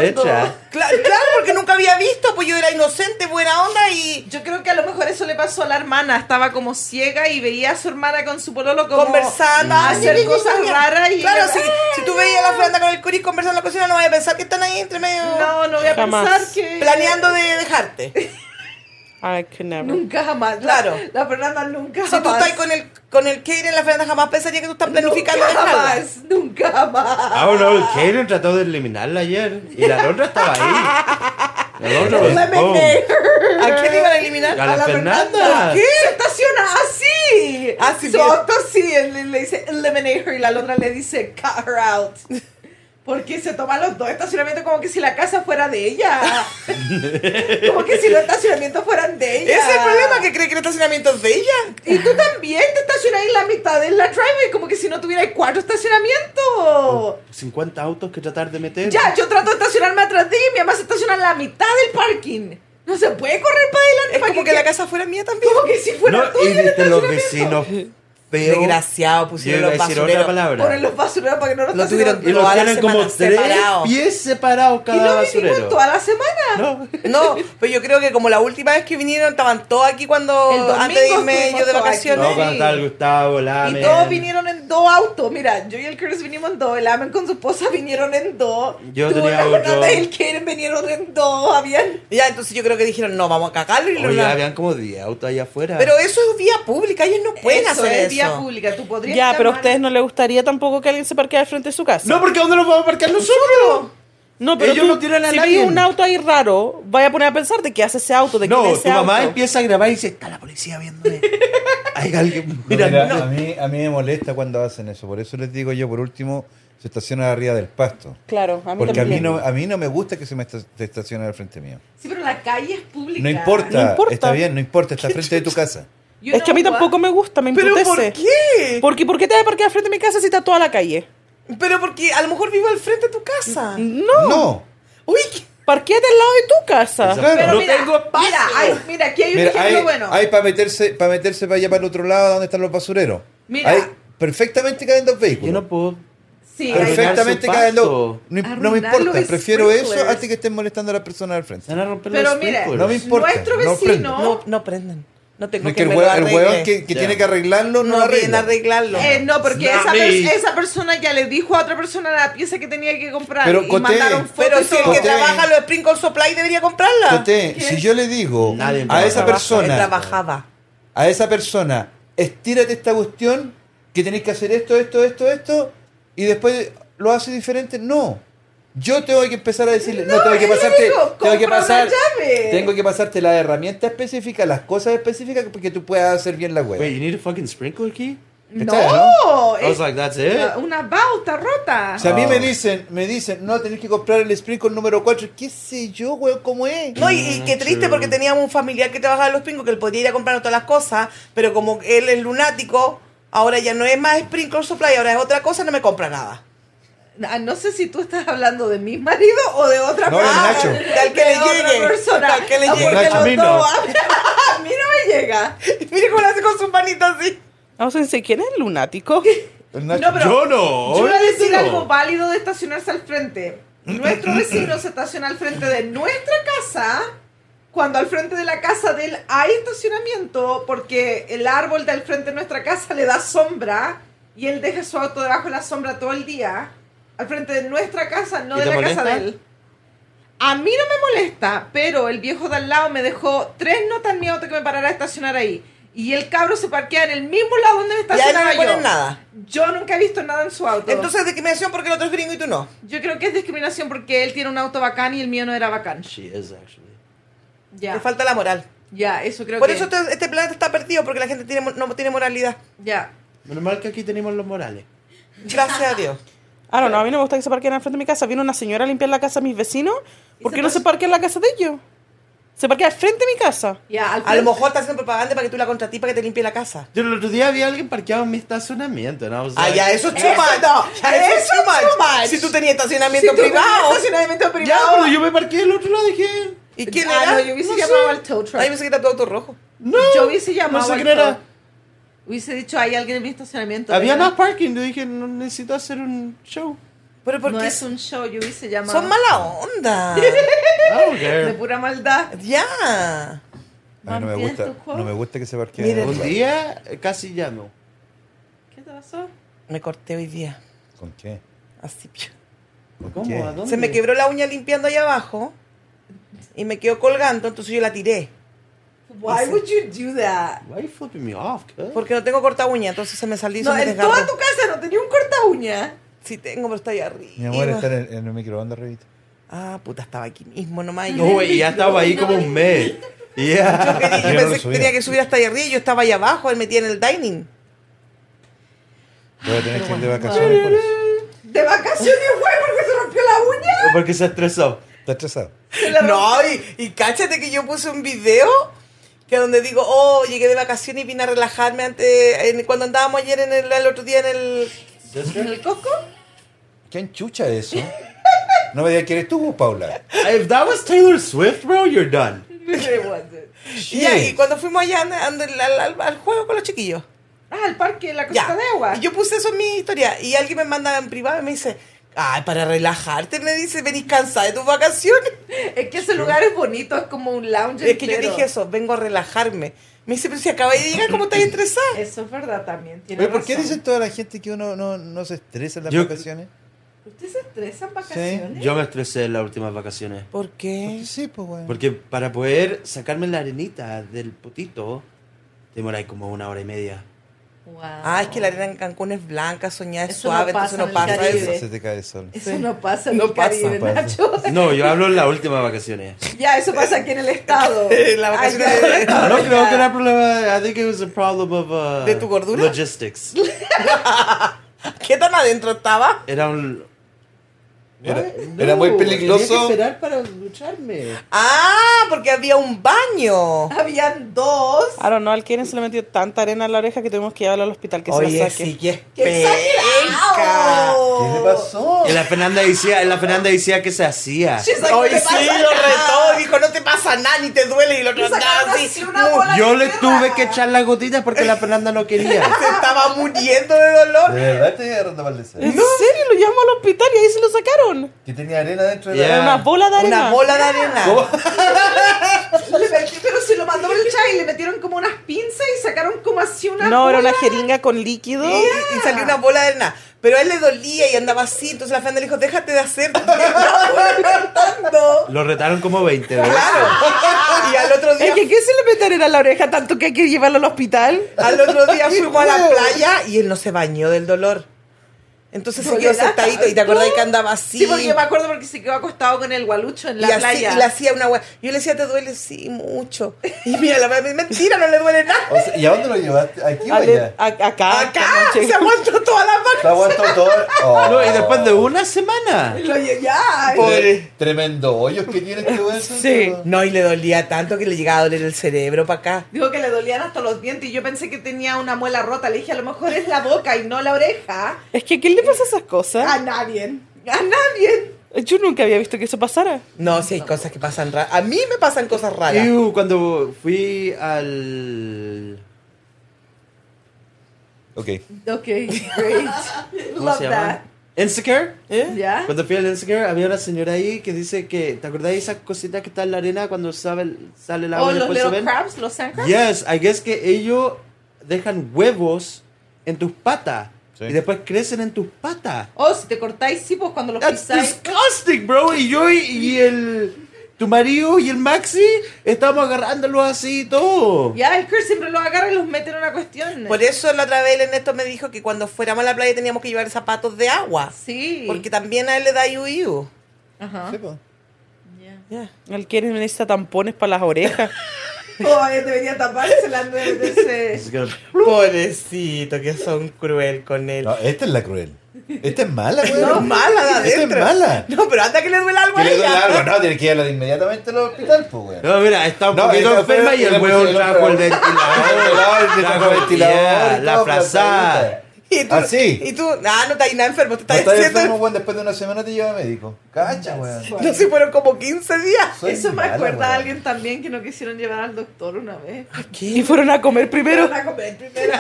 Speaker 6: Cla- claro, porque nunca había visto, pues yo era inocente, buena onda y
Speaker 4: Yo creo que a lo mejor eso le pasó a la hermana. Estaba como ciega y veía a su hermana con su pololo como...
Speaker 6: conversando,
Speaker 4: a
Speaker 6: ah,
Speaker 4: hacer
Speaker 6: ña, ña, ña,
Speaker 4: cosas
Speaker 6: ña.
Speaker 4: raras y-
Speaker 6: Claro, si, si tú veías a la Fernanda con el Curis conversando en la cocina, no vayas a pensar que están ahí entre medio
Speaker 4: No, no voy a
Speaker 7: Jamás.
Speaker 4: pensar que...
Speaker 6: planeando de dejarte.
Speaker 7: I can never.
Speaker 4: Nunca jamás.
Speaker 6: Claro.
Speaker 4: La, la Fernanda nunca
Speaker 6: Si tú
Speaker 4: jamás.
Speaker 6: estás con el con el Keiren, la Fernanda jamás pensaría que tú estás planificando
Speaker 4: Nunca
Speaker 6: dejarla.
Speaker 4: jamás. Nunca jamás.
Speaker 1: Ah, no, el Kaden trató de eliminarla ayer. Y la otra estaba ahí. El otro was
Speaker 4: Lemonade.
Speaker 6: ¿A quién iban a eliminar?
Speaker 1: A la Fernanda.
Speaker 4: ¿Qué? Se estaciona así.
Speaker 6: Así
Speaker 4: Su
Speaker 6: bien.
Speaker 4: auto sí, él le, le dice eliminate her y la otra le dice cut her out. Porque se toman los dos estacionamientos como que si la casa fuera de ella. como que si los estacionamientos fueran de
Speaker 6: Ese
Speaker 4: ella.
Speaker 6: es el problema que cree que el estacionamiento es de ella.
Speaker 4: Y tú también te estacionas en la mitad de la driveway como que si no tuvieras cuatro estacionamientos.
Speaker 1: boom. 50 autos que tratar de meter.
Speaker 4: Ya, yo trato de estacionarme atrás de ella y mi mamá se estaciona en la mitad del parking. No se puede correr para adelante.
Speaker 6: Es
Speaker 4: para
Speaker 6: como que la casa fuera mía también.
Speaker 4: Como que si fuera
Speaker 1: No, y
Speaker 4: tuya el
Speaker 1: viste los
Speaker 4: estacionamiento.
Speaker 1: vecinos feos.
Speaker 6: Desgraciado,
Speaker 1: Yo
Speaker 6: pusieron
Speaker 1: iba a
Speaker 6: los
Speaker 1: decir otra
Speaker 6: basureros.
Speaker 1: palabra.
Speaker 4: Ponen los basureros para que no nos
Speaker 6: Lo
Speaker 4: estacionen.
Speaker 6: tuvieron-
Speaker 1: Y los
Speaker 6: todas las
Speaker 1: tienen como
Speaker 6: semanas
Speaker 1: tres
Speaker 6: separados.
Speaker 1: pies separados
Speaker 4: Y
Speaker 1: cada
Speaker 4: lo
Speaker 1: basurero.
Speaker 4: vivimos toda la semana.
Speaker 1: No.
Speaker 6: No, pero yo creo que como la última vez que vinieron estaban todos aquí
Speaker 4: El
Speaker 6: cuando
Speaker 4: domingo
Speaker 6: antes de irme
Speaker 4: estuvimos
Speaker 6: yo de
Speaker 4: todos aquí.
Speaker 1: No,
Speaker 6: vacaciones.
Speaker 1: cuando estaba el Gustavo, la
Speaker 4: Y
Speaker 1: Amen.
Speaker 4: todos vinieron en dos autos. Mira, yo y el Curtis vinimos en dos. El Amen con su esposa vinieron en dos.
Speaker 1: Yo
Speaker 4: Tú,
Speaker 1: tenía
Speaker 4: la
Speaker 1: otro.
Speaker 4: Fernanda y el Karen vinieron en dos. Habían
Speaker 6: Ya, entonces yo creo que dijeron, no, vamos a cagarlo y lo
Speaker 1: Oye,
Speaker 6: la-
Speaker 1: habían como 10 autos allá afuera.
Speaker 6: Pero eso es vía pública, ellos no pueden
Speaker 4: Eso
Speaker 6: hacer
Speaker 4: es
Speaker 6: eso.
Speaker 4: vía vía
Speaker 6: eso.
Speaker 4: pública. Tú podrías
Speaker 7: Ya, pero a
Speaker 4: llamar-
Speaker 7: ustedes no les gustaría tampoco que alguien se parquee al frente de su casa.
Speaker 1: No, porque ¿dónde nos vamos a aparcar nosotros?
Speaker 7: No, pero
Speaker 1: Ellos
Speaker 7: tú,
Speaker 1: no tiran a
Speaker 7: si
Speaker 1: nadie.
Speaker 7: veis un auto ahí raro, vaya a poner a pensar de qué hace ese auto, de quién
Speaker 1: No,
Speaker 7: es
Speaker 1: tu
Speaker 7: ese
Speaker 1: mamá
Speaker 7: auto.
Speaker 1: empieza a grabar y dice, está la policía viéndome. Hay alguien
Speaker 5: No, mira,
Speaker 1: mirando.
Speaker 5: a, mí, a mí me molesta cuando hacen eso. Por eso les digo yo, por último, se estaciona arriba del pasto.
Speaker 7: Claro, a mí
Speaker 5: Porque a
Speaker 7: también.
Speaker 5: mí, no, a mí no me gusta que se me esta- se estacione al frente mío.
Speaker 4: Sí, pero la calle es pública.
Speaker 5: No importa,
Speaker 7: No importa.
Speaker 5: está bien, no importa, está frente de tu casa.
Speaker 4: You
Speaker 7: Es que a mí
Speaker 4: know what?
Speaker 7: tampoco me gusta, me
Speaker 6: ¿Pero
Speaker 7: imputece.
Speaker 6: por qué?
Speaker 7: ¿Por qué, por qué te vas a parquear al frente de mi casa si está toda la calle?
Speaker 6: Pero porque a lo mejor vivo al frente de tu casa.
Speaker 7: No,
Speaker 5: No.
Speaker 6: Uy, qué-
Speaker 7: parquéate al lado de tu casa.
Speaker 5: Claro.
Speaker 4: Pero
Speaker 5: No
Speaker 4: mira,
Speaker 1: tengo espacio.
Speaker 4: Mira, hay- mira, aquí hay un
Speaker 5: Mira,
Speaker 4: ejemplo
Speaker 5: hay,
Speaker 4: bueno.
Speaker 5: para meterse, para meterse para allá para el otro lado donde están los basureros.
Speaker 4: Mira.
Speaker 5: Hay perfectamente caben dos
Speaker 1: Yo
Speaker 5: vehículos.
Speaker 1: no puedo.
Speaker 4: sí, hay-
Speaker 5: perfectamente
Speaker 1: Arruinar
Speaker 5: caben
Speaker 1: su
Speaker 5: dos.
Speaker 1: pasto.
Speaker 5: No, no me
Speaker 4: Arruinar
Speaker 5: importa,
Speaker 4: los
Speaker 5: prefiero eso
Speaker 4: sprinklers.
Speaker 5: antes que estén molestando a las personas al frente.
Speaker 1: Se van a romper
Speaker 4: Pero
Speaker 1: los
Speaker 4: mira,
Speaker 1: sprinklers.
Speaker 5: No me importa.
Speaker 4: nuestro
Speaker 5: no
Speaker 4: vecino-
Speaker 5: prendo.
Speaker 6: No, no prenden. No tengo
Speaker 5: No, es que
Speaker 6: que
Speaker 5: el,
Speaker 6: me lo
Speaker 5: hue- el
Speaker 6: arregle.
Speaker 5: hueón que, que
Speaker 1: Ya.
Speaker 5: tiene que arreglarlo no,
Speaker 6: no
Speaker 5: arregla.
Speaker 6: vienen a arreglarlo.
Speaker 4: eh, no, porque esa,
Speaker 1: Mami.
Speaker 4: pers- esa persona ya le dijo a otra persona la pieza que tenía que comprar
Speaker 5: Pero,
Speaker 4: y
Speaker 5: Coté,
Speaker 4: mandaron fotos
Speaker 6: pero
Speaker 4: y
Speaker 6: si el
Speaker 4: todo.
Speaker 6: que
Speaker 5: Coté.
Speaker 6: trabaja los sprinkles supply debería comprarla.
Speaker 5: Toté, si yo le digo
Speaker 1: Nadie
Speaker 5: a
Speaker 1: trabaja.
Speaker 5: esa
Speaker 6: Él
Speaker 5: persona,
Speaker 6: trabajaba.
Speaker 5: a esa persona, estírate esta cuestión, que tenéis que hacer esto, esto, esto, esto, y después lo hace diferente, no. Yo tengo que empezar a decirle, no, tengo que
Speaker 4: él le
Speaker 5: pasarte,
Speaker 4: dijo,
Speaker 5: tengo que
Speaker 4: compra una
Speaker 5: pasar,
Speaker 4: llave.
Speaker 5: tengo que pasarte la herramienta específica, las cosas específicas que tú puedas hacer bien la
Speaker 1: Wait,
Speaker 5: web.
Speaker 1: you need a fucking sprinkler key?
Speaker 4: No,
Speaker 1: I was
Speaker 4: Oh, es
Speaker 1: like, that's
Speaker 4: una,
Speaker 1: it?
Speaker 4: una bauta rota.
Speaker 5: O sea, a mí
Speaker 1: Ah.
Speaker 5: me dicen, me dicen, no, tenés que comprar el sprinkle número 4. ¿Qué sé yo, weón? ¿Cómo es?
Speaker 6: No, y, y qué triste porque teníamos un familiar que trabajaba en los pringos que él podía ir a comprar todas las cosas, pero como él es lunático, ahora ya no es más sprinkler supply, ahora es otra cosa, no me compra nada.
Speaker 4: Ah, no sé si tú estás hablando de mi marido o de otra
Speaker 5: No, de
Speaker 4: persona.
Speaker 5: Nacho.
Speaker 6: Tal que le
Speaker 4: De otra
Speaker 6: llegue,
Speaker 4: persona.
Speaker 6: tal que le
Speaker 4: Ah,
Speaker 6: llegue.
Speaker 4: porque
Speaker 5: Nacho,
Speaker 4: los
Speaker 1: a mí no.
Speaker 4: dos- a mí no me llega.
Speaker 6: Mire cómo lo hace con sus manitas así.
Speaker 7: Vamos a decir, ¿quién es el lunático?
Speaker 5: El Nacho-
Speaker 4: No, pero
Speaker 1: Yo no,
Speaker 4: Yo voy a
Speaker 1: obviamente
Speaker 4: decir
Speaker 1: no.
Speaker 4: algo válido de estacionarse al frente. Nuestro vecino se estaciona al frente de nuestra casa cuando al frente de la casa de él hay estacionamiento porque el árbol del frente de nuestra casa le da sombra y él deja su auto debajo de la sombra todo el día al frente de nuestra casa, no
Speaker 1: ¿Y
Speaker 4: de
Speaker 1: te
Speaker 4: la casa
Speaker 1: molesta?
Speaker 4: de él. A mí no me molesta, pero el viejo de al lado me dejó tres notas en mi auto que me parara a estacionar ahí. Y el cabro se parquea en el mismo lado donde me
Speaker 6: Y a él no
Speaker 4: estacionaba
Speaker 6: le ponen
Speaker 4: yo.
Speaker 6: nada.
Speaker 4: Yo nunca he visto nada en su auto.
Speaker 6: Entonces, discriminación porque el otro es gringo y tú no.
Speaker 4: Yo creo que es discriminación porque él tiene un auto bacán y el mío no era bacán.
Speaker 1: She is, actually.
Speaker 4: Ya,
Speaker 6: Te falta la moral.
Speaker 4: ya, eso creo
Speaker 6: Por
Speaker 4: que...
Speaker 6: eso este, este planeta está perdido, porque la gente tiene, mo- no tiene moralidad.
Speaker 4: Ya.
Speaker 1: Menos mal que aquí tenemos los morales.
Speaker 6: Gracias a Dios.
Speaker 7: Ah, no, no, a mí no me gusta que se parquen al frente de mi casa. Vino una señora a limpiar la casa de mis vecinos. ¿Por
Speaker 4: se
Speaker 7: qué no se
Speaker 4: pasó?
Speaker 7: parquea en la casa de ellos? Se parquea al frente de mi casa.
Speaker 4: Ya, al
Speaker 6: A lo
Speaker 4: frente-
Speaker 6: mejor está haciendo propaganda para que tú la contratís para que te limpie la casa.
Speaker 1: Yo el otro día vi a alguien parqueado en mi estacionamiento. ¿no?
Speaker 6: Ah, ya, eso es too
Speaker 4: Eso
Speaker 6: much.
Speaker 4: no,
Speaker 6: Ya, eso, es
Speaker 4: eso
Speaker 6: too
Speaker 4: es too
Speaker 6: much.
Speaker 4: much.
Speaker 6: Si tú tenías
Speaker 4: Si
Speaker 6: estacionamiento
Speaker 4: tú tenías
Speaker 6: privado.
Speaker 4: estacionamiento
Speaker 1: Ya,
Speaker 4: privado.
Speaker 1: pero yo me parqué del otro lado y dije...
Speaker 6: ¿Y quién
Speaker 4: Ah,
Speaker 6: era?
Speaker 4: no, yo hubiese
Speaker 6: No
Speaker 4: llamado
Speaker 6: sé.
Speaker 4: al tow truck.
Speaker 6: Ay, pensé que era tu auto rojo.
Speaker 1: No,
Speaker 4: Yo hubiese llamado
Speaker 1: No sé
Speaker 4: al
Speaker 1: quién era.
Speaker 4: tow. Hubiese dicho, hay alguien en mi estacionamiento.
Speaker 1: Había
Speaker 4: ¿verdad?
Speaker 1: más parking. Yo dije, no necesito hacer un show.
Speaker 6: Pero porque
Speaker 4: No es un show, yo hubiese llamado.
Speaker 6: son mala onda.
Speaker 1: I don't
Speaker 4: De
Speaker 1: care.
Speaker 4: pura maldad.
Speaker 6: ya.
Speaker 5: A mí no me
Speaker 4: ¿Mantienes
Speaker 5: gusta,
Speaker 4: tu juego?
Speaker 5: no me gusta que se parqueen.
Speaker 6: Mira.
Speaker 5: en el
Speaker 1: Un
Speaker 5: lugar.
Speaker 1: día eh, casi ya no.
Speaker 4: ¿Qué te pasó?
Speaker 6: Me corté hoy día.
Speaker 5: ¿Con qué?
Speaker 6: Así. pio.
Speaker 5: ¿Con
Speaker 1: ¿Cómo?
Speaker 5: qué?
Speaker 1: ¿A dónde?
Speaker 6: Se me quebró la uña limpiando ahí abajo. Y me quedó colgando, entonces yo la tiré.
Speaker 4: Why would you do that?
Speaker 1: Why you flipping me off, kid?
Speaker 6: Porque no tengo corta uña, entonces se me salió y
Speaker 4: No,
Speaker 6: se me
Speaker 4: en
Speaker 6: desgarró.
Speaker 4: toda tu casa no tenía un corta uña.
Speaker 6: Sí tengo, pero está ahí arriba.
Speaker 5: Mi amor está en el, en el microondas, Revita.
Speaker 6: Ah, puta, estaba aquí mismo nomás. Yo,
Speaker 1: No, y ya estaba ahí como un mes.
Speaker 6: yo
Speaker 1: Yeah.
Speaker 6: quería- yo
Speaker 5: Yo no lo
Speaker 6: pensé que
Speaker 5: subía.
Speaker 6: tenía que subir hasta ahí arriba y yo estaba ahí abajo, él metía en el dining.
Speaker 5: Voy a tener que ir de vacaciones por eso.
Speaker 4: De vacaciones fue porque se rompió la uña.
Speaker 1: Porque se estresó.
Speaker 5: Está estresado.
Speaker 6: No, y, y cáchate que yo puse un video que donde digo, oh, llegué de vacaciones y vine a relajarme antes, en- cuando andábamos ayer en el, el otro día en el...
Speaker 4: ¿En el coco?
Speaker 5: ¿Qué enchucha eso? No me digas que eres tú, Paula.
Speaker 1: If that was Taylor Swift, bro, you're done.
Speaker 4: It wasn't.
Speaker 6: Y ahí, cuando fuimos allá and- and- al, al- al juego con los chiquillos.
Speaker 4: Ah, al parque, la cosita
Speaker 6: Ya.
Speaker 4: de agua.
Speaker 6: Y yo puse eso en mi historia y alguien me manda en privado y me dice, ay, para relajarte, me dice, venís cansada de tus vacaciones.
Speaker 4: Es que ese lugar es bonito, es como un lounge.
Speaker 6: Es que yo
Speaker 4: entero.
Speaker 6: dije eso, vengo a relajarme. Me dice, pero si acabas de llegar, ¿cómo estás estresada?
Speaker 4: Eso es verdad también. Tiene
Speaker 5: Oye, ¿Por qué
Speaker 4: razón.
Speaker 5: dicen toda la gente que uno no, no se estresa en las
Speaker 1: Yo- ¿Eh?
Speaker 5: vacaciones?
Speaker 4: ¿Ustedes se estresan vacaciones?
Speaker 1: Yo me estresé en las últimas vacaciones.
Speaker 6: ¿Por qué?
Speaker 5: Porque sí, pues, weón.
Speaker 1: Porque para poder sacarme la arenita del potito, demoráis como una hora y media.
Speaker 3: Wow.
Speaker 6: Ah, es que la arena en Cancún es blanca, soñada es
Speaker 3: Eso no
Speaker 6: suave,
Speaker 3: pasa
Speaker 6: entonces no
Speaker 3: en el
Speaker 6: pasa
Speaker 3: Caribe.
Speaker 6: eso.
Speaker 5: Ah, Se te cae el sol.
Speaker 3: Eso no pasa en
Speaker 6: No
Speaker 3: el Caribe,
Speaker 5: pasa,
Speaker 3: Nacho.
Speaker 1: No, yo hablo en las últimas vacaciones.
Speaker 4: Ya, eso pasa aquí en el estado.
Speaker 6: La vacación
Speaker 4: Allá.
Speaker 6: de-
Speaker 1: No creo que era problema. I think it was a problem of. uh,
Speaker 6: Ah, ¿De tu gordura?
Speaker 1: Logistics.
Speaker 6: ¿Qué tan adentro estaba?
Speaker 1: Era un.
Speaker 5: Era, era muy peligroso.
Speaker 1: esperar para ducharme.
Speaker 6: Ah, porque había un baño.
Speaker 4: Habían dos.
Speaker 7: I don't know, al Keren se le metió tanta arena en la oreja que tuvimos que llevarlo al hospital que se la
Speaker 6: Oye,
Speaker 7: saque.
Speaker 6: sí, que
Speaker 4: ¡Qué
Speaker 6: pesca.
Speaker 5: ¿Qué
Speaker 4: ¡Oh!
Speaker 5: le pasó?
Speaker 1: Y la Fernanda decía, y la Fernanda decía que se hacía.
Speaker 4: She's like,
Speaker 6: Hoy
Speaker 4: "No te
Speaker 6: sí
Speaker 4: pasa
Speaker 6: lo
Speaker 4: nada".
Speaker 6: retó, dijo, no te pasa nada, ni te duele, y lo otro
Speaker 4: Y
Speaker 6: andaba
Speaker 4: sacaron
Speaker 6: así.
Speaker 4: así una bola
Speaker 1: Yo
Speaker 4: de
Speaker 1: le
Speaker 4: tierra.
Speaker 1: tuve que echar las gotitas porque la Fernanda no quería.
Speaker 6: Se estaba muriendo de dolor.
Speaker 5: ¿De verdad te agarró de maldecir?
Speaker 7: ¿En serio? Lo llevamos al hospital y ahí se lo sacaron.
Speaker 5: Que tenía arena dentro de
Speaker 1: Yeah.
Speaker 5: la...
Speaker 7: Una bola de arena.
Speaker 6: Una bola de arena.
Speaker 4: Le metí- pero se lo mandó el chai y le metieron como unas pinzas y sacaron como así una.
Speaker 7: no, era
Speaker 4: bola.
Speaker 7: una jeringa con líquido.
Speaker 6: Y, y salió una bola de arena. Pero a él le dolía y andaba así. Entonces la Fernanda le dijo, déjate de hacer. Claro.
Speaker 1: Lo retaron como 20 veces.
Speaker 6: Y al otro día
Speaker 7: Es que ¿qué se le mete arena en la oreja tanto que hay que llevarlo al hospital?
Speaker 6: Al otro día fuimos a la playa y él no se bañó del dolor. Entonces se quedó
Speaker 4: Dolerazo.
Speaker 6: sentadito y te acordás que andaba así.
Speaker 4: Sí, porque yo me acuerdo porque se quedó acostado con el gualucho en
Speaker 6: y
Speaker 4: la
Speaker 6: así,
Speaker 4: playa.
Speaker 6: y le hacía una hue- Yo le decía, te duele, sí, mucho. Y mira, la verdad, mentira, no le duele nada.
Speaker 5: O sea, ¿Y a dónde lo llevaste? ¿Aquí o
Speaker 7: Ale-
Speaker 5: allá?
Speaker 7: a- acá.
Speaker 6: Acá
Speaker 7: esta noche.
Speaker 6: se aguantó toda la
Speaker 5: ¿Te
Speaker 6: vaca.
Speaker 5: aguantó todo? Oh.
Speaker 1: No, y después de una semana.
Speaker 4: Lo lle- ya.
Speaker 5: Tre- Tremendo hoyos que tienes que ver.
Speaker 7: Sí.
Speaker 6: No, y le dolía tanto que le llegaba a doler el cerebro para acá.
Speaker 4: Dijo que le dolían hasta los dientes y yo pensé que tenía una muela rota. Le dije, a lo mejor es la boca y no la oreja.
Speaker 7: Es que ¿qué le pasa a esas
Speaker 4: A
Speaker 6: ¿Ah?
Speaker 7: cosas?
Speaker 4: nadie. A nadie.
Speaker 7: Yo nunca había visto que eso pasara.
Speaker 6: No, si hay cosas que pasan raras. A mí me pasan cosas raras.
Speaker 1: Iu, uh, cuando fui al.
Speaker 5: Ok.
Speaker 3: Ok, great.
Speaker 1: ¿Cómo se llama? Insecure. ¿Eh?
Speaker 3: ¿Ya?
Speaker 1: Cuando fui al Insecure había una señora ahí que dice que. ¿Te acordás de esas cositas que están en la arena cuando sale, sale el agua
Speaker 4: O
Speaker 1: y
Speaker 4: Oh, los
Speaker 1: después se
Speaker 4: little
Speaker 1: ven?
Speaker 4: crabs, los sand crabs.
Speaker 1: Yes, I guess que ellos dejan huevos en tus patas.
Speaker 5: Sí.
Speaker 1: Y después crecen en tus patas.
Speaker 4: Oh, si te cortáis, sí, pues cuando los
Speaker 6: Ah,
Speaker 1: That's
Speaker 4: pisáis.
Speaker 1: disgusting, bro. Y yo y, y el. Tu marido y el Maxi estamos agarrándolos así y todo.
Speaker 4: Ya, el Kurt siempre los agarra y los mete en una cuestión.
Speaker 6: Por eso la otra vez el Ernesto me dijo que cuando fuéramos a la playa teníamos que llevar zapatos de agua.
Speaker 4: Sí.
Speaker 6: Porque también a él le da iu iu.
Speaker 3: Ajá.
Speaker 5: Sí, pues. po.
Speaker 6: Ya.
Speaker 7: Al Keren necesita tampones para las orejas.
Speaker 4: Oh, eh, debería taparse la nuez de ese.
Speaker 1: It's gonna-
Speaker 6: Pobrecito, que son cruel con él.
Speaker 5: No, esta es la cruel. Esta es mala, güey.
Speaker 6: No, mala
Speaker 5: Esta
Speaker 6: de
Speaker 5: es
Speaker 6: adentro.
Speaker 5: mala.
Speaker 6: No, pero anda que le duele algo
Speaker 5: Que
Speaker 6: a
Speaker 5: le duele
Speaker 6: ella.
Speaker 5: algo. No, tienes que ir inmediatamente al hospital, pues, güey.
Speaker 1: No, mira, está un
Speaker 5: No,
Speaker 1: poquito
Speaker 5: esa
Speaker 1: enferma
Speaker 5: fue-
Speaker 1: y el
Speaker 5: le
Speaker 1: huevo
Speaker 5: pusieron
Speaker 1: trajo el
Speaker 5: el-
Speaker 1: ventilador.
Speaker 5: Ah,
Speaker 1: Trajo el ventilador. La frazada.
Speaker 6: Y tú,
Speaker 5: Así.
Speaker 6: Y tú, ah, no está ahí nada enfermo,
Speaker 5: No
Speaker 6: te está
Speaker 5: estás
Speaker 6: diciendo.
Speaker 5: enfermo, güey. Después de una semana te lleva a médico. Cacha, güey.
Speaker 6: No, si fueron como 15 días.
Speaker 5: Soy
Speaker 4: Eso me
Speaker 5: mala,
Speaker 4: acuerda a
Speaker 5: güey.
Speaker 4: alguien también que no quisieron llevar al doctor una vez.
Speaker 7: Y fueron a comer primero.
Speaker 4: Para comer primero.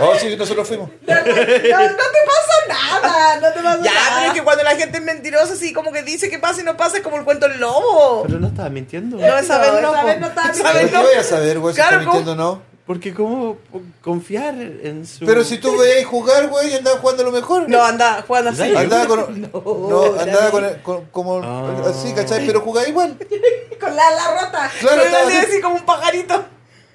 Speaker 5: Oh, sí, nosotros fuimos.
Speaker 4: No, no te pasa nada, no te pasa
Speaker 6: Ya, pero es
Speaker 4: nada.
Speaker 6: que cuando la gente es mentirosa, así como que dice que pasa y no pasa, es como el cuento del lobo.
Speaker 1: Pero no estaba mintiendo.
Speaker 6: No, esa
Speaker 4: No,
Speaker 6: vez
Speaker 4: esa
Speaker 6: no. po.
Speaker 4: vez no estaba
Speaker 6: Esa
Speaker 5: Pero
Speaker 6: vez
Speaker 5: ¿qué
Speaker 6: no.
Speaker 5: voy a saber, güey, si
Speaker 6: Claro,
Speaker 5: está mintiendo o no?
Speaker 1: Porque cómo confiar en su...
Speaker 5: Pero si tú veías jugar, güey, y andabas jugando a lo mejor.
Speaker 6: No, andaba jugando
Speaker 1: ¿En
Speaker 6: así.
Speaker 1: serio?
Speaker 5: Andaba con. No, andaba con, el- con- como.
Speaker 1: Ah.
Speaker 5: Así, ¿cachai? Pero jugaba igual.
Speaker 4: Con la, la rota.
Speaker 5: Claro,
Speaker 6: Pero
Speaker 5: estaba
Speaker 6: le
Speaker 5: así.
Speaker 6: así como un pajarito.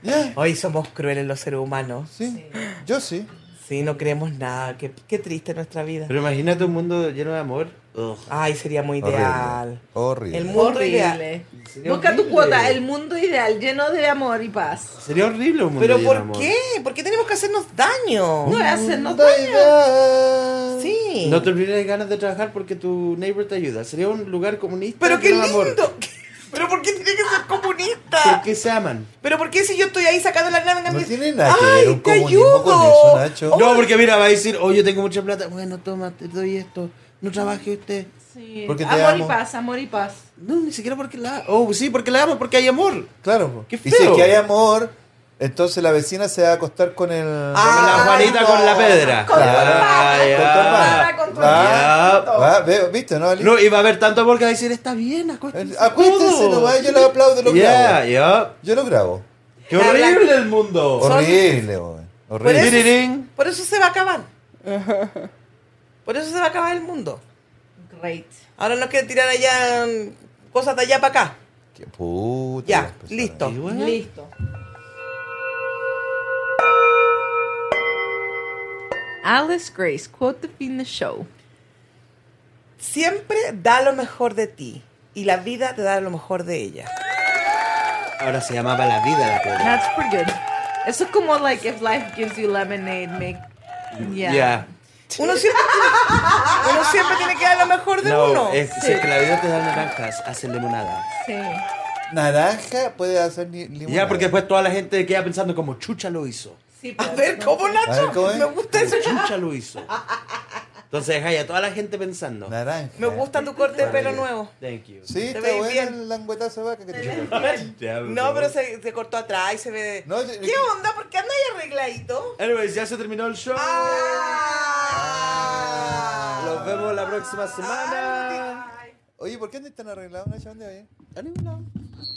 Speaker 5: Ya,
Speaker 6: Hoy somos crueles los seres humanos.
Speaker 5: sí. Yo sí.
Speaker 6: Sí, no creemos nada. Qué, qué triste nuestra vida.
Speaker 1: Pero imagínate un mundo lleno de amor. Ugh.
Speaker 6: Ay, sería muy
Speaker 5: Horrible.
Speaker 6: ideal.
Speaker 5: Horrible.
Speaker 6: El mundo ideal.
Speaker 3: Horrible.
Speaker 1: Sería
Speaker 4: Busca tu
Speaker 1: horrible.
Speaker 4: cuota, el mundo ideal, lleno de amor y paz.
Speaker 1: Sería horrible un mundo
Speaker 6: Pero
Speaker 1: lleno de
Speaker 6: ¿por
Speaker 1: amor.
Speaker 6: qué? ¿Por qué tenemos que hacernos daño?
Speaker 4: No es hacernos
Speaker 5: Mundo ideal.
Speaker 6: Sí.
Speaker 1: No te olvides de ganas de trabajar porque tu neighbor te ayuda. Sería un lugar comunista.
Speaker 6: Pero qué
Speaker 1: lleno de amor.
Speaker 6: lindo. Pero ¿por qué tiene que ser comunista?
Speaker 1: Porque se aman.
Speaker 6: Pero ¿por qué si yo estoy ahí sacando la nave?
Speaker 5: No tiene nada que ver un comunismo con eso, Nacho.
Speaker 1: No, porque mira, va a decir, oh, yo tengo mucha plata. Bueno, toma, te doy esto. No trabaje usted.
Speaker 4: Sí.
Speaker 5: Porque te
Speaker 4: amor
Speaker 5: amo.
Speaker 4: y paz, amor y paz.
Speaker 1: No, ni siquiera porque la... Oh, sí, porque la amo, porque hay amor.
Speaker 5: Claro. po.
Speaker 1: Qué
Speaker 5: Y si es
Speaker 1: feo.
Speaker 5: que hay amor, entonces la vecina se va a acostar con el.
Speaker 1: Con la
Speaker 5: Ah,
Speaker 6: Ay,
Speaker 1: Juanita
Speaker 6: no.
Speaker 1: con la pedra.
Speaker 4: Con tu hermana,
Speaker 1: Ay,
Speaker 4: con tu
Speaker 1: ah.
Speaker 4: hermana, con tu
Speaker 5: Ah,
Speaker 1: hermana.
Speaker 5: ah, veo, ¿Viste, no? Ali?
Speaker 1: No, iba a haber tanto amor que va a decir, está bien, acuéstense.
Speaker 5: Acuéstense,
Speaker 1: todos".
Speaker 5: no Eh, yo los aplaudo, los
Speaker 1: Yeah,
Speaker 5: grabo.
Speaker 1: yeah.
Speaker 5: Yo los grabo.
Speaker 1: Qué horrible el mundo.
Speaker 5: Horrible, güey.
Speaker 6: Por
Speaker 5: Horrible.
Speaker 6: eso-
Speaker 1: Tirirín.
Speaker 6: Por eso se va a acabar. Por eso se va a acabar el mundo.
Speaker 4: Great.
Speaker 6: Ahora no quiere tirar allá mm, cosas de allá para acá.
Speaker 5: Qué puta.
Speaker 6: Ya,
Speaker 5: pues, las personas.
Speaker 6: listo.
Speaker 1: Y bueno,
Speaker 4: Listo.
Speaker 8: Alice Grace, quote the fin the show.
Speaker 6: Siempre da lo mejor de ti y la vida te da lo mejor de ella.
Speaker 1: Ahora se llamaba La Vida la pobre.
Speaker 8: That's pretty good. Eso es como like if life gives you lemonade, make yeah.
Speaker 1: Ya.
Speaker 6: Uno siempre, tiene- uno siempre tiene que dar lo mejor de
Speaker 1: No,
Speaker 6: uno.
Speaker 1: es, si es que la vida te da naranjas, hace limonada.
Speaker 8: Sí.
Speaker 5: Naranja puede hacer ni- limonada.
Speaker 1: Ya, porque después toda la gente queda pensando como chucha lo hizo.
Speaker 8: Sí,
Speaker 6: A
Speaker 8: pero-
Speaker 6: ver, ¿cómo
Speaker 5: A
Speaker 6: Nacho?
Speaker 5: ver, ¿cómo es?
Speaker 6: Me gusta eso.
Speaker 1: Chucha lo hizo. Entonces deja ya toda la gente pensando.
Speaker 5: Naranja.
Speaker 6: Me gusta tu corte de pelo nuevo.
Speaker 1: Thank you.
Speaker 5: Sí, está
Speaker 6: veis
Speaker 5: buena
Speaker 6: bien.
Speaker 5: el languetazo de vaca que te
Speaker 1: Ya, por
Speaker 6: No,
Speaker 1: favor.
Speaker 6: pero se, se cortó atrás y se ve.
Speaker 5: No, yo-
Speaker 6: ¿Qué onda? ¿Por qué anda ahí arregladito?
Speaker 1: Anyways, ya se terminó el show.
Speaker 6: Ah.
Speaker 1: Nos vemos la próxima semana.
Speaker 5: Oye, ¿por qué andas tan arreglado, Nacho? ¿Dónde vas?